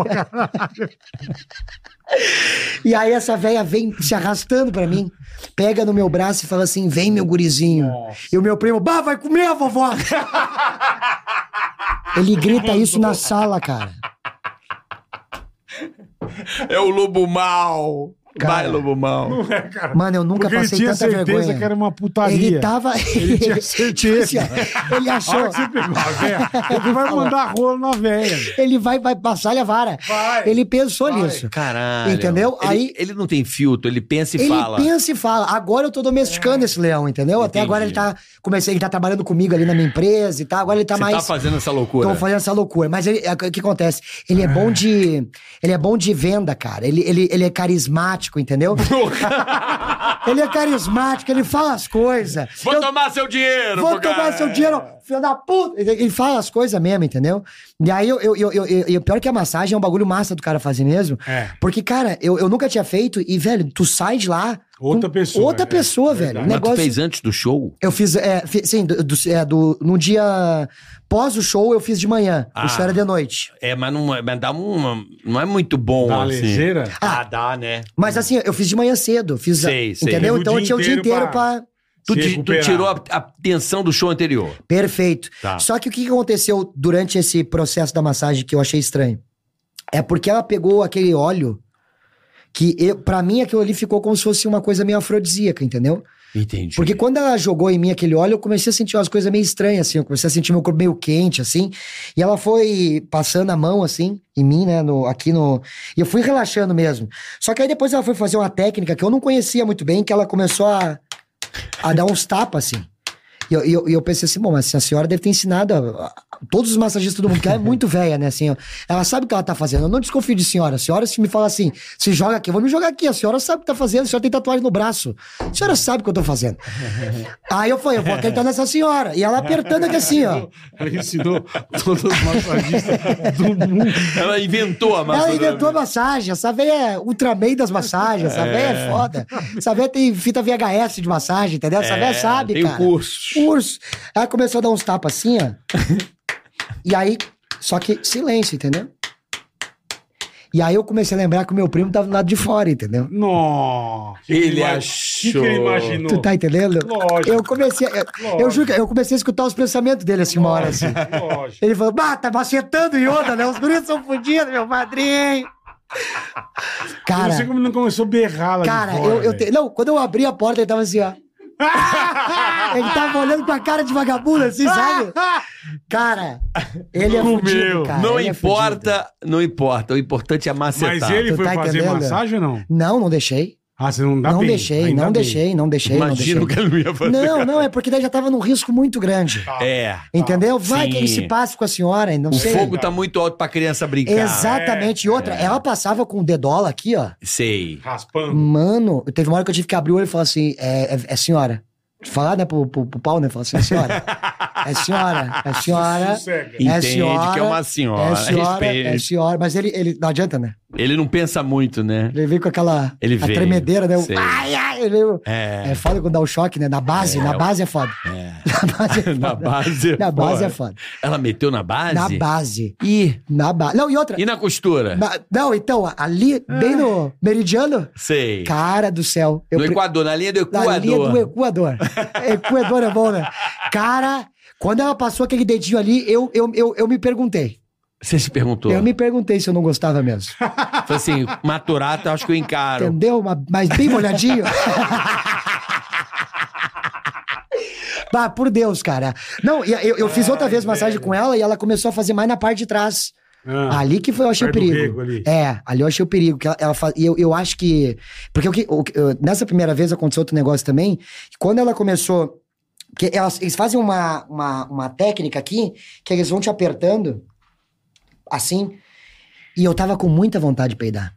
B: E aí essa véia vem se arrastando pra mim, pega no meu braço e fala assim: vem, meu gurizinho. E o meu primo, bah, vai comer a
C: [LAUGHS]
B: vovó. Ele grita isso na sala, cara.
F: É o lobo mal.
B: Cara.
F: Vai, lobo mal.
B: Mano, eu nunca
C: Porque ele
B: passei
C: tinha
B: tanta
C: certeza
B: vergonha.
C: que era uma putaria.
B: Ele tava. Tipo assim, [LAUGHS]
C: Ele tinha certeza.
B: ó, ele
C: A hora
B: achou.
C: que você pegou
B: [LAUGHS]
C: a véia, ele vai mandar rolo na véia.
B: Ele vai, vai passar a vara.
C: Vai.
B: ele pensou nisso.
F: Caralho.
B: Entendeu?
F: Ele,
B: Aí-
F: ele não tem filtro, ele pensa e
B: Ele
F: fala.
B: pensa e fala. Agora eu tô
C: É.
B: domesticando esse leão, entendeu? Até
F: Entendi.
B: agora ele tá. Comecei, ele tá trabalhando comigo ali na minha empresa e tal. Agora ele tá
F: Você
B: mais.
F: tá fazendo essa loucura.
B: Tô fazendo essa loucura. Mas ele- é o que acontece? Ele é
C: Ah.
B: bom de. Ele é bom de venda, cara. Ele, ele, ele é carismático,
C: [LAUGHS]
B: entendeu? ele é carismático, ele fala as coisas.
F: Vou
B: Eu-
F: tomar seu dinheiro,
B: Vou
F: pô, cara.
B: tomar seu dinheiro, filho da puta! Ele ele fala as coisas mesmo, entendeu? E aí, eu, eu, eu, eu- eu- eu- pior que a massagem é um bagulho massa do cara fazer mesmo.
C: É.
B: Porque, cara, eu, eu nunca tinha feito e, velho, tu sai de lá.
C: Outra
B: com
C: pessoa,
B: Outra
C: é,
B: pessoa,
C: verdade.
B: velho. O
F: Mas
B: negócio.
F: tu fez antes do show?
B: Eu fiz, é, fi- sim, do, do- é, do- no dia pós o show eu fiz de manhã.
F: Ah.
B: Isso era de noite.
F: É, mas não, é- mas dá uma, não é muito bom,
C: Da
F: assim.
C: lezeira?
F: Ah, dá, né?
B: Mas assim, eu fiz de manhã cedo. Fiz,
F: Sei, sei.
B: Entendeu?
C: Teve o
B: Então eu
C: dia
B: tinha o dia
C: inteiro
B: inteiro
C: pra-
B: pra...
F: Tu,
C: Se
F: ti- tu
C: recuperar.
F: tirou a, a tensão do show anterior.
B: Perfeito.
F: Tá.
B: Só que o que que aconteceu durante esse processo da massagem que eu achei estranho? É porque ela pegou aquele óleo que eu, pra mim aquilo ali ficou como se fosse uma coisa meio afrodisíaca, entendeu?
F: Entendi.
B: Porque quando ela jogou em mim aquele óleo, eu comecei a sentir umas coisas meio estranhas, assim. Eu comecei a sentir meu corpo meio quente, assim. E ela foi passando a mão, assim, em mim, né? No, aqui no. E eu fui relaxando mesmo. Só que aí depois ela foi fazer uma técnica que eu não conhecia muito bem, que ela começou a, a dar uns tapas, assim. E eu, e eu, e eu pensei assim, bom, mas a senhora deve ter ensinado a- a- todos os massagistas do mundo, que ela é muito velha, né? Assim, ó. ela sabe o que ela tá fazendo. Eu não desconfio de senhora. A senhora, se me fala assim, se joga aqui, eu vou me jogar aqui. A senhora sabe o que tá fazendo, a senhora tem tatuagem no braço. A senhora sabe o que eu tô fazendo. Aí eu falei, eu vou acreditar nessa senhora. E ela apertando aqui assim, ó.
C: Ela ensinou todos os massagistas do mundo.
F: Ela inventou a massa.
B: Ela inventou a massagem. Essa véia é Ultraman das massagens. Essa véia é foda. Essa véia tem fita VHS de massagem, entendeu?
C: É,
B: Essa véia sabe,
F: tem o
B: cara.
F: curso.
B: Curso. Ela começou a dar uns tapas assim, ó. e aí, só que silêncio, entendeu? E aí eu comecei a lembrar que o meu primo tava do lado de fora, entendeu?
C: Nossa. que
F: Ele
C: que ima-
F: achou.
C: que que ele imaginou?
B: Tu tá entendendo?
C: Lógico.
B: Eu comecei, a- eu, eu juro que eu comecei a escutar os pensamentos dele assim, uma hora assim.
C: Lógico.
B: Ele falou, bah, tá macetando Yoda, né? Os guris são fodidos, meu padrinho.
C: Eu não sei
B: Cara,
C: como ele não começou a berrar lá de
B: cara,
C: fora,
B: eu, eu
C: velho.
B: te- Não, quando eu abri a porta, ele tava assim,
F: [LAUGHS]
B: ó. ele tava olhando com a cara de vagabundo, assim, sabe? Cara, ele é fudido, cara.
F: não
B: ele é fudido.
F: importa, não importa. O importante é macetar.
C: Mas ele
B: Tu
C: foi
B: tá
C: fazer
B: entendendo?
C: massagem ou não?
B: Não, não deixei.
C: Ah, você não dá
B: não
C: bem.
B: deixei,
C: Ainda
B: não
C: bem.
B: deixei, não deixei, não deixei.
F: Imagina o que ele não ia fazer.
B: Não, não, é porque daí já tava num risco muito grande.
F: É.
B: entendeu? Vai
F: sim.
B: que ele se passe com a senhora, não
F: O
B: sei.
F: fogo É. tá muito alto pra criança brincar.
B: Exatamente. E outra, ela passava com o dedola aqui, ó.
F: Sei.
C: Raspando.
B: Mano, teve uma hora que eu tive que abrir o olho e falar assim: é, é- é senhora. Falar, né, pro, pro, pro pau, né? Falar assim: é senhora. É senhora. É
C: [LAUGHS]
B: senhora.
C: Sossega.
F: Entende
B: é senhora,
F: que é uma senhora.
B: É senhora.
F: respeita.
B: É senhora. Mas ele, ele. Não adianta, né?
F: Ele não pensa muito, né?
B: Ele veio com aquela.
F: Ele
B: a
F: veio,
B: tremedeira, né? O
F: sei.
B: ai, ai. Ele veio.
F: É.
B: É foda quando dá o choque, né? Na base.
F: É,
B: na
F: o-
B: base é foda. [LAUGHS] Na base é foda.
F: [LAUGHS] Na base.
B: Na base é
F: foda.
B: foda.
F: Ela meteu na base?
B: Na base.
F: E,
B: Na base. Não, e outra.
F: e na costura?
B: Na- não, então, ali,
F: Ah.
B: bem no meridiano.
F: Sei.
B: Cara do céu.
F: no
B: pre-
F: Equador, na linha do
B: Na
F: Equador.
B: linha é do Equador. Equador é bom, né? Cara, quando ela passou aquele dedinho ali, eu, eu, eu, eu me perguntei.
F: Você se perguntou.
B: Eu me perguntei se eu não gostava mesmo.
F: Falei assim, maturata, acho que eu encaro.
B: Entendeu? Mas- Mas bem molhadinho. Bah, por Deus, cara. Não, e eu, eu fiz outra vez massagem com ela e ela começou a fazer mais na parte de trás.
C: Ah,
B: Ali que foi, eu achei o
C: perto do
B: perigo.
C: rego ali.
B: É, ali eu achei o perigo. Que ela, ela fa- e eu, eu acho que. Porque o que, o que- eu- nessa primeira vez aconteceu outro negócio também. que Quando ela começou. Porque elas, eles fazem uma, uma, uma técnica aqui que eles vão te apertando assim. E eu tava com muita vontade de peidar.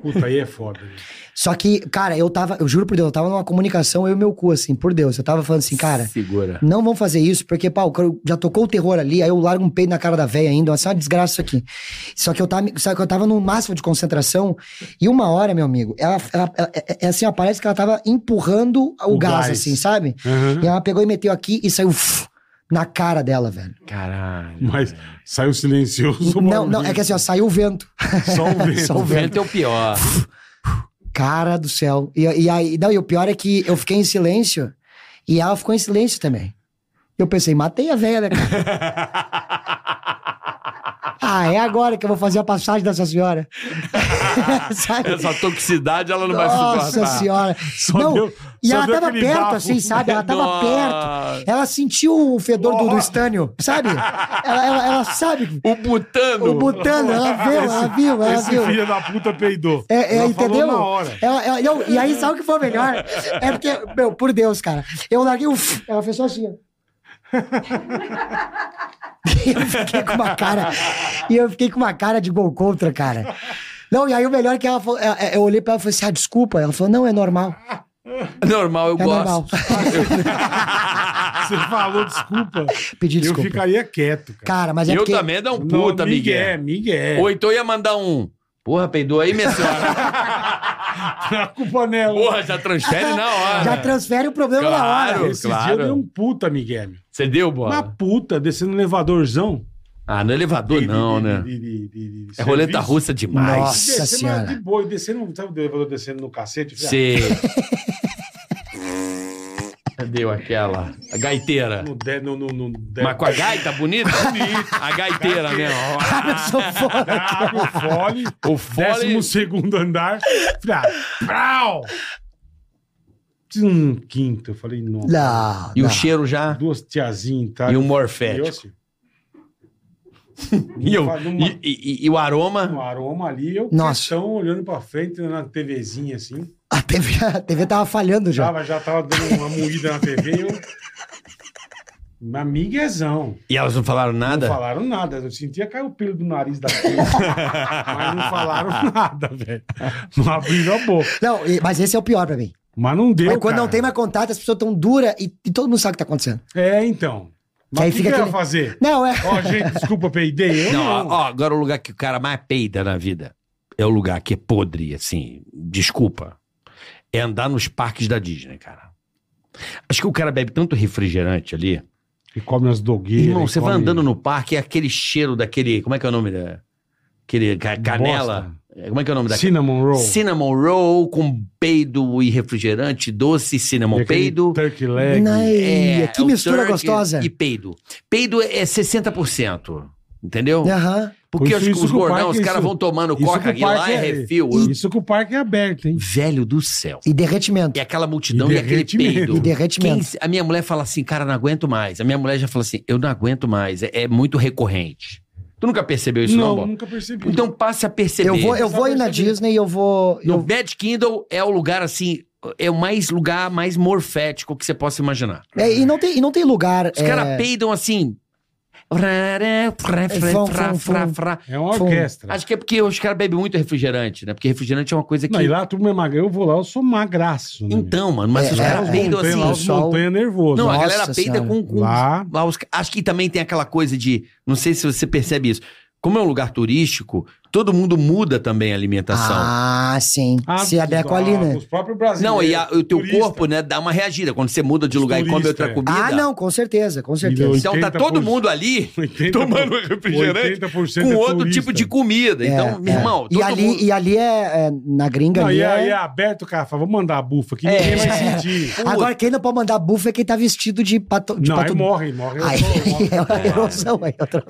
C: Puta, aí é foda. bicho.
B: Só que, cara, eu tava, eu juro por Deus, eu tava numa comunicação, eu e meu cu, assim, por Deus. Eu tava falando assim, cara,
F: Segura.
B: não vão fazer isso, porque, pau, o cara já tocou o terror ali, aí eu largo um peito na cara da véia ainda, assim, uma desgraça isso aqui. Só que eu tava, só que eu tava no máximo de concentração, e uma hora, meu amigo, ela, ela- ela- é- é assim, ó, parece que ela tava empurrando o,
C: O
B: gás,
C: gás. Uhum.
B: assim, sabe? E ela pegou e meteu aqui e saiu uf, na cara dela, velho.
F: Caralho.
C: Mas saiu silencioso.
B: Não, não, é que assim, ó, saiu o vento.
C: Só
B: [LAUGHS]
C: o vento.
B: Só
F: O vento é o pior.
B: Cara do céu. E, e aí, não, e o pior é que eu fiquei em silêncio e ela ficou em silêncio também. Eu pensei, matei a velha, né, cara? ah, é agora que eu vou fazer a passagem dessa senhora. sabe?
F: Essa toxicidade ela não vai
B: Nossa
F: suportar.
B: senhora.
C: Só
B: não,
C: deu-
B: e
C: só
B: ela
C: deu
B: tava
C: aquele
B: perto,
C: bafo.
B: assim, sabe? Ela tava
F: Nossa.
B: perto. Ela sentiu o fedor do, do estânio, sabe? Ela, ela, ela sabe.
F: O butano.
B: O botando, ela viu, ela viu, ela
C: [LAUGHS] Esse
B: viu.
C: filho da puta peidou.
B: É, é,
C: Ela falou
B: entendeu?
C: na hora.
B: Ela- ela- não, e aí, sabe o que foi melhor? É porque, meu, por Deus, cara. Eu larguei o. f- Ela fez só assim, ó. [LAUGHS] E eu fiquei com uma cara. E eu fiquei com uma cara de gol contra, cara. Não, e aí o melhor é que ela falou. é- é- Eu olhei pra ela e falei assim: ah, desculpa. Ela falou: não, é normal.
F: Normal, eu
B: É
F: gosto.
B: normal.
C: Você falou desculpa.
B: Pedi
C: Eu
B: desculpa.
C: ficaria quieto, cara.
B: Cara, mas é
F: eu
B: porque.
F: também dá um puta,
C: Não,
F: Miguel.
C: Miguel.
F: Ou então eu ia mandar um. Porra, peidou aí, minha senhora.
C: [LAUGHS] A culpa é nela.
F: Porra, já transfere na hora.
B: Já transfere o problema na
F: Claro.
B: hora.
C: Esse
F: claro.
C: dia eu dei um puta, Miguel. meu.
F: Você deu, bola?
C: Uma puta, descendo no elevadorzão.
F: Ah, no elevador não, né? É roleta russa demais.
B: Nossa. Senhora.
C: Descendo de boi, descendo, sabe o elevador descendo no cacete? Eu
B: [LAUGHS]
C: falei,
F: Você. Deu aquela. A gaiteira.
C: ah, No, de, no, no, no, de-
F: Mas com a gaita bonita? a gaiteira mesmo.
B: [LAUGHS]
C: Abre o Ah, fole,
F: [LAUGHS] O
C: décimo
F: fole.
C: segundo andar. Falei, ah, prau! Um quinto, eu falei, não.
B: Não.
F: E o
B: não.
F: cheiro já.
C: Duas tiazinhas, tá?
F: E um o
C: E eu
F: morfético.
C: assim,
F: E, o-
C: numa-
F: e- e- e o
C: um
F: aroma.
C: aroma ali, eu
B: Nossa.
C: questão, olhando pra frente, né, na TVzinha assim.
B: A TV, a TV tava falhando já.
C: Tava, já tava dando uma moída na TV, eu. Na miguezão.
F: E elas não falaram
B: É.
C: Não
F: nada?
C: falaram nada. Eu sentia cair o pelo do nariz da
B: [LAUGHS]
C: frente. mas não falaram nada, velho. Não abriram a boca.
B: Não, e- mas esse é o pior pra mim.
C: Mas não deu.
B: Mas quando não
C: cara.
B: tem mais contato, as pessoas tão duras e, e todo mundo sabe o que tá acontecendo.
C: É, então.
B: Aí
C: Mas o que,
B: fica
C: que eu ia
B: aquele-
C: fazer?
B: Não, é.
C: Ó, gente, desculpa, peidei. Eu
F: Não,
C: não.
F: ó, ó, agora é o lugar que o cara mais peida na vida é o lugar que é podre, assim. Desculpa. É andar nos parques da Disney, cara. Acho que o cara bebe tanto refrigerante ali.
C: E come as dogueiras.
F: Irmão, você
C: e
F: vai
C: come
F: andando no parque, é aquele cheiro daquele. Como é que é o nome da. Aquele ca- canela.
C: bosta.
F: É, Como é que é o nome da.
C: Cinnamon roll.
F: Cinnamon roll com peido e refrigerante, doce, cinnamon
C: E aquele
F: peido.
C: Turkey leg.
B: Ai, que
F: é o
B: mistura
F: turkey
B: gostosa.
F: E peido. Peido é 60%. Entendeu?
B: Aham.
F: Porque
C: É. Isso-
F: os-
C: isso
F: os
C: que o
F: gordão,
C: parque-
F: os caras
C: isso-
F: vão tomando
C: isso
F: coca
C: que
F: e
C: o
F: lá
C: parque
F: é
C: é-
F: refil.
C: Isso que o parque é aberto, hein?
F: Velho do céu.
B: E derretimento.
F: E aquela multidão
C: E
F: e, aquele
C: derretimento.
F: peido.
B: E derretimento.
F: Quem- a minha mulher fala assim, cara, não aguento mais. A minha mulher já fala assim, eu não aguento mais. É, é muito recorrente. Tu nunca percebeu isso, não,
C: não,
F: Bob?
C: nunca percebi.
F: Então passe a perceber.
B: Eu vou, eu
C: Só
B: vou ir na
C: perceber.
B: Disney e eu vou.
F: No
B: Eu,
F: Bad Kindle é o lugar assim, é o mais lugar mais morfético que você possa imaginar.
B: é, e, não tem, e não tem lugar.
F: Os
B: é,
F: caras peidam assim. Rará, frá, frá,
B: Fum,
F: frá,
B: fum,
F: frá,
B: fum.
F: frá.
C: É uma orquestra.
F: Acho que é porque os caras bebem muito refrigerante, né? Porque refrigerante é uma coisa que.
C: Não, e lá a turma é magra. Eu vou lá, eu sou magraço. Né, meu?
F: Então, mano, mas
B: É,
F: os
B: é,
F: caras
B: é.
F: peidam
C: Tem
F: assim.
C: lá
B: o
C: os
B: sol-
C: montanha nervoso.
F: Não,
B: Nossa
F: a galera peida
B: Senhora.
F: com. com
C: Lá.
F: lá os- acho que também tem aquela coisa de. Não sei se você percebe isso. Como é um lugar turístico, todo mundo muda também a alimentação.
B: Ah, sim.
C: Ah,
B: Se adequa ali, né?
C: Os próprios brasileiros.
F: Não, e a- o teu
C: turista.
F: corpo, né, dá uma reagida. Quando você muda de
C: Os
F: lugar e come
C: turista,
F: outra
C: é.
F: comida.
B: Ah, não, com certeza, com certeza.
C: Milhões.
F: Então tá
C: 80%.
F: todo mundo ali
C: 80%,
F: tomando um refrigerante
C: 80%
F: com
C: é
F: outro
C: turista.
F: tipo de comida.
B: É,
F: Então, meu
B: é.
F: irmão, todo
B: E ali,
F: mundo...
B: e ali é, é, Na gringa
C: Não,
B: ali.
C: e aí
B: é-
C: é aberto, cara. Fala, vou mandar a bufa aqui.
F: É.
C: Ninguém vai
F: [LAUGHS]
C: sentir.
B: Agora, quem não pode mandar bufa é quem tá vestido de pato.
F: Tipo,
B: De
C: Não, aí
B: pato...
C: morre, morre.
B: Aí [LAUGHS]
F: [LAUGHS]
B: é uma erosão, aí é outra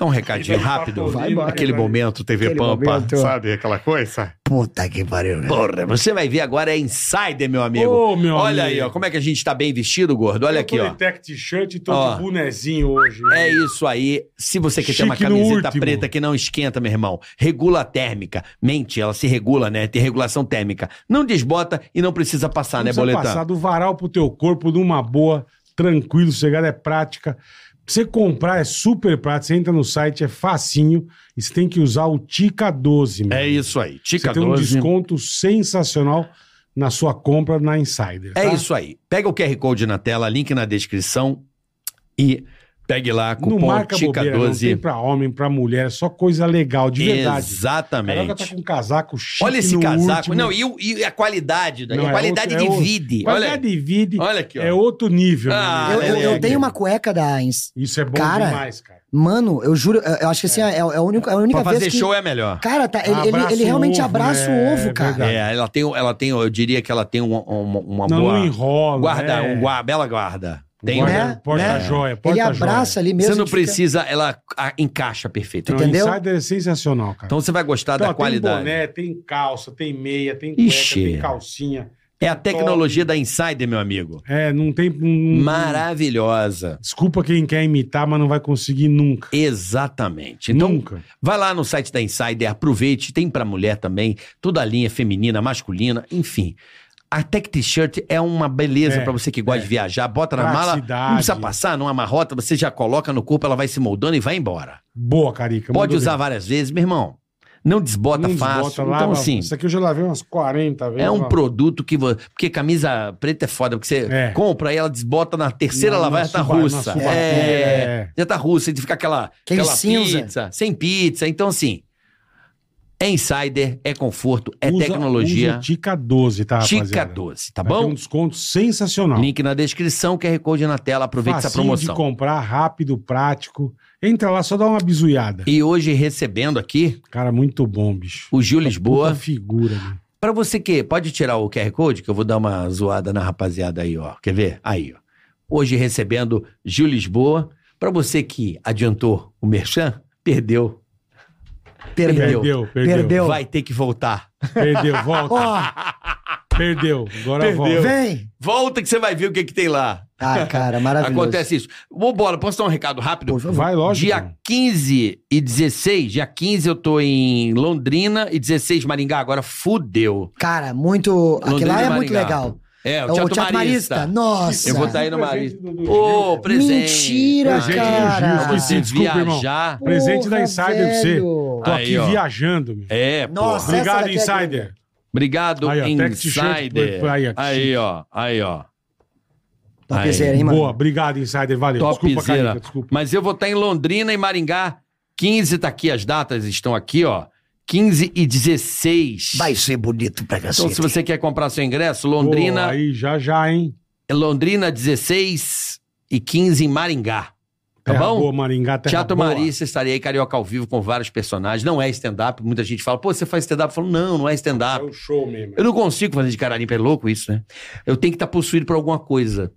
F: Dá um recadinho
C: tá
F: rápido.
B: Vai embora.
F: Aquele momento, TV
B: Aquele
F: Pampa.
B: momento.
F: Sabe aquela coisa?
B: Puta que pariu, né?
F: Porra, você vai ver agora é Insider, meu amigo.
C: Ô, meu
F: Olha
C: amigo.
F: aí, ó. Como é que a gente tá bem vestido, gordo? Olha aqui, ó.
C: Tech t-shirt e
F: Ó.
C: todo de bonezinho hoje. né?
F: É isso aí. Se você quer ter uma
C: Chique no
F: camiseta
C: último.
F: preta que não esquenta, meu irmão, regula a térmica. Mente, ela se regula, né? Tem regulação térmica. Não desbota e não precisa passar,
C: Não
F: né,
C: precisa
F: boletão?
C: passar do varal pro teu corpo numa boa, tranquilo, chegada é prática. Pra você comprar é super prático. Você entra no site, é facinho. E você tem que usar o Tica 12, meu.
F: É isso aí. Tica
C: Você tem um
F: 12.
C: desconto sensacional na sua compra na Insider.
F: É
C: tá?
F: isso aí. Pega o QR Code na tela, link na descrição e pegue lá
C: Não
F: cupom
C: marca bobeira, não. Tem
F: TICA12.
C: pra homem, pra mulher, é só coisa legal, de verdade. Caraca, tá
F: Exatamente.
C: com um casaco chique
F: Olha esse
C: no
F: casaco.
C: último.
F: Não, e, o- e a qualidade, né?
C: Não,
F: a
C: é
F: qualidade
C: outro- é outro.
F: divide.
C: Qualidade de vida
F: Olha, olha aqui, ó.
C: é outro nível. meu
F: Ah,
C: amigo.
B: Eu, eu- eu
F: Alegre.
B: tenho uma cueca da Heinz.
C: Isso é bom
B: Cara,
C: demais, cara.
B: Mano, eu juro, eu eu acho que assim, é, é, a única, é a única
F: pra
B: vez
F: fazer
B: que...
F: show é a melhor.
B: Cara, tá, ele, ele-
C: Abraça
B: ele
C: o
B: realmente
C: ovo,
B: abraça
C: né?
B: o ovo,
C: É
B: cara.
C: verdade.
F: É, ela tem, ela tem, eu diria que ela tem uma, uma, uma
C: Não,
F: boa
C: não enrola.
F: guarda,
C: é.
F: um gua- bela guarda. Tem,
C: Guarda-
B: né?
C: Porta-joia,
B: Ele
C: porta-joia.
B: abraça ali mesmo.
F: Você não
B: e fica-
F: precisa, ela a- encaixa perfeito.
C: Não,
B: entendeu?
C: Insider é sensacional, cara.
F: Então você vai gostar da
C: Não, Tem
F: qualidade.
C: um boné, tem calça, tem meia, tem cueca,
F: Ixi.
C: tem calcinha.
F: É a
C: um
F: tecnologia da Insider, meu amigo.
C: É, não tem. não-
F: Maravilhosa.
C: Desculpa quem quer imitar, mas não vai conseguir nunca.
F: Exatamente. Então,
C: nunca.
F: vai lá no site da Insider, aproveite, tem pra mulher também, toda a linha feminina, masculina, enfim. A Tech T-shirt é uma beleza
C: É,
F: pra você que gosta de viajar, bota na mala,
C: Praticidade.
F: não precisa passar numa marrota, você já coloca no corpo, ela vai se moldando e vai embora.
C: Boa, Carica.
F: Pode
C: mandou
F: usar
C: bem.
F: várias vezes, meu irmão. Não desbota
C: Não
F: fácil.
C: desbota lá,
F: então,
C: mas
F: assim,
C: Isso aqui eu já lavei umas 40 vezes.
F: é um
C: ó.
F: produto que você. Porque camisa preta é foda, porque você
C: É.
F: compra e ela desbota na terceira
C: Na-
F: lavagem,
C: na
F: já tá
C: suba- na
F: russa.
C: subaqueira,
F: É,
C: é.
F: Já tá russa, e fica aquela,
B: Aquele
F: aquela
B: cinza.
F: pizza, sem pizza. Então, assim, é insider, é conforto, é
C: Usa-
F: tecnologia.
C: Usa o Tica 12, tá,
F: Tica
C: rapaziada?
F: 12, tá
C: Vai ter
F: bom?
C: um desconto sensacional.
F: Link na descrição, QR Code na tela, aproveita essa
C: Facinho
F: promoção.
C: de comprar, rápido, prático. Entra lá, só dá uma bizuiada.
F: E hoje recebendo aqui
C: Cara, muito bom, bicho.
F: o Gil
C: Puta
F: Lisboa.
C: figura, né?
F: Pra você que pode tirar o QR Code, que eu vou dar uma zoada na rapaziada aí, ó. Quer ver? Aí, ó. Hoje recebendo Gil Lisboa. Pra você que adiantou o Merchan, perdeu.
B: Perdeu.
F: Perdeu.
C: Perdeu, perdeu.
B: Perdeu.
F: Vai ter que voltar.
C: Perdeu, volta.
B: Ó,
C: Perdeu, agora volta.
B: vem!
F: Volta que você vai ver o que, que tem lá.
B: Ah, cara, maravilhoso.
F: Acontece isso. Ô, Bola, posso dar um recado rápido?
B: Por favor.
C: Vai, lógico.
F: Dia 15 e 16. Dia 15 eu tô em Londrina e 16 Maringá. Agora fudeu.
B: Cara, muito. Aquilo lá
F: Londrina e
B: é muito
F: Maringá.
B: legal.
F: É, o
B: É
F: Teatro, Marista.
B: Nossa.
F: Eu vou estar aí no Marista. Ô, presente.
B: Mentira,
F: Presente do
B: cara.
F: Gil, esqueci,
C: Presente,
F: desculpa,
C: viajar.
F: irmão.
C: Presente da Insider pra você.
B: velho.
C: Tô
F: Aí,
C: aqui
F: ó.
C: viajando, meu.
F: É,
B: Nossa,
F: porra.
B: essa
C: Obrigado,
B: daqui é
C: Insider.
F: Obrigado,
C: Aí, ó, Tech T-shirt,
F: Insider.
C: por- aí,
F: Aí,
C: ó, que
F: ó. Aí, ó.
B: Topzera, hein, mano?
C: Boa, obrigado, Insider. Valeu. Desculpa,
F: Topzera.
C: Carica, desculpa.
F: Mas eu vou estar em Londrina e Maringá. 15 tá aqui, as datas estão aqui, ó. 15 e 16.
G: Vai ser bonito pra cacete.
F: Então, se você quer comprar seu ingresso,
C: Pô,
F: Londrina,
C: aí, já, já, hein?
F: Londrina 16 e 15 em Maringá. Tá
C: Terra
F: bom?
C: Boa, Maringá, terra
F: Teatro
C: boa.
F: Marista, estarei aí, Carioca ao vivo, com vários personagens. Não é stand-up. Muita gente fala, pô, você faz stand-up? Eu falo, não, não é
C: É
F: stand-up.
C: um show mesmo.
F: Eu não consigo fazer de cara limpa, é louco isso, né? Eu tenho que estar possuído por alguma coisa.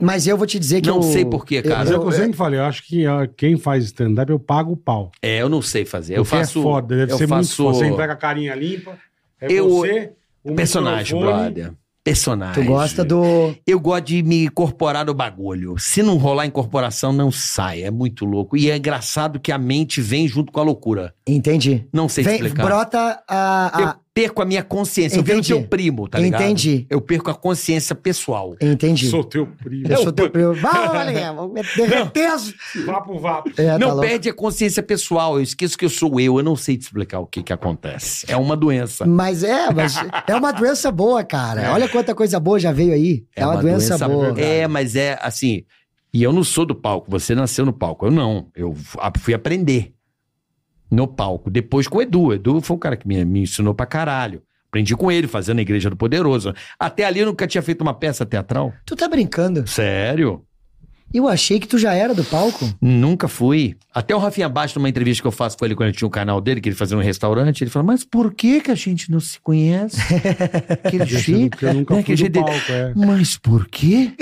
B: Mas eu vou te dizer que.
F: Não
B: eu-
F: sei por quê, cara.
C: Mas é o que eu
B: eu-
C: sempre falei, eu acho que ó, quem faz stand-up eu pago o pau.
F: É, eu não sei fazer. Eu
C: Porque
F: faço.
C: é foda, deve
F: eu
C: ser muito
F: faço
C: foda. Você entrega a carinha limpa, é
F: Eu-
C: você, o
F: personagem,
C: microfone.
F: brother. Personagem.
B: Tu gosta do.
F: Eu gosto de me incorporar no bagulho. Se não rolar incorporação, não sai. É muito louco. E é engraçado que a mente vem junto com a loucura.
B: Entendi.
F: Não sei
B: Vem,
F: explicar.
B: brota a.
F: Eu
B: a-
F: perco a minha consciência. Eu
B: Entendi.
F: viro teu primo, tá ligado?
B: Entendi. É,
F: Eu perco a consciência pessoal.
B: Entendi.
C: Sou teu primo.
B: eu sou [LAUGHS] teu
F: [LAUGHS]
B: primo. Vai, Valenha, vou me derreter as-
C: Vapo, vapo.
B: É, tá
F: não
B: louco.
F: perde a consciência pessoal. Eu esqueço que eu sou eu. Eu não sei te explicar o que que acontece. É uma doença.
B: Mas é, mas é uma doença boa, cara. Olha quanta coisa boa já veio aí. É, uma, doença, boa.
F: É, mas é assim. E eu não sou do palco. Você nasceu no palco. Eu não. Eu f- a- fui aprender no palco. Depois com o Edu. Edu foi o cara que me, me ensinou pra caralho. Aprendi com ele, fazendo a Igreja do Poderoso. Até ali eu nunca tinha feito uma peça teatral.
B: Tu tá brincando?
F: Sério?
B: Eu achei que tu já era do palco.
F: Nunca fui. Até o Rafinha Baixo, numa entrevista que eu faço com ele quando ele tinha um canal dele, que ele fazia um restaurante, ele falou: Mas por que, que a gente não se conhece?
B: É
F: Aquele [LAUGHS] jeito.
C: Porque eu nunca
F: né,
C: fui
F: aquele
C: do
F: jeito dele.
C: palco, é.
F: Mas por quê? [LAUGHS]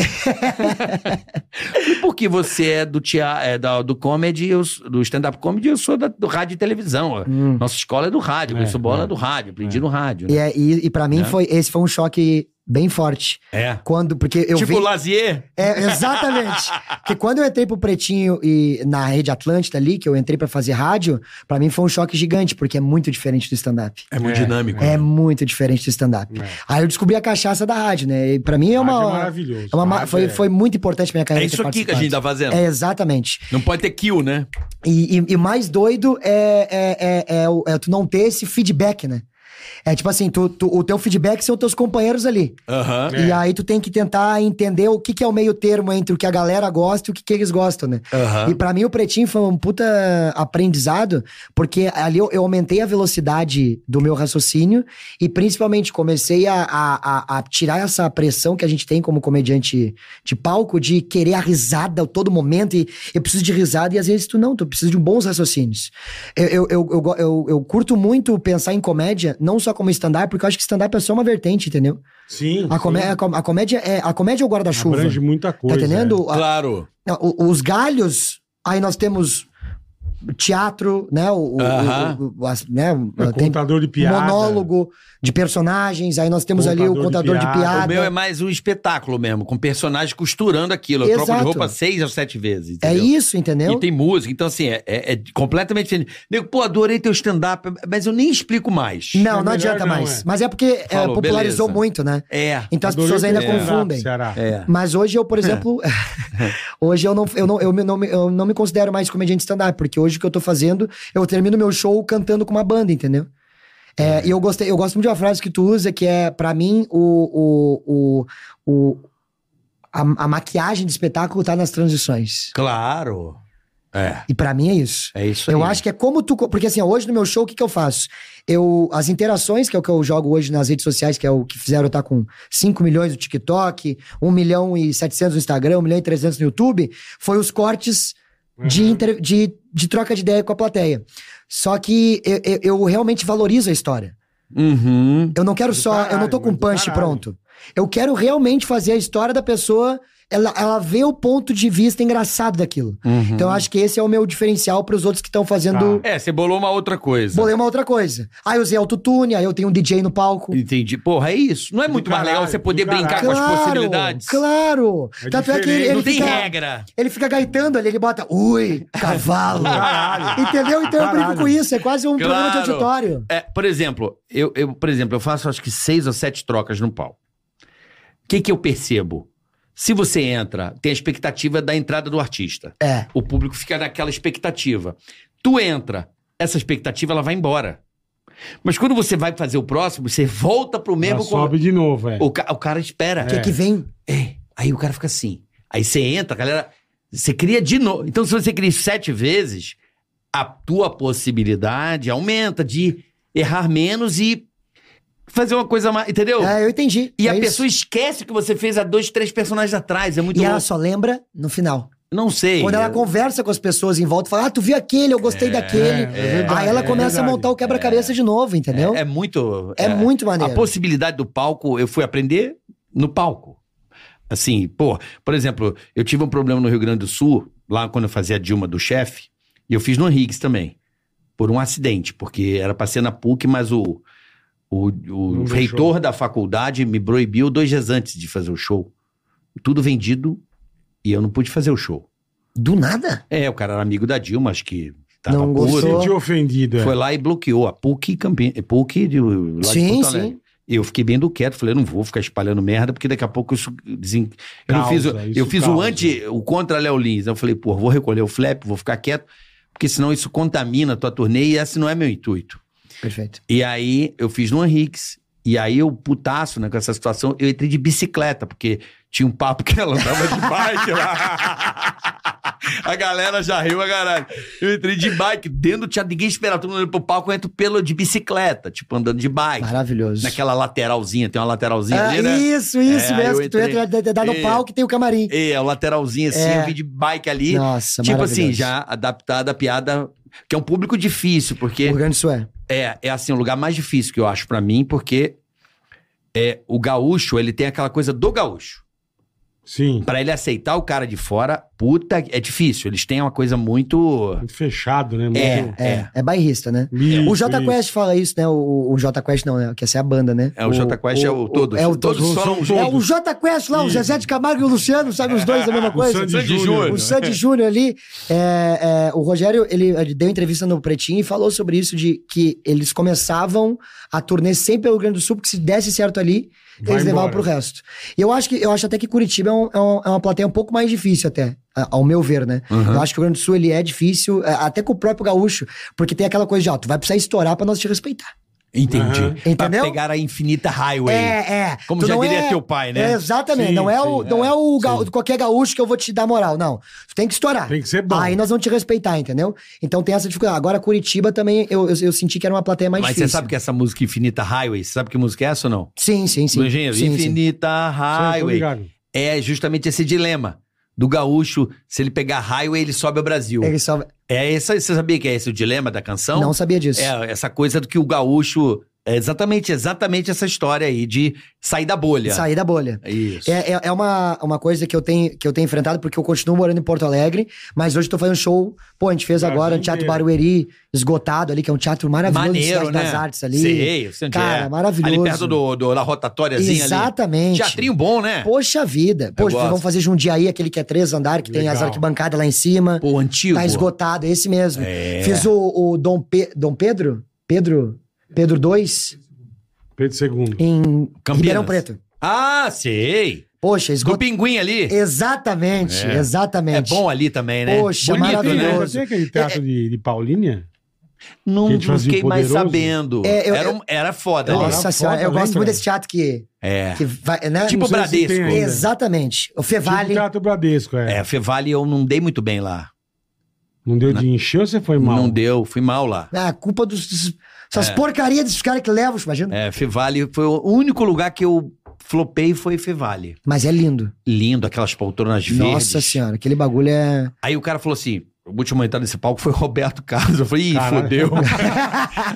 F: E Porque você é do teatro, é da- do comedy, eu, s- do stand-up comedy, eu sou da- do rádio e televisão. Nossa escola é do rádio,
C: É,
F: eu sou bola
C: é.
F: do rádio, aprendi no rádio. né?
B: E, Hum. é- e, e para mim
F: Né?
B: foi esse foi um choque bem forte.
F: É.
B: Quando, porque eu
F: tipo
B: vi...
F: Lazier.
B: É, exatamente. Porque quando eu entrei pro Pretinho e na Rede Atlântida ali, que eu entrei pra fazer rádio, pra mim foi um choque gigante, porque é muito diferente do stand-up.
F: É muito
C: É,
F: dinâmico.
B: É muito diferente do stand-up. Aí eu descobri a cachaça da rádio, né? E pra mim é uma.
C: Rádio é maravilhoso.
B: é uma ma-
C: Rádio
B: foi,
C: é-
B: foi muito importante pra minha
F: É
B: carreira.
F: isso
B: ter
F: aqui que a gente tá
B: participado.
F: fazendo.
B: É, exatamente.
F: Não pode ter kill, né?
B: E, e, e mais doido é, é, é, é o- é tu não ter esse feedback, né? É tipo assim, tu, tu- o teu feedback são teus companheiros ali.
F: Aham.
B: E aí tu tem que tentar entender o que, que é o meio termo entre o que a galera gosta e o que, que eles gostam, né?
F: Aham.
B: E pra mim o Pretinho foi um puta aprendizado, porque ali eu, eu aumentei a velocidade do meu raciocínio e principalmente comecei a, a- a- a tirar essa pressão que a gente tem como comediante de palco de querer a risada a todo momento e eu preciso de risada e às vezes tu não, tu precisa de bons raciocínios. Eu, eu, eu, eu, go- eu- eu curto muito pensar em comédia, não só como stand-up, porque eu acho que stand-up é só uma vertente, entendeu?
C: Sim.
B: A, comé- a,
C: sim.
B: com- a comédia é a comédia é o guarda-chuva.
C: Abrange muita
B: Tá
C: coisa. é.
B: entendendo? A-
F: Claro.
B: não, o- os galhos, aí nós temos teatro, né? O, o-
F: Aham.
B: o- o- as- né?
C: É. É
B: Tem
C: contador de piada.
B: monólogo de personagens, aí nós temos ali o
C: Contador
B: contador
C: de
B: de
C: piada.
B: piada.
F: O meu é mais um espetáculo mesmo, com personagens costurando aquilo. Eu troco de
B: Exato.
F: roupa seis ou sete vezes.
B: É
F: entendeu?
B: isso, entendeu?
F: E tem música, então assim, é, é- é completamente diferente. Nego, pô, adorei teu stand-up, mas eu nem explico mais.
B: Não,
C: É
B: não
C: melhor
B: adianta
C: não,
B: mais.
C: é.
B: Mas é porque é,
F: Falou,
B: popularizou
F: beleza.
B: muito, né?
F: É.
B: Então as
C: Adorei
B: pessoas ainda
C: o teu stand-up,
B: confundem.
C: Ceará.
F: É.
B: Mas hoje eu, por exemplo, [LAUGHS] hoje eu não, eu, não, eu, me- não, me- eu não me considero mais comediante stand-up, porque hoje o que eu tô fazendo, eu termino meu show cantando com uma banda, entendeu? É, E eu, gostei, eu gosto muito de uma frase que tu usa, que é, pra mim, o, o, o, o- a, a maquiagem de espetáculo tá nas transições.
F: Claro. É.
B: E pra mim é isso.
F: É isso aí.
B: Eu acho que é como tu. co- Porque assim, ó, hoje no meu show, o que, que eu faço? Eu, as interações, que é o que eu jogo hoje nas redes sociais, que é o que fizeram eu estar com 5 milhões no TikTok, 1 milhão e 700 no Instagram, 1 milhão e 300 no YouTube, foi os cortes
C: Uhum.
B: de, inter- de, de troca de ideia com a plateia. Só que eu- eu- eu realmente valorizo a história.
F: Uhum.
B: Eu não quero
C: Do
B: só. eu não tô
C: caralho,
B: com
C: mas do
B: punch
C: caralho.
B: pronto. Eu quero realmente fazer a história da pessoa. Ela, ela vê o ponto de vista engraçado daquilo. Então, eu
C: Uhum.
B: acho que esse é o meu diferencial pros outros que estão
C: Tá.
B: fazendo.
F: uhum. É, você bolou uma outra coisa.
B: Bolei uma outra coisa. Aí eu usei autotune, aí eu tenho um DJ no palco.
F: Entendi. Porra, é isso. Não é
C: Do
F: muito mais
C: caralho,
F: legal você
C: do
F: poder brincar
C: caralho.
F: com as possibilidades?
B: Claro!
C: É
B: Tanto é que ele,
C: diferente.
B: ele
F: Não tem
B: fica,
F: regra.
B: ele fica gaitando ali, ele bota ui, cavalo.
C: Caralho.
B: Entendeu? Então eu brinco
C: Caralho.
B: com isso, é quase um programa de
F: Claro.
B: auditório.
F: É, por exemplo, eu, eu- por exemplo, eu faço acho que seis ou sete trocas no pau. O que, que eu percebo? Se você entra, tem a expectativa da entrada do artista.
B: É.
F: O público fica naquela expectativa. Tu entra, essa expectativa ela vai embora. Mas quando você vai fazer o próximo, você volta pro
C: Ela
F: mesmo.
C: sobe de novo, é.
F: O, ca- o cara espera.
B: O que que vem?
F: É. Aí o cara fica assim. Aí você entra, a galera. Você cria de novo. Então, se você cria sete vezes, a tua possibilidade aumenta de errar menos e fazer uma coisa mais. Entendeu?
B: É, eu entendi.
F: E
B: É
F: a
B: isso.
F: pessoa esquece que você fez há dois, três personagens atrás. É muito
B: E ela
F: louco.
B: só lembra no final.
F: Não sei. É,
B: Quando ela conversa com as pessoas em volta, fala: Ah, tu viu aquele, eu gostei daquele.
C: é verdade,
B: Aí ela
C: é
B: começa a
C: verdade.
B: montar o quebra-cabeça de novo, entendeu?
F: É, é muito.
B: É muito maneiro.
F: A possibilidade do palco, eu fui aprender no palco. Assim, pô, por exemplo, eu tive um problema no Rio Grande do Sul, lá quando eu fazia a Dilma do chefe, e eu fiz no Riggs também, por um acidente, porque era pra ser na PUC, mas o, o, o
C: Não
F: reitor da faculdade me proibiu dois dias antes de fazer o show. Tudo vendido e eu não pude fazer o show.
B: Do nada?
F: É, o cara era amigo da Dilma, acho que tava
B: Não
F: puto.
C: Tá Se
B: gostou.
C: sentiu ofendido, é.
F: Foi lá e bloqueou a PUC, Campi... PUC de, lá de
B: Sim,
F: Porto Alegre.
B: sim.
F: Eu fiquei bem do quieto, falei, eu não vou ficar espalhando merda, porque daqui a pouco isso desen... eu não
C: Causa,
F: fiz, o-
C: isso
F: eu fiz o
C: causa.
F: anti, o contra Léo Lins. Eu falei, pô, vou recolher o flap, vou ficar quieto, porque senão isso contamina a tua turnê e esse não é meu intuito.
B: Perfeito.
F: E aí eu fiz no Henriques. E aí eu, putaço, né, com essa situação, eu entrei de bicicleta, porque tinha um papo que ela andava de bike lá. [LAUGHS] A galera já riu a caralho. Eu entrei de bike, dentro do teatro, ninguém esperava, todo mundo olhando pro palco, eu entro pelo de bicicleta, tipo, andando de bike.
B: Maravilhoso.
F: Naquela lateralzinha, tem uma lateralzinha
B: Ah,
F: ali, né?
B: Isso, isso
F: É,
B: mesmo.
F: eu
B: Que tu
F: entrei.
B: entra, dá- dá no
F: É.
B: palco e tem o camarim.
F: É, a lateralzinha assim,
B: É.
F: eu vim de bike ali.
B: Nossa,
F: tipo
B: maravilhoso.
F: assim, já adaptada a piada, que é um público difícil, porque...
B: O grande sué.
F: É, é assim, o lugar mais difícil que eu acho pra mim, porque é, o gaúcho, ele tem aquela coisa do gaúcho.
C: Sim.
F: Pra ele aceitar o cara de fora, puta, é difícil. Eles têm uma coisa muito.
C: Muito fechado, né? Muito-
B: É,
F: É,
B: é bairrista, né? O J
C: Isso,
B: Quest fala isso, né? O, o J Quest não, né? Que essa é a banda, né?
F: É, o Jota Quest é o todos.
B: É o
F: Todos um
B: todos.
F: falam
C: um
B: são-
F: juntos.
B: É o J Quest lá, o Zezé de Camargo e o Luciano, sabe os dois é a mesma coisa?
C: Sandy Júnior.
F: né?
B: O Sandy Júnior ali, é, é, o Rogério, ele, ele deu entrevista no Pretinho e falou sobre isso, de que eles começavam a turnê sempre pelo Rio Grande do Sul, porque se desse certo ali,
C: Vai
B: eles levavam
C: embora.
B: pro resto. E eu acho, que, eu acho até que Curitiba é, um- é um- é uma plateia um pouco mais difícil até, a- ao meu ver, né?
F: Uhum.
B: Eu acho que o Rio Grande do Sul, ele é difícil, é, até com o próprio gaúcho, porque tem aquela coisa de, ó, tu vai precisar estourar pra nós te respeitar.
F: Entendi.
C: Aham.
F: Pra
B: Entendeu?
F: pegar a infinita highway.
B: É, é.
F: Como
B: Tu
F: já
B: não
F: diria teu pai, né?
B: É, exatamente.
C: Sim,
B: não é o,
C: sim,
B: não é o gaú- qualquer gaúcho que eu vou te dar moral, não. Tu tem que estourar.
C: Tem que ser bom.
B: Aí nós vamos te respeitar, entendeu? Então tem essa dificuldade. Agora, Curitiba também, eu, eu, eu senti que era uma plateia mais
F: Mas
B: difícil.
F: você sabe que essa música Infinita Highway, você sabe que música é essa ou não?
B: Sim, sim, sim.
F: Do engenheiro?
B: sim, sim.
F: Infinita
C: Sandy, tô
F: Highway.
C: ligado.
F: É justamente esse dilema do gaúcho, se ele pegar highway, ele sobe ao Brasil.
B: Ele só-
F: É essa, você sabia que é esse o dilema da canção?
B: Não sabia disso.
F: É essa coisa do que o gaúcho, é exatamente, exatamente essa história aí de sair da bolha.
B: Sair da bolha.
F: Isso.
B: É, é, é uma, uma coisa que eu, tenho, que eu tenho enfrentado, porque eu continuo morando em Porto Alegre, mas hoje eu tô fazendo show. Pô, a gente fez
C: Brasil
B: agora no Teatro
C: inteiro.
B: Barueri, esgotado ali, que é um teatro maravilhoso
F: Maneiro,
B: Cidade
F: né?
B: das Artes ali.
F: Sei, eu sei onde
B: Cara,
F: é.
B: maravilhoso.
F: Ali perto do, do- da rotatóriazinha ali.
B: Exatamente.
F: Teatrinho bom, né?
B: Poxa vida. Poxa,
F: gosto.
B: vamos fazer Jundiaí, aquele que é três andares, que tem as
C: Legal.
B: arquibancadas lá em cima.
F: Pô, antigo.
B: Tá esgotado, é esse mesmo.
F: É.
B: Fiz o, o Dom, Pe- Dom Pedro? Pedro? Pedro 2
C: Pedro II.
B: em
F: Campinas.
B: Ribeirão Preto.
F: Ah, sei.
B: Poxa,
F: Do
B: esgotado.
F: pinguim ali.
B: Exatamente,
F: É
B: exatamente.
F: bom ali também, né?
B: Poxa,
F: Bonito,
B: maravilhoso.
F: né?
C: Tem aquele teatro de, de Paulínia?
F: Não
C: Quem te fazia
F: fiquei mais
C: poderoso?
F: sabendo.
B: É, eu-
F: era, um- era foda, né?
B: Nossa
C: Era
B: senhora,
C: foda,
B: eu um- gosto
C: lembra?
B: muito desse teatro que,
F: É.
B: que vai, né?
F: Tipo
B: Não sei-
C: se
F: Bradesco.
C: tem ainda.
B: Exatamente. O
C: Vale.
B: Fevale.
C: Teatro Bradesco, é.
F: É, Fevale eu não dei muito bem lá.
C: Não deu de encher ou você foi mal?
F: Não deu, fui mal lá.
B: Ah, a culpa dos. dos- Essas porcarias desses caras que levam, imagina.
F: É, Fevale foi o único lugar que eu flopei foi Fevale.
B: Mas é lindo.
F: Lindo, aquelas poltronas verdes.
B: Nossa senhora, aquele bagulho é.
F: Aí o cara falou assim: o último a entrar nesse palco foi Roberto Carlos. Eu falei, ih,
C: Caralho.
F: fodeu.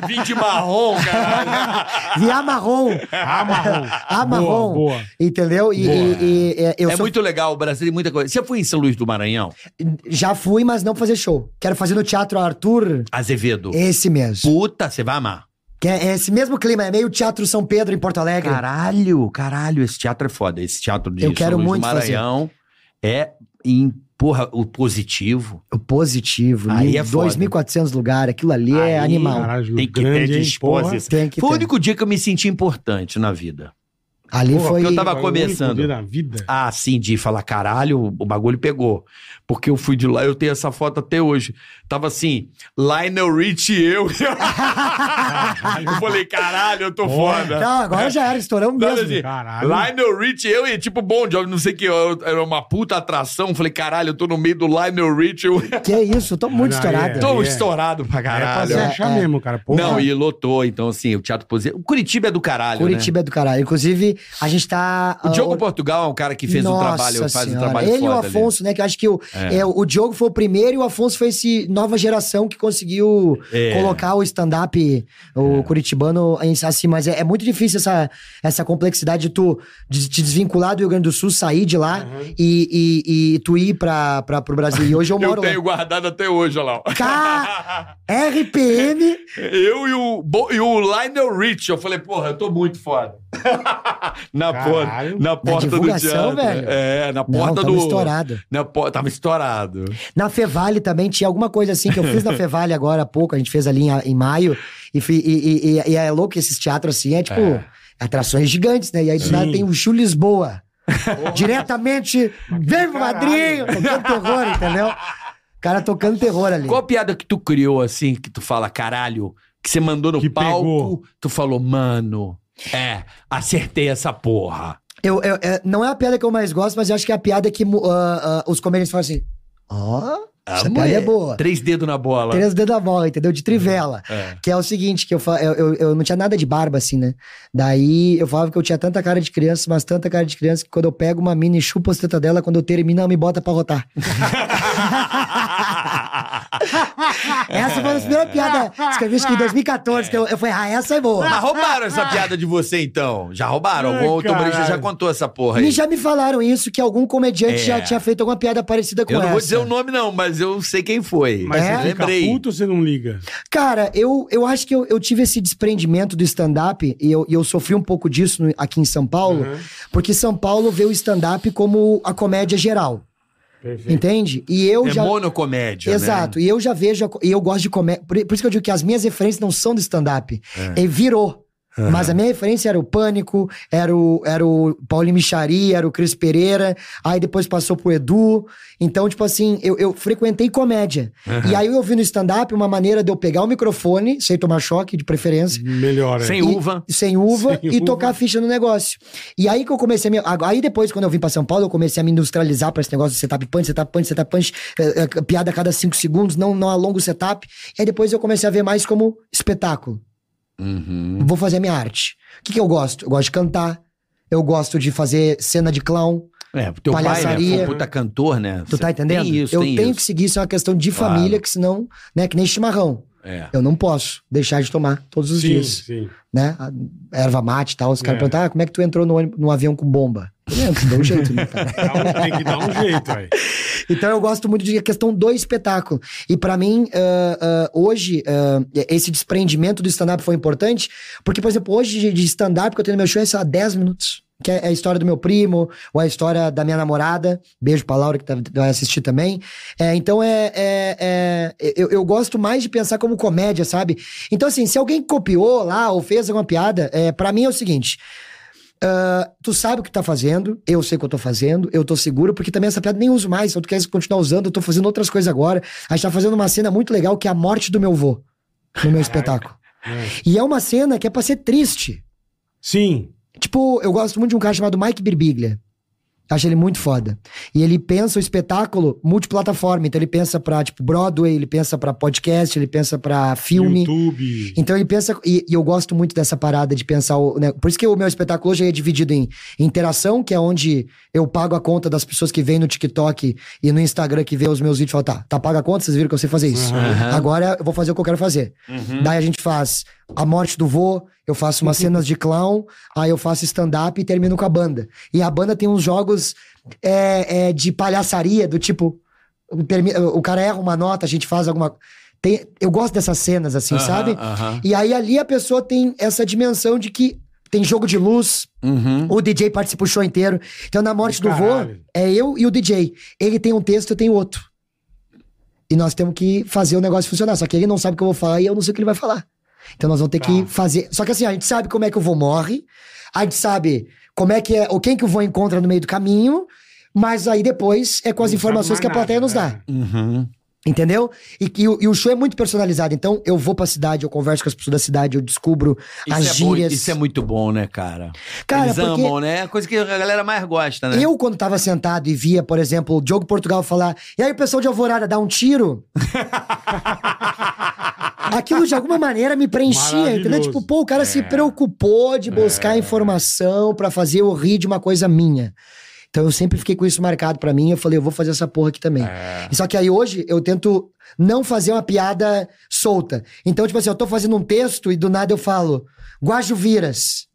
F: Vim de marrom, caralho. [LAUGHS]
B: Virar marrom. [LAUGHS]
C: Ah, marrom.
B: Ah, marrom.
C: Boa, boa.
B: Entendeu? E,
C: Boa.
B: e- e- é, eu
F: é
B: sou-
F: muito legal o Brasil, tem muita coisa. Você foi em São Luís do Maranhão?
B: já fui, mas não fazer show. Quero fazer no Teatro Arthur
F: Azevedo.
B: esse mesmo.
F: Puta, você vai amar.
B: Que é é esse mesmo clima, é meio Teatro São Pedro em Porto Alegre.
F: Caralho, caralho, esse teatro é foda. Esse teatro de
B: Eu
F: São
B: quero
F: Luís
B: muito
F: do Maranhão é em, porra, o positivo.
B: O positivo,
F: Aí
B: lindo,
F: é foda.
B: 2.400 lugares, aquilo ali é
F: Aí,
B: animal.
C: Caralho,
J: Tem que
C: grande,
J: ter
C: hein,
J: disposição.
B: Tem que
F: Foi o
B: ter.
F: único dia que eu me senti importante na vida.
B: Ali
C: Porra,
B: foi.
F: porque eu
C: porra.
F: tava-
C: Foi o único
F: começando.
C: dia da vida. É
F: Ah, sim, de falar, caralho, o bagulho pegou. Porque eu fui de lá, eu tenho essa foto até hoje. Tava assim, Lionel Rich e eu. [LAUGHS] eu falei, caralho, eu tô foda.
B: Não, agora já era, estouramos
F: Nada
B: tá mesmo.
F: assim,
C: caralho.
F: Lionel Rich, eu e tipo Bon Jovi, não sei o que, eu- era uma puta atração. Falei, caralho, eu tô no meio do Lionel Rich, eu [LAUGHS]
B: Que isso, eu tô muito
C: Não,
B: estourado.
C: é.
F: tô estourado pra
C: Pra se
F: caralho.
B: É,
C: achar
B: é.
C: mesmo, cara. Porra.
F: Não, e lotou, então assim, o teatro positivo. O Curitiba é do caralho,
B: Curitiba é do caralho. Inclusive, a gente tá.
F: né? O Diogo
B: ah,
F: Portugal é um cara que fez um
B: Nossa
F: trabalho, faz um
B: Senhora.
F: trabalho
B: Ele e o
F: foda ali.
B: Afonso, né? Que eu acho que o,
F: É.
B: é, o Diogo foi o primeiro e o Afonso foi esse nova geração que conseguiu
F: É.
B: colocar o stand-up, o curitibano, em- assim. Mas é, é muito difícil essa, essa complexidade de tu de te desvincular do Rio Grande do Sul, sair de lá e, e, e tu ir pra, pra, pro Brasil. E hoje eu
F: [LAUGHS] Eu
B: moro
F: tenho guardado até hoje, olha lá. ó.
B: lá. K RPM.
F: Eu e o, Bo- e o Lionel Rich. Eu falei, porra, eu tô muito foda. [LAUGHS] na,
C: Caralho.
F: porta, na porta do
B: divulgação,
F: teatro.
B: velho.
F: É, na
B: Não,
F: porta
B: tamo
F: do.
B: estourado.
F: Na por... Tava estourado.
B: Na Fevale também tinha alguma coisa assim que eu fiz na Fevale agora há pouco, a gente fez ali em, em maio, e, fi- e- e- e- e é louco esses teatros assim, é tipo atrações gigantes, né? E aí do nada tem o Chu Lisboa. Diretamente, vem pro madrinho, tocando terror, entendeu? O cara tocando terror ali.
F: Qual a piada que tu criou assim, que tu fala, caralho, que você mandou no
C: Que
F: palco,
C: pegou.
F: tu falou, mano, é, acertei essa porra.
B: Eu, eu- é, não é a piada que eu mais gosto, mas eu acho que é a piada que mu- ah, ah, os comediantes falam assim: ó,
F: Ah,
B: essa piada é boa.
F: Três dedos na bola. [LAUGHS]
B: Três dedos da bola, entendeu? De trivela.
F: Uhum.
B: Que é o seguinte, que eu, fa- eu, eu, eu não tinha nada de barba, assim, né? Daí eu falava que eu tinha tanta cara de criança, mas tanta cara de criança, que quando eu pego uma
F: [LAUGHS]
B: mina e chupo as tetas dela, quando eu termino, ela me bota pra rotar. Essa foi a primeira piada que eu escrevi acho que em 2014. Que eu, eu falei, ah, essa é
F: Mas
B: boa.
F: roubaram essa piada de você, então. Já roubaram.
C: Ai,
F: Algum humorista
C: caralho.
F: já contou essa porra
B: E
F: aí.
B: já me falaram isso, que algum comediante
F: É.
B: já tinha feito alguma piada parecida com
F: Eu
B: essa.
F: não vou dizer o nome, não, mas eu sei quem foi.
C: Mas
B: É?
C: você fica
F: Lembrei.
C: puto ou você não liga?
B: Cara, eu, eu acho que eu, eu tive esse desprendimento do stand-up e eu, e eu sofri um pouco disso no- aqui em São Paulo, porque São Paulo vê o stand-up como a comédia geral,
C: Perfeito.
B: entende? E eu
F: É
B: já.
F: monocomédia,
B: Exato, e eu já vejo, a co- e eu gosto de comédia. Por, por isso que eu digo que as minhas referências não são do stand-up. E virou. Mas a minha referência era o Pânico, era o, era o Paulinho Michari, era o Cris Pereira, aí depois passou pro Edu. Então, tipo assim, eu, eu frequentei comédia. E aí eu vi no stand-up uma maneira de eu pegar o microfone, sem tomar choque, de preferência,
C: Melhor.
F: né?
C: é.
F: Sem
B: e-
F: uva.
B: sem uva
C: Sem
B: e
C: uva.
B: tocar a ficha no negócio. E aí que eu comecei a me... ag- Aí depois, quando eu vim pra São Paulo, eu comecei a me industrializar pra esse negócio de setup punch, setup punch, setup punch, eh, eh, piada a cada cinco segundos, não, não alongo o setup. E aí depois eu comecei a ver mais como espetáculo. Vou fazer a minha arte. O que, que eu gosto? Eu gosto de cantar, eu gosto de fazer cena de clown.
F: É, teu pai, né?
B: Palhaçaria.
F: Foi um puta cantor, né?
B: Tu tá
F: Cê-
B: entendendo?
F: Tem isso,
B: eu
F: tem
B: tenho
F: isso.
B: que seguir, isso é uma questão de
F: Claro.
B: família, que senão, né, que nem chimarrão.
F: É.
B: Eu não posso deixar de tomar todos os
C: Sim,
B: dias
C: sim.
B: né? a erva mate e tal. Os caras
C: É.
B: perguntaram, ah, como é que tu entrou no, ônibus- no avião com bomba? Eu lembro, deu um jeito, né, cara?
C: [LAUGHS] Dá um- Tem que dar um jeito aí.
B: Então eu gosto muito de questão do espetáculo. E pra mim, ah, ah, hoje, ah, esse desprendimento do stand-up foi importante, porque, por exemplo, hoje de- de stand-up que eu tenho no meu show é só 10 minutos. Que é a história do meu primo, ou a história da minha namorada. Beijo pra Laura, que tá- vai assistir também. É, então é. é- é- eu, eu gosto mais de pensar como comédia, sabe? Então, assim, se alguém copiou lá ou fez alguma piada, é, para mim é o seguinte: ah, tu sabe o que tá fazendo, eu sei o que eu tô fazendo, eu tô seguro, porque também essa piada nem uso mais. Se tu quer continuar usando, eu tô fazendo outras coisas agora. A gente tá fazendo uma cena muito legal que é a morte do meu vô no meu espetáculo. E é uma cena que é pra ser triste.
C: Sim.
B: Tipo, eu gosto muito de um cara chamado Mike Birbiglia. Acho ele muito foda. E ele pensa o espetáculo multiplataforma. Então ele pensa pra, tipo, Broadway, ele pensa pra podcast, ele pensa pra filme.
C: YouTube.
B: Então ele pensa. E, e eu gosto muito dessa parada de pensar. O, né, por isso que o meu espetáculo hoje é dividido em interação, que é onde eu pago a conta das pessoas que vêm no TikTok e no Instagram que vê os meus vídeos e falam: tá, tá paga a conta, vocês viram que eu sei fazer isso. Agora eu vou fazer o que eu quero fazer. Daí a gente faz a morte do vô, eu faço umas cenas de clown, aí eu faço stand-up e termino com a banda. E a banda tem uns jogos é, é, de palhaçaria, do tipo. o termi- O cara erra uma nota, a gente faz alguma. Tem, eu gosto dessas cenas, assim,
F: Aham,
B: sabe?
F: aham.
B: E aí ali a pessoa tem essa dimensão de que tem jogo de luz,
F: Uhum.
B: o DJ participa o show inteiro. Então na morte do vô,
C: Caralho.
B: é eu e o DJ. Ele tem um texto, eu tenho outro. E nós temos que fazer o negócio funcionar. Só que ele não sabe o que eu vou falar e eu não sei o que ele vai falar. Então nós vamos ter que
C: Tá.
B: fazer. Só que assim, a gente sabe como é que o vô morre, a gente sabe como é que é, ou quem que o vô encontra no meio do caminho, mas aí depois é com as
C: Não sabe
B: informações
C: mais
B: que a plateia
C: nada,
B: nos dá.
C: né?
F: Uhum.
B: Entendeu? E, que o- e o show é muito personalizado. Então, eu vou pra cidade, eu converso com as pessoas da cidade, eu descubro
F: Isso,
B: as
F: é bom,
B: gírias.
F: isso é muito bom, né, cara?
B: Cara,
F: Eles
B: porque
F: amam, né? É a coisa que a galera mais gosta, né?
B: eu, quando tava sentado e via, por exemplo, o Diogo Portugal falar, e aí o pessoal de Alvorada dá um tiro. Aquilo de alguma maneira me preenchia, entendeu?
C: Maravilhoso.
B: Tipo, pô, o cara
F: É.
B: se preocupou de buscar informação pra fazer eu rir de uma coisa minha. Então eu sempre fiquei com isso marcado pra mim. Eu falei, eu vou fazer essa porra aqui também.
F: É.
B: Só que aí hoje eu tento não fazer uma piada solta. Então, tipo assim, eu tô fazendo um texto e do nada eu falo, Guajuviras.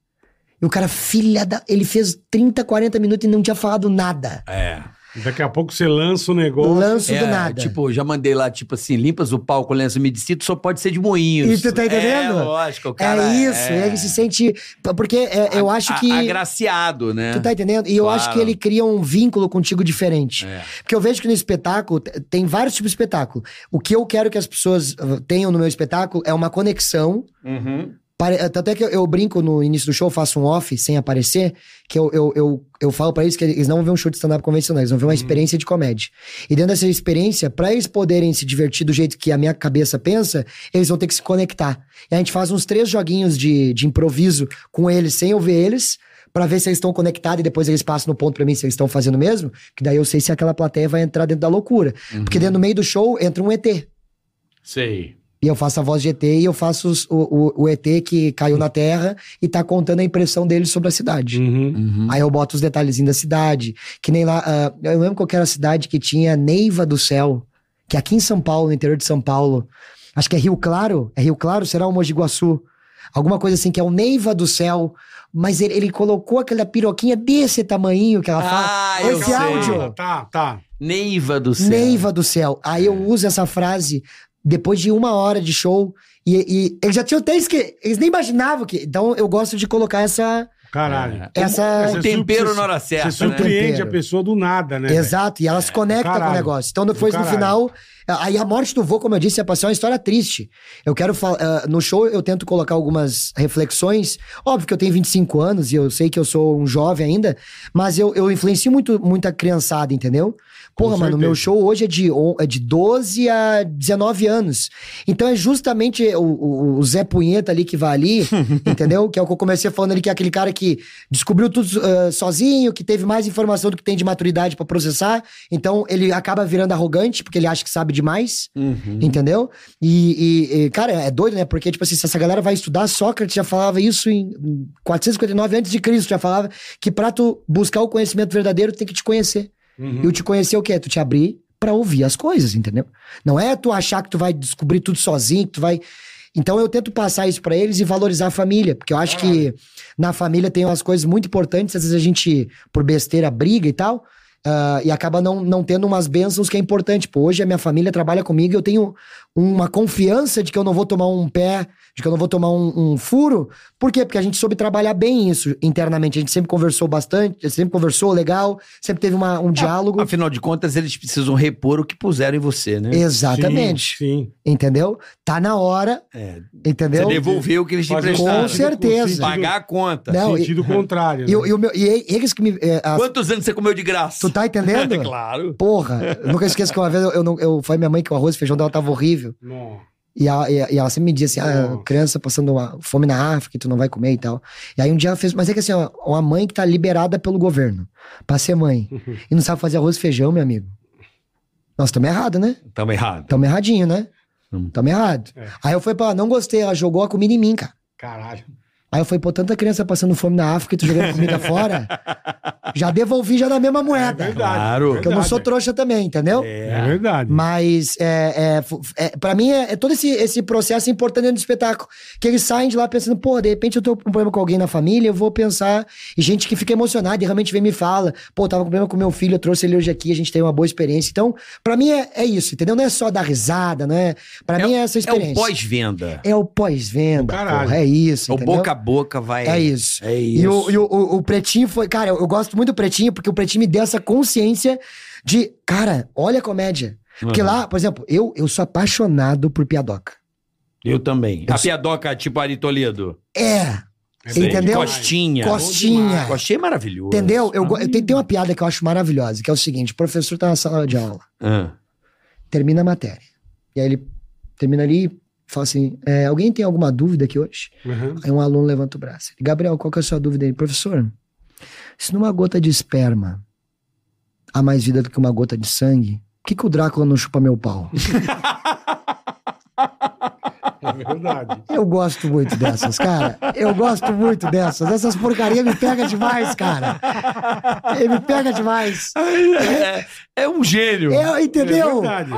B: E o cara, filha da. Ele fez 30, 40 minutos e não tinha falado nada.
F: É.
C: Daqui a pouco você lança o negócio.
B: Lanço do
F: É,
B: nada.
F: Tipo, já mandei lá, tipo assim, limpas o palco, lenço medicito, só pode ser de moinhos.
B: E tu tá entendendo?
F: É, lógico, o cara.
B: é isso, ele se sente. Porque é, eu
F: a-
B: acho
F: a-
B: que.
F: Agraciado, né?
B: Tu tá entendendo? E eu
F: Claro.
B: acho que ele cria um vínculo contigo diferente.
F: É.
B: Porque eu vejo que no espetáculo, te- tem vários tipos de espetáculo. O que eu quero que as pessoas uh, tenham no meu espetáculo é uma conexão.
F: Uhum.
B: Pare- eh, Tanto é que eu, eu brinco no início do show, faço um off sem aparecer, que eu, eu, eu, eu falo pra eles que eles não vão ver um show de stand-up convencional, eles vão ver uma experiência de comédia. E dentro dessa experiência, pra eles poderem se divertir do jeito que a minha cabeça pensa, eles vão ter que se conectar. E a gente faz uns três joguinhos de, de improviso com eles, sem eu ver eles, pra ver se eles estão conectados e depois eles passam no ponto pra mim se eles estão fazendo o mesmo, que daí eu sei se aquela plateia vai entrar dentro da loucura. Porque dentro do meio do show entra um ET.
F: Sei.
B: E eu faço a voz de ET e eu faço os- o, o, o ET que caiu na Terra e tá contando a impressão dele sobre a cidade.
C: Uhum.
B: Aí eu boto os detalhezinhos da cidade, que nem lá. ah, eu lembro qual que era a cidade que tinha Neiva do Céu, que aqui em São Paulo, no interior de São Paulo, acho que é Rio Claro, é Rio Claro, será o Mogi Guaçu? Alguma coisa assim, que é o Neiva do Céu, mas ele, ele colocou aquela piroquinha desse tamanhinho que ela fala.
F: Ah,
B: eu Esse sei. áudio.
C: Tá, tá.
F: Neiva do céu.
B: Neiva do céu. Aí eu uso essa frase depois de uma hora de show. E, e eles já tinham até esque... Eles nem imaginavam que. Então eu gosto de colocar essa.
C: Caralho.
B: É, essa...
C: Essa-
F: Um tempero na hora
C: Você
F: certa, né?
C: surpreende
B: Tempero.
C: a pessoa do nada, né? velho?
B: Exato, e ela se conecta com o
C: caralho.
B: negócio. Então, depois,
C: Do
B: no
C: caralho.
B: final. Aí a morte do vô, como eu disse, é pra ser uma história triste. Eu quero falar. ah, no show, eu tento colocar algumas reflexões. Óbvio que eu tenho 25 anos e eu sei que eu sou um jovem ainda, mas eu, eu influencio muito, muita criançada, entendeu? Porra, mano,
C: certeza.
B: meu show hoje é de, on- é de 12 a 19 anos. Então é justamente o, o- o Zé Punheta ali que vai ali, entendeu? Que é o que eu comecei falando ali, que é aquele cara que descobriu tudo ah, sozinho, que teve mais informação do que tem de maturidade pra processar. Então ele acaba virando arrogante, porque ele acha que sabe demais, entendeu? E, e- e, cara, é doido, né? Porque, tipo assim, se essa galera vai estudar, Sócrates já falava isso em 459 antes de Cristo, já falava que pra tu buscar o conhecimento verdadeiro, tu tem que te conhecer. E o te conhecer é o quê? Tu te abrir pra ouvir as coisas, entendeu? Não é tu achar que tu vai descobrir tudo sozinho, que tu vai. Então eu tento passar isso pra eles e valorizar a família, porque eu acho que na família tem umas coisas muito importantes, às vezes a gente, por besteira, briga e tal, ah, e acaba não, não tendo umas bênçãos que é importante. Pô, hoje a minha família trabalha comigo e eu tenho uma confiança de que eu não vou tomar um pé, de que eu não vou tomar um, um furo. Por quê? Porque a gente soube trabalhar bem isso internamente. A gente sempre conversou bastante, a gente sempre conversou legal, sempre teve uma-
C: É,
B: um diálogo.
F: Afinal de contas, eles precisam repor o que puseram em você,
B: É,
F: né?
B: Exatamente.
C: Sim.
B: Entendeu? Tá na hora.
F: Você
C: É,
B: Entendeu?
F: devolveu o que eles te
C: Fazer um
F: emprestaram.
B: Com certeza. Né?
F: Pagar a conta.
B: Não,
C: sim.
B: e-
C: Sentido contrário.
B: E,
C: né?
B: o- e o meu, e eles que me. é, as-
F: Quantos anos você comeu de graça?
B: tu tá
C: [LAUGHS]
B: entendendo?
C: É
F: Claro.
B: Porra, eu nunca esqueço que uma vez eu, eu, não- eu falei pra minha mãe que o arroz e feijão dela tava horrível.
C: Não.
B: E ela, e- e ela sempre me dizia assim: ah,
C: Nossa.
B: criança passando uma fome na África, tu não vai comer e tal. E aí um dia ela fez. Mas é que assim, ó, uma mãe que tá liberada pelo governo pra ser
C: [LAUGHS]
B: mãe e não sabe fazer arroz e feijão, meu amigo. Nós estamos errados, né?
F: Tamo errado.
B: Estamos erradinho, né?
F: Hum.
B: Estamos errado.
C: É.
B: Aí eu falei pra ela: não gostei, ela jogou a comida em mim, cara.
C: Caralho. É
B: Aí eu falei, pô, tanta criança passando fome na África e tu jogando comida
C: [LAUGHS]
B: fora, já devolvi já na mesma moeda.
F: Claro.
B: porque eu não sou trouxa também, entendeu?
C: É verdade.
B: Mas é, é, fu- é, pra mim é, é todo esse, esse processo é importante dentro do espetáculo. Que eles saem de lá pensando, pô, de repente eu tô com um problema com alguém na família, eu vou pensar. E gente que fica emocionada e realmente vem e me fala, pô, tava com problema com meu filho, eu trouxe ele hoje aqui, a gente tem uma boa experiência. Então, pra mim é, é isso, entendeu? Não é só dar risada, não é? Pra mim é essa
F: É o
B: experiência.
F: pós-venda.
B: É o pós-venda,
C: Do caralho.
B: porra, é isso,
F: O
B: entendeu?
F: boca a boca vai.
B: É isso.
F: É
B: E, o, e o- o- o Pretinho foi. Cara, eu, eu gosto muito do Pretinho porque o Pretinho me deu essa consciência de. Cara, olha a comédia. Porque lá, por exemplo, eu, eu sou apaixonado por piadoca.
F: Eu também. A piadoca tipo Ari Toledo.
B: É,
C: É
B: Entendeu?
C: bom demais. [LAUGHS]
F: Costinha.
B: costinha.
F: Costinha é maravilhoso.
B: Entendeu? Eu, go- eu tenho, tem uma piada que eu acho maravilhosa, que é o seguinte: o professor tá na sala de aula,
F: Ah.
B: termina a matéria. E aí ele termina ali e fala assim: é, alguém tem alguma dúvida aqui hoje?
C: Uhum.
B: Aí um aluno levanta o braço. Ele, Gabriel, qual que é a sua dúvida aí? Professor, se numa gota de esperma há mais vida do que uma gota de sangue, por que, que o Drácula não chupa meu pau?
C: É verdade.
B: Eu gosto muito dessas, cara. Eu gosto muito dessas. Essas porcarias me pegam demais, cara. Ele me pega demais.
F: É um gênio.
B: Eu,
C: É
B: entendeu?
C: verdade.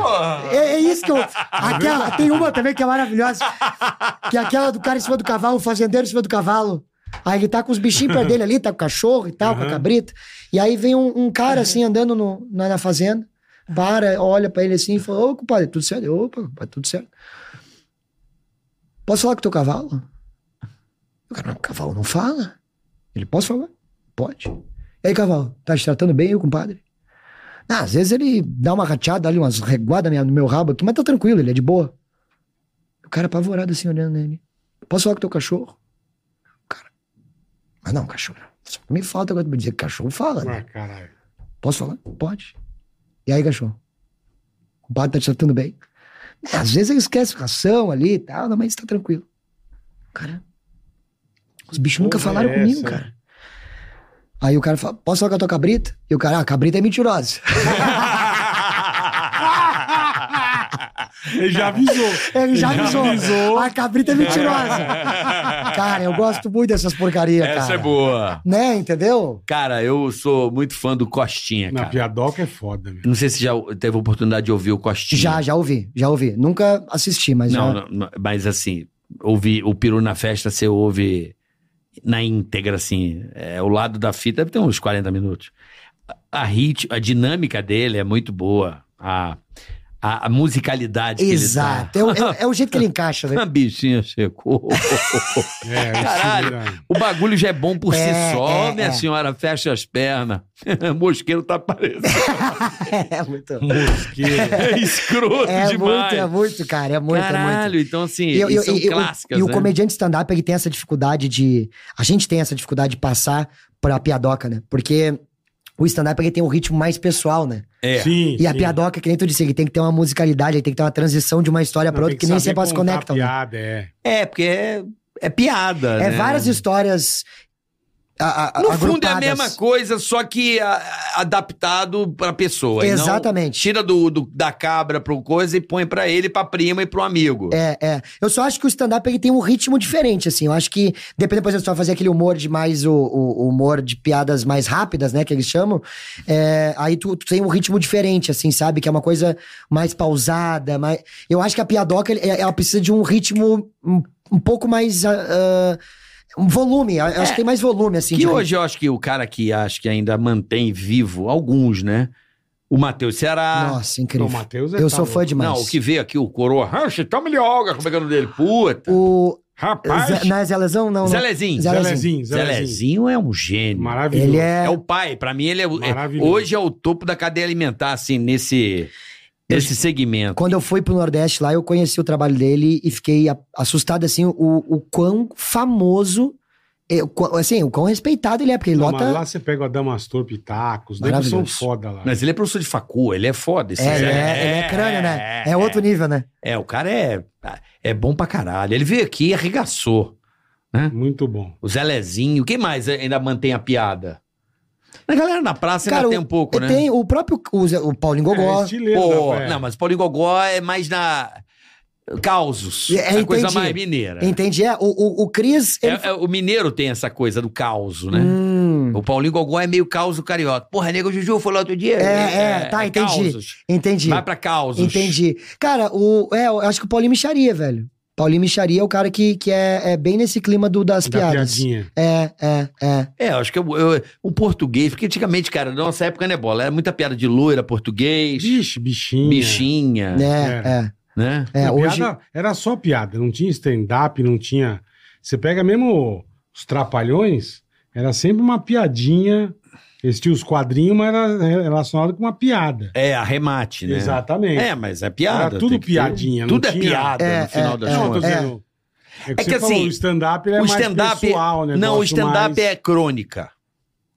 B: É, é isso que eu. Aquela, tem uma também que é maravilhosa. Que é aquela do cara em cima do cavalo, o fazendeiro em cima do cavalo. Aí ele tá com os bichinhos perto dele ali, tá com o cachorro e tal, com a cabrita. E aí vem um, um cara assim andando no- na, na fazenda, para, olha pra ele assim e fala: Ô, compadre, tudo certo? Eu, Opa, compadre, tudo certo. Posso falar com o teu cavalo? O cara, não, o cavalo não fala. Ele, posso falar? Pode. E aí, cavalo, tá te tratando bem, eu, compadre? Ah, às vezes ele dá uma rateada ali, umas reguadas no meu rabo aqui, mas tá tranquilo, ele é de boa. O cara apavorado assim, olhando nele. Posso falar com o teu cachorro? O cara. Mas não, cachorro. Só me falta agora me dizer que cachorro fala, né?
C: Ah, caralho.
B: Posso falar? Pode. E aí, cachorro? O compadre tá te tratando bem? É, às vezes ele esquece ração ali e tal, não, mas tá tranquilo. Cara, os bichos nunca
C: Porra é
B: falaram comigo,
C: essa?
B: cara. Aí o cara fala, posso falar com a tua cabrita? E o cara, ah, a cabrita é mentirosa.
C: Ele já avisou.
B: [LAUGHS] Ele já avisou.
C: avisou.
B: A cabrita é mentirosa. cara, eu gosto muito dessas porcarias, cara.
F: [LAUGHS] Essa é boa.
B: Né, entendeu?
F: Cara, eu sou muito fã do Costinha,
C: Na
F: cara.
C: piadoca é foda, meu.
F: Não sei se já teve oportunidade de ouvir o Costinha.
B: Já, já ouvi, já ouvi. Nunca assisti, mas
F: Não,
B: já...
F: não, não, mas assim, ouvir o Peru na festa, você ouve na íntegra, assim. É, o lado da fita deve ter uns 40 minutos. A, a rit- a dinâmica dele é muito boa. A, a, a musicalidade que ele dá.
B: Exato. É, o- é o- é o jeito que ele encaixa, né? [LAUGHS]
F: [LAUGHS] A bichinha secou.
C: É, esse
F: Caralho.
C: vira-
F: O bagulho já é bom por
B: É,
F: si só,
B: é,
F: minha
B: é.
F: senhora. Fecha as pernas. [LAUGHS] Mosqueiro tá aparecendo.
B: É muito.
C: Mosqueiro.
F: É escroto
B: É
F: [LAUGHS] demais.
B: muito, é muito, cara. É muito, é muito.
F: Caralho, então assim,
B: E, eu-
F: e,
B: eu-
F: são
B: e- eu-
F: clássicas,
B: e o
F: né?
B: comediante stand-up, ele tem essa dificuldade de... A gente tem essa dificuldade de passar pra piadoca, né? Porque o stand-up, ele tem um ritmo mais pessoal, né?
F: É.
C: Sim,
B: E a
C: sim.
B: piadoca, que nem tu disse, ele tem que ter uma musicalidade, ele tem que ter uma transição de uma história
C: Não,
B: pra outra,
C: tem
B: que, nem
C: saber
B: sempre elas
C: contar
B: conectam. né?
C: Piada, é.
F: É, porque é, é piada,
B: É
F: né?
B: várias histórias a- a-
F: No
B: agrupadas.
F: fundo é a mesma coisa, só que a- adaptado pra pessoa. e não
B: Exatamente.
F: Tira do, do- da cabra pro coisa e põe pra ele, pra prima e pro amigo.
B: É, é. Eu só acho que o stand-up ele tem um ritmo diferente, assim. Eu acho que, dependendo, por exemplo, se tu vai fazer aquele humor de mais. O, o- o humor de piadas mais rápidas, né, que eles chamam. é, aí tu, tu tem um ritmo diferente, assim, sabe? Que é uma coisa mais pausada. Mais... Eu acho que a piadoca, ele- ela precisa de um ritmo um, um pouco mais. ah, ah, um volume. Eu acho que tem mais volume, assim.
F: que
B: de
F: hoje eu acho que o cara que acho que ainda mantém vivo, alguns, né? O Matheus Ceará.
B: Nossa,
C: O
B: incrível.
C: Matheus é
B: Eu
C: tá
B: só sou fã
C: louco.
B: demais.
F: Não, o que veio aqui, o Coroa. Ah, toma-lhe Olga, como é que é o nome dele? Puta.
B: O-
C: Rapaz,
B: Zé- não é Zé Lesão? Não, não.
F: Zé Lezinho.
B: Zé
C: Zé
B: Lezinho.
C: Lezinho,
F: Zé
C: Zé Lezinho.
F: Lezinho é um gênio.
C: Maravilhoso.
B: Ele é...
F: É o pai. Pra mim, ele é, o- é-
C: Maravilhoso.
F: Hoje é o topo da cadeia alimentar, assim, nesse, nesse segmento.
B: Quando eu fui pro Nordeste lá, eu conheci o trabalho dele e fiquei a- assustado, assim, o, o quão famoso, é, o quão- assim, o quão respeitado ele é, porque ele
C: Não,
B: lota...
C: mas lá você pega o Adamastor Pitacos, eles né, são
B: Maravilhoso.
C: foda lá.
F: Mas ele é professor de facu, ele é foda. Esse
B: É, ele
F: Zé.
B: é, ele é crânio, né? É outro nível, né?
F: É, o cara é, é bom pra caralho. Ele veio aqui e arregaçou.
C: Muito bom.
F: O Zé Lezinho, quem mais ainda mantém a piada? A galera na praça ainda
B: Cara,
F: tem um pouco, né?
B: Tem o próprio o, Zé- o Paulinho Gogó.
C: É, estileiro,
F: Pô,
C: né,
F: não, mas Paulinho Gogó é mais na... Causos.
B: É,
F: É, a coisa
B: entendi.
F: mais mineira.
B: entende? É, o, o, o Cris...
F: É,
B: ele-
F: é, o mineiro tem essa coisa do caos, né?
B: Hum,
F: O Paulinho Gogó é meio caos carioca. Porra, é nego Juju falou outro dia.
B: É, é, tá, entendi.
F: causos.
B: entendi,
F: Vai pra causos.
B: entendi. Cara, o, é, eu acho que o Paulinho Micharia, velho. Paulinho Micharia é o cara que, que é, é bem nesse clima do, das
C: Da
B: piadas.
C: piadinha.
B: É, é, é.
F: É, eu acho que eu, eu- o português, porque antigamente, cara, na nossa época, né, bola? Era muita piada de loira, português,
C: Vixe, bichinho.
F: bichinha,
B: É, é.
F: né?
B: É,
C: A
B: hoje...
C: piada era só piada, não tinha stand-up, não tinha. Você pega mesmo os trapalhões, era sempre uma piadinha. Eles tinham os quadrinhos, mas era relacionado com uma piada.
F: É, arremate, né?
C: Exatamente.
F: É, mas é piada.
C: Era tudo
F: tem que ter-
C: piadinha, não
F: Tudo é
C: tinha-
F: piada,
B: É,
F: no final
B: é,
F: das
B: é.
C: Não, eu tô
F: contas.
C: dizendo. É que,
F: que
C: você falou,
F: assim,
C: o stand-up ele é
F: o
C: mais
F: stand-up-
B: um
C: pessoal, né?
F: Não, o stand-up é crônica.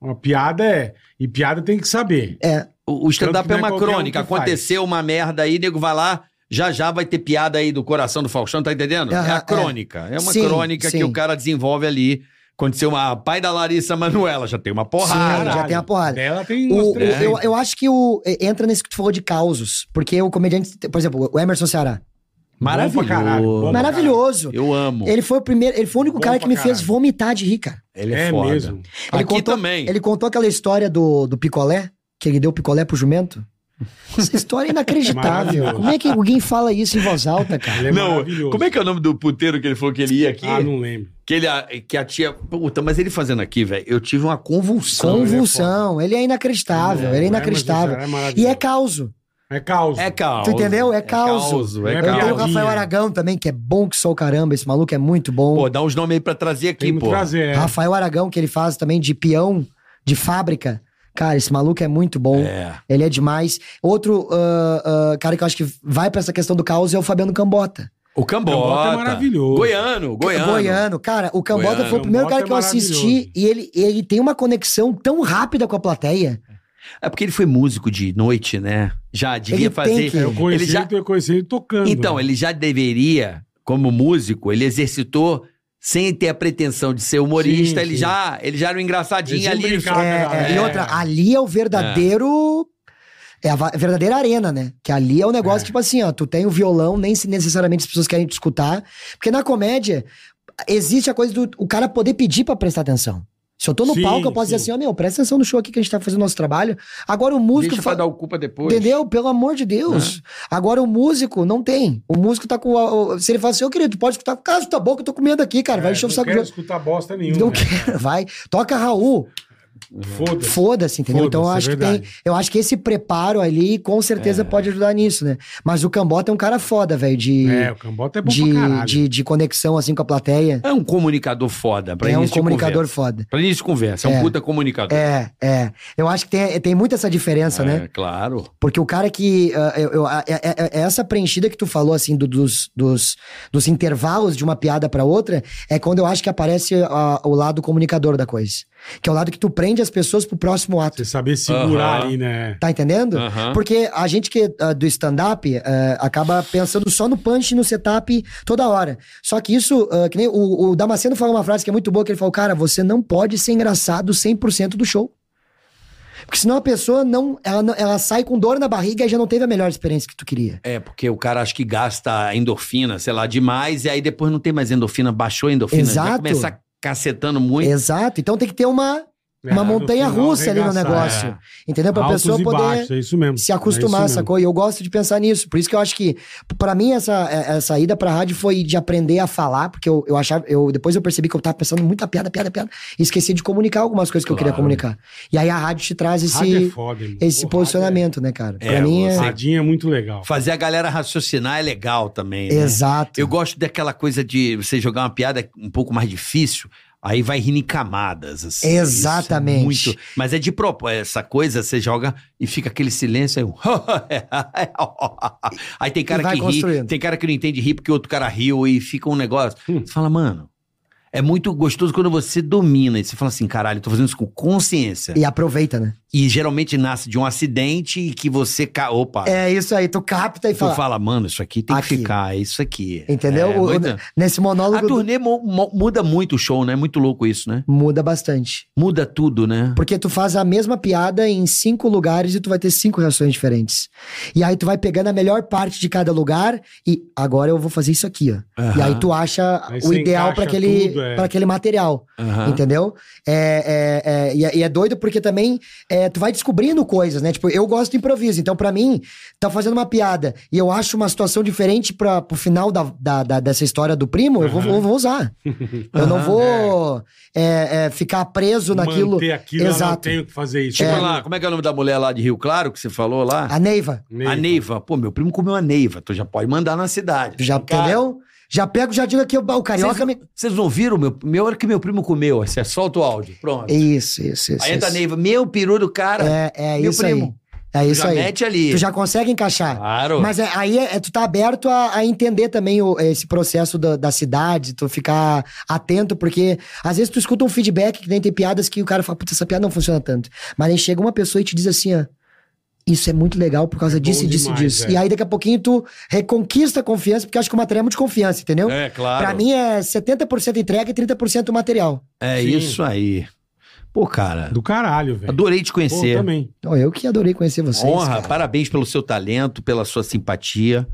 C: Uma piada é. E piada tem que saber.
F: O, o
C: Tanto
F: stand-up
C: que
F: é
C: não é
F: uma
C: qualquer um
F: crônica.
C: que faz.
F: Aconteceu uma merda aí, nego vai lá, já já vai ter piada aí do coração do Faustão, tá entendendo? é
B: Aham,
F: a
B: é.
F: crônica. É, uma
B: Sim,
F: crônica
B: sim.
F: que o cara desenvolve ali. Aconteceu uma. a Pai da Larissa Manuela, já tem uma
B: Sim,
F: porrada.
B: Ah, já tem uma porrada.
C: Dela tem
B: O-
C: umas
B: o-
C: três.
B: eu, eu acho que o, entra nesse que tu falou de causos. Porque o comediante, por exemplo, o Emerson Ceará.
F: Maravilhoso.
C: Bom pra caralho, bom pra
B: Maravilhoso.
F: Eu amo.
B: Ele foi o primeiro, ele foi o único
C: Bom
B: cara
C: pra
B: que me fez
C: caralho.
B: vomitar de rir, cara.
F: Ele é,
C: É
F: foda.
C: mesmo.
B: Ele
F: Aqui
B: contou-
F: também.
B: Ele contou aquela história do, do picolé, que ele deu picolé pro jumento. Essa história é inacreditável.
C: Maravilhoso.
B: Como é que alguém fala isso em voz alta,
C: Ele
B: cara?
C: é
F: Não,
C: maravilhoso.
F: como é que é o nome do puteiro que ele falou que ele ia aqui?
C: Ah, não lembro.
F: Que, ele, a- que a tia. Puta, mas ele fazendo aqui, velho, eu tive uma convulsão.
B: Convulsão. Ele é inacreditável. Ele é inacreditável. E é causo.
C: É caos.
F: É caos.
B: Tu entendeu? É causo.
F: causo, é
C: Não é
B: Eu tenho o
F: causo.
C: piadinha.
B: Rafael Aragão também, que é bom que sou o caramba. Esse maluco é muito bom.
F: Pô, dá uns nomes aí pra trazer aqui,
C: Tem muito
F: pô.
C: prazer. é.
B: Rafael Aragão, que ele faz também de peão, de fábrica. Cara, esse maluco é muito bom.
F: É.
B: Ele é demais. Outro ah, ah, cara que eu acho que vai pra essa questão do caos é o Fabiano Cambota.
F: O Cambota.
C: Cambota é maravilhoso.
F: Goiano, goiano.
B: Cara, o Cambota
F: Goiano.
B: foi o primeiro
C: Cambota
B: cara que eu
C: é
B: assisti
C: maravilhoso.
B: e ele, ele tem uma conexão tão rápida com a plateia.
F: É porque ele foi músico de noite, né? Já devia
B: Ele tem
F: fazer.
B: que-
C: Eu conheci
F: Ele
C: ele,
F: já-
C: eu conheci ele tocando.
F: Então,
C: né?
F: ele já deveria, como músico, ele exercitou sem ter a pretensão de ser humorista,
C: Sim,
F: ele
C: sim.
F: já, ele já era um engraçadinho
C: Ele
F: ali.
C: brincava,
B: É,
C: né?
B: é, E outra, ali é o verdadeiro. É a va- verdadeira arena, né? Que ali é o negócio, tipo assim, ó, tu tem o violão, nem se necessariamente as pessoas querem te escutar. Porque na comédia, existe a coisa do o cara poder pedir pra prestar atenção. Se eu tô no
C: Sim,
B: palco, eu posso dizer
C: sim.
B: assim, ó, meu, presta atenção no show aqui que a gente tá fazendo nosso trabalho. Agora o músico.
F: Deixa pra
B: fa-
F: dar um o culpa depois.
B: Entendeu? Pelo amor de Deus. Agora o músico não tem. O músico tá com. a- o- Se ele fala assim, ô querido, tu pode escutar. Caso tá bom que eu tô com medo aqui, cara. Vai encher o
C: É, não
B: saco
C: quero
B: de.
C: escutar bosta nenhuma.
B: Não
C: né?
B: quero, vai. Toca Raul.
C: Foda-se.
B: Foda-se, entendeu? então eu
C: Foda-se,
B: acho
C: é
B: que tem.
C: verdade. É.
B: Eu acho que esse preparo ali com certeza pode ajudar nisso, né? Mas o Cambota é um cara foda, velho, de,
C: É, o Cambota é bom pra
B: de,
C: caralho.
B: de, de conexão assim com a plateia.
F: É um comunicador foda. Pra
B: é um
F: início de
B: comunicador
F: conversa.
B: foda.
F: Pra início de conversa. É um
B: É.
F: puta comunicador.
B: É, é. Eu acho que tem, tem muito essa diferença, né?
F: É, claro.
B: Porque o cara que. ah, eu- eu- ah, é- é- é essa preenchida que tu falou, assim, do- dos, dos, dos intervalos de uma piada pra outra, é quando eu acho que aparece ah, o lado comunicador da coisa. Que é o lado que tu prende as pessoas pro próximo ato.
C: Você saber segurar
F: Aham.
C: ali, né?
B: Tá entendendo?
F: Aham.
B: Porque a gente que ah, do stand-up ah, acaba pensando só no punch, no setup toda hora. Só que isso, ah, que nem o, o Damasceno fala uma frase que é muito boa, que ele fala, cara, você não pode ser engraçado 100% do show. Porque senão a pessoa não ela, não- ela sai com dor na barriga e já não teve a melhor experiência que tu queria.
F: É, porque o cara acha que gasta endorfina, sei lá, demais, e aí depois não tem mais endorfina, baixou a endorfina, vai
B: Exato.
F: começar cacetando muito.
B: Exato. Então tem que ter uma, uma
C: É, no
B: montanha
C: final,
B: russa ali no
C: arregaçar.
B: negócio.
C: É.
B: Entendeu? Pra
C: Altos
B: pessoa
C: e
B: poder.
C: baixos, é isso mesmo.
B: se acostumar,
C: é isso mesmo.
B: sacou? E eu gosto de pensar nisso. Por isso que eu acho que, pra mim, essa, é- essa ida pra rádio foi de aprender a falar, porque eu, eu achava, eu, depois eu percebi que eu tava pensando muita piada, piada, piada, e esqueci de comunicar algumas coisas que eu queria
F: Claro.
B: comunicar. E aí a rádio te traz
C: Rádio
B: esse,
C: é foda, irmão.
B: esse
C: Pô,
B: posicionamento, né, cara?
F: É,
B: pra mim
C: rádio
B: é.
C: é- Radinho é muito legal.
F: Fazer a galera raciocinar é legal também. né?
B: Exato.
F: Eu gosto daquela coisa de você jogar uma piada um pouco mais difícil, aí vai rindo em camadas. assim.
B: Exatamente.
F: Isso é muito. Mas é de propósito. Essa coisa você joga e fica aquele silêncio aí. um [LAUGHS] aí tem
B: E
F: cara
B: vai
F: que ri,
B: construindo. Hum.
F: tem cara que não entende rir porque outro cara riu e fica um negócio. Você fala, mano. É muito gostoso quando você domina e você fala assim, caralho, eu tô fazendo isso com consciência.
B: E aproveita, né?
F: E geralmente nasce de um acidente e que você. Ca... Opa!
B: É isso aí, tu capta e
F: tu fala,
B: fala.
F: mano, isso aqui tem que
B: Aqui.
F: ficar, é isso aqui.
B: Entendeu?
F: É,
B: O- o-
F: muita-
B: Nesse
F: A
C: Ah,
B: monólogo
F: turnê mu- mu- muda muito o show, né? Muito louco isso, né?
B: muda bastante.
F: Muda tudo, né?
B: Porque tu faz a mesma piada em cinco lugares e tu vai ter cinco reações diferentes. E aí tu vai pegando a melhor parte de cada lugar e agora eu vou fazer isso aqui, ó.
F: Aham.
B: E aí tu acha
C: Aí
B: o
C: você
B: ideal pra
C: encaixa
B: aquele,
C: tudo, é.
B: pra aquele material,
F: Aham.
B: entendeu? É, é, é, e, é, e é doido porque também é, tu vai descobrindo coisas, né? Tipo, eu gosto de improviso, então pra mim, tá fazendo uma piada e eu acho uma situação diferente pra, pro final da, da- da- dessa história do primo, eu vou,
C: Aham.
B: eu vou usar. Eu não
F: Aham.
B: vou é, é, ficar preso naquilo.
C: Manter aquilo, eu não
B: Exato.
C: tenho que fazer isso.
F: Tipo lá, como é que é o nome da mulher lá de Rio Claro que você falou lá?
B: A Neiva.
F: A Neiva. Pô, meu primo comeu a Neiva. Tu já pode mandar na cidade.
B: Tu Já
F: Cara,
B: entendeu? Já pego, já digo aqui, o o carioca
F: Vocês,
B: me...
F: vocês não viram meu, meu hora que meu primo comeu? Aí Você solta o áudio. Pronto.
B: Isso, isso, isso.
F: aí entra a
B: isso.
F: Neiva. Meu peru do cara.
B: É, é
F: meu
B: isso
F: primo.
B: aí. É
F: Tu
B: isso
F: já
B: aí.
F: mete ali.
B: Tu já consegue encaixar.
F: Claro.
B: Mas é- aí é- é- tu tá aberto a, a entender também o- esse processo da, da cidade, tu ficar atento, porque às vezes tu escuta um feedback que nem tem piadas que o cara fala, puta, essa piada não funciona tanto. Mas aí chega uma pessoa e te diz assim, ó. Isso é muito legal por causa disso, e disso, e
C: demais,
B: disso.
C: é.
B: E aí, daqui a pouquinho, tu reconquista a confiança, porque eu acho que o material é muito de confiança, entendeu?
F: É, claro.
B: Pra mim é 70% entrega e 30% material.
F: É
C: Sim.
F: isso aí. Pô, cara,
C: Do caralho, velho.
F: adorei te
C: Pô,
F: conhecer.
C: também.
B: Ó, Então, eu que adorei conhecer vocês.
F: Honra,
B: cara.
F: parabéns pelo seu talento, pela sua simpatia.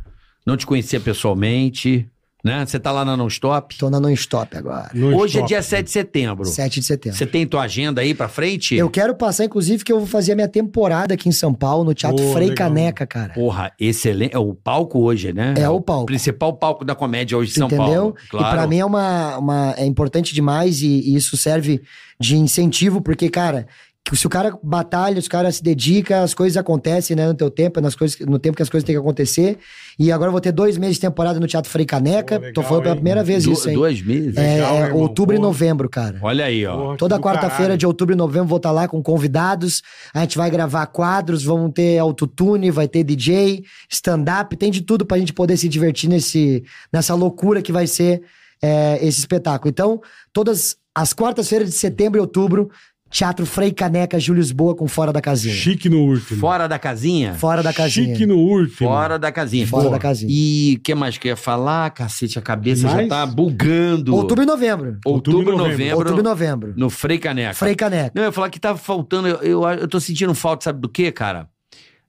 F: Non te conhecia pessoalmente, né? Você tá lá na Non Stop.
B: Tô na non-stop agora.
C: No
F: Hoje é
C: stop.
F: dia 7 de setembro.
B: 7 de setembro.
F: Você tem tua agenda aí pra frente?
B: Eu quero passar, inclusive, que eu vou fazer a minha temporada aqui em São Paulo, no Teatro
C: Boa,
B: Frei
C: legal.
B: Caneca, cara.
F: Porra, excelente. É o palco hoje, né?
B: É o palco.
F: principal palco da comédia hoje em
B: Tu
F: São
B: entendeu?
F: Paulo. Claro.
B: E pra mim é uma, uma- é importante demais e, e isso serve de incentivo porque cara, que se o cara batalha, se o cara se dedica, as coisas acontecem, né, no teu tempo, nas coisas, no tempo que as coisas têm que acontecer. E agora eu vou ter dois meses de temporada no Teatro Frei Caneca.
C: Pô, legal,
B: Tô falando pela
C: hein?
B: primeira vez
F: Du-
B: isso, hein?
F: Dois meses.
B: É,
C: Legal,
B: é,
C: irmão.
B: outubro
C: Pô.
B: e novembro, cara.
F: Olha aí, ó.
C: Porra, que
B: Toda
C: do
B: quarta-feira,
C: caralho.
B: de outubro e novembro, vou estar lá com convidados. A gente vai gravar quadros, vamos ter autotune, vai ter DJ, stand-up, tem de tudo pra gente poder se divertir nesse, nessa loucura que vai ser é, esse espetáculo. Então, todas as quartas-feiras de setembro e outubro, Teatro Frei Caneca, Júlio Lisboa com Fora da Casinha.
C: Chique no último.
F: Fora da casinha?
B: Fora da Casinha.
C: Chique no último.
F: Fora da casinha.
B: Fora
F: Boa.
B: da casinha.
F: E o que mais que eu ia falar? Cacete, a cabeça já
C: Mais?
F: tá bugando.
B: Outubro e novembro.
C: Outubro
F: Outubro,
C: e novembro.
F: novembro.
B: Outubro e novembro.
F: No Frei Caneca.
B: Frei Caneca.
F: Não, eu ia falar que tava faltando. Eu, eu, eu tô sentindo falta, sabe do quê, cara?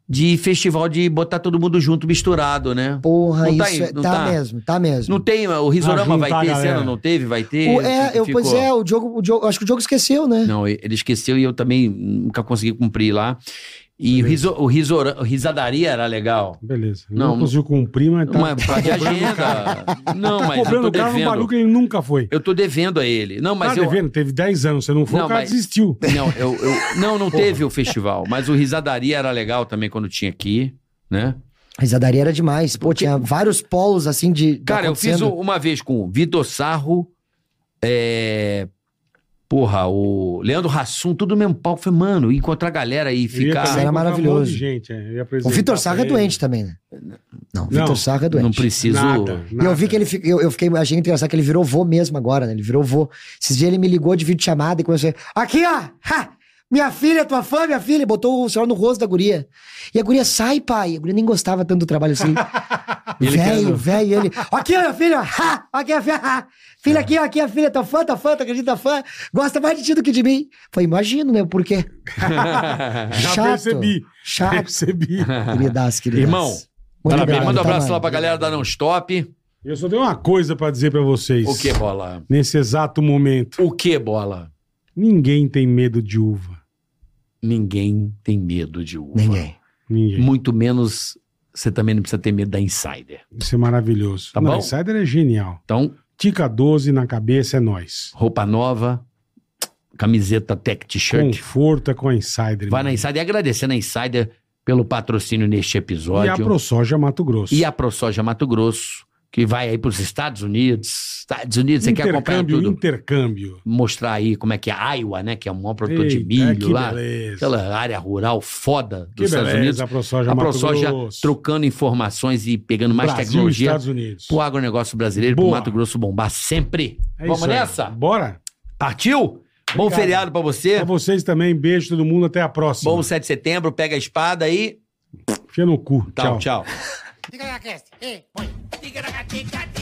F: de festival de botar todo mundo junto, misturado, né?
B: Porra,
F: Não
B: isso
F: tá
B: é-
F: aí, não
B: tá,
F: tá?
B: mesmo, tá mesmo.
F: Não tem, o Risorama
C: Ah, juntar
F: vai ter
C: a
F: esse
C: galera.
F: ano, não teve? Vai ter? Tipo,
B: O- é, eu,
F: Ficou.
B: pois é, o Diogo, o Diogo- acho que o Diogo esqueceu, né?
F: Não, ele esqueceu e eu também nunca consegui cumprir lá. E o, riso, o, risora- o risadaria era legal.
C: Beleza.
F: Não,
C: Não, não conseguiu cumprir, mas tá.
F: Mas pra de agenda. Não,
C: tá
F: mas eu
C: cobrando
F: tô
C: o cara num bagulho
F: devendo.
C: que ele nunca foi.
F: Eu tô devendo a ele. Não, mas
C: tá
F: eu.
C: devendo, teve 10 anos, você não foi,
F: Não,
C: o cara
F: mas-
C: desistiu.
F: Não, eu, eu- não, não teve o festival, mas o Risadaria era legal também quando tinha aqui, né?
B: Risadaria era demais. Pô, tinha vários polos assim de.
C: Tá
F: Cara, eu fiz
B: acontecendo.
F: um- uma vez com o Vitor Sarro,
C: [LAUGHS]
F: é, porra, o Leandro Hassum, tudo no mesmo palco. Falei, mano, encontrar a galera e
C: Eu ia
F: ficar.
C: também
B: Era
C: encontrar um monte
B: é maravilhoso.
C: de gente, é, eu ia
B: O
C: apresentar
B: Vitor
C: pra
B: Sarra é
C: ele.
B: doente também, né? Não, o Vitor
C: Não,
B: Sarra é doente.
F: Não preciso.
C: Nada,
B: E eu vi
C: nada.
B: que ele. fi- Eu, eu fiquei, achei engraçado que ele virou vô mesmo agora, né? Ele virou vô. Esses dias ele me ligou de vídeo chamada e começou a. Aqui, ó! Ha! Minha filha, tua fã, minha filha. E botou o celular no rosto da guria. E a guria, sai, pai. A guria nem gostava tanto do trabalho assim.
F: [LAUGHS] Ele
B: velho,
F: querendo-
B: velho, ele. Aqui, ó, minha filha, ó. ha! Aqui, a filha, ha!
F: É.
B: Filha, aqui, ó, aqui, a filha, tua fã, tua fã, tu acredita, tua fã. Gosta mais de ti do que de mim. Falei, imagino, né? Por quê?
C: Já
B: é Chato.
C: percebi. [LAUGHS]
F: [LAUGHS]
B: Chato.
C: Percebi.
B: Queridas, queridas.
F: Irmão,
B: Muito
F: Parabéns,
B: obrigado,
F: manda um
B: tá,
F: abraço
B: mano?
F: lá pra galera da Não Stop.
C: Eu só tenho uma coisa pra dizer pra vocês.
F: O que, bola?
C: Nesse exato momento.
F: O que, bola?
C: Ninguém tem medo de uva.
F: Ninguém tem medo de uva.
B: Ninguém.
C: Ninguém.
F: Muito menos, você também não precisa ter medo da Insider.
C: Isso é maravilhoso.
F: Tá
C: Não,
F: bom?
C: Insider é genial.
F: Então,
C: Tica 12 na cabeça é nós.
F: roupa nova, camiseta tech t-shirt.
C: Conforta é com a Insider.
F: Vai na
C: meu.
F: Insider e agradecendo a Insider pelo patrocínio neste
C: E a
F: episódio.
C: ProSoja Mato Grosso.
F: E a ProSoja Mato Grosso, que vai aí pros Estados Unidos. Estados Unidos, você quer acompanhar
C: Intercâmbio,
F: tudo?
C: intercâmbio.
F: Mostrar aí como é que é a Iowa, né? Que é o maior produtor de
C: Eita,
F: milho
C: que
F: lá.
C: Beleza.
F: Aquela área rural foda dos
C: que
F: Estados
C: beleza,
F: Unidos.
C: a ProSoja
F: A
C: Mato
F: ProSoja
C: Grosso.
F: trocando informações e pegando mais
C: Brasil,
F: tecnologia
C: Estados Unidos.
F: pro agronegócio brasileiro,
C: Boa.
F: pro Mato Grosso bombar sempre.
C: É
F: Vamos
C: isso aí.
F: nessa?
C: Bora.
F: Partiu? Bom
C: Obrigado.
F: feriado pra você.
C: Pra vocês também, beijo todo mundo, até a próxima.
F: Bom 7 de setembro, pega a espada e
C: Fia no cu.
F: tal, tchau.
H: Tica na cast. Ei, põe. Tica na tica,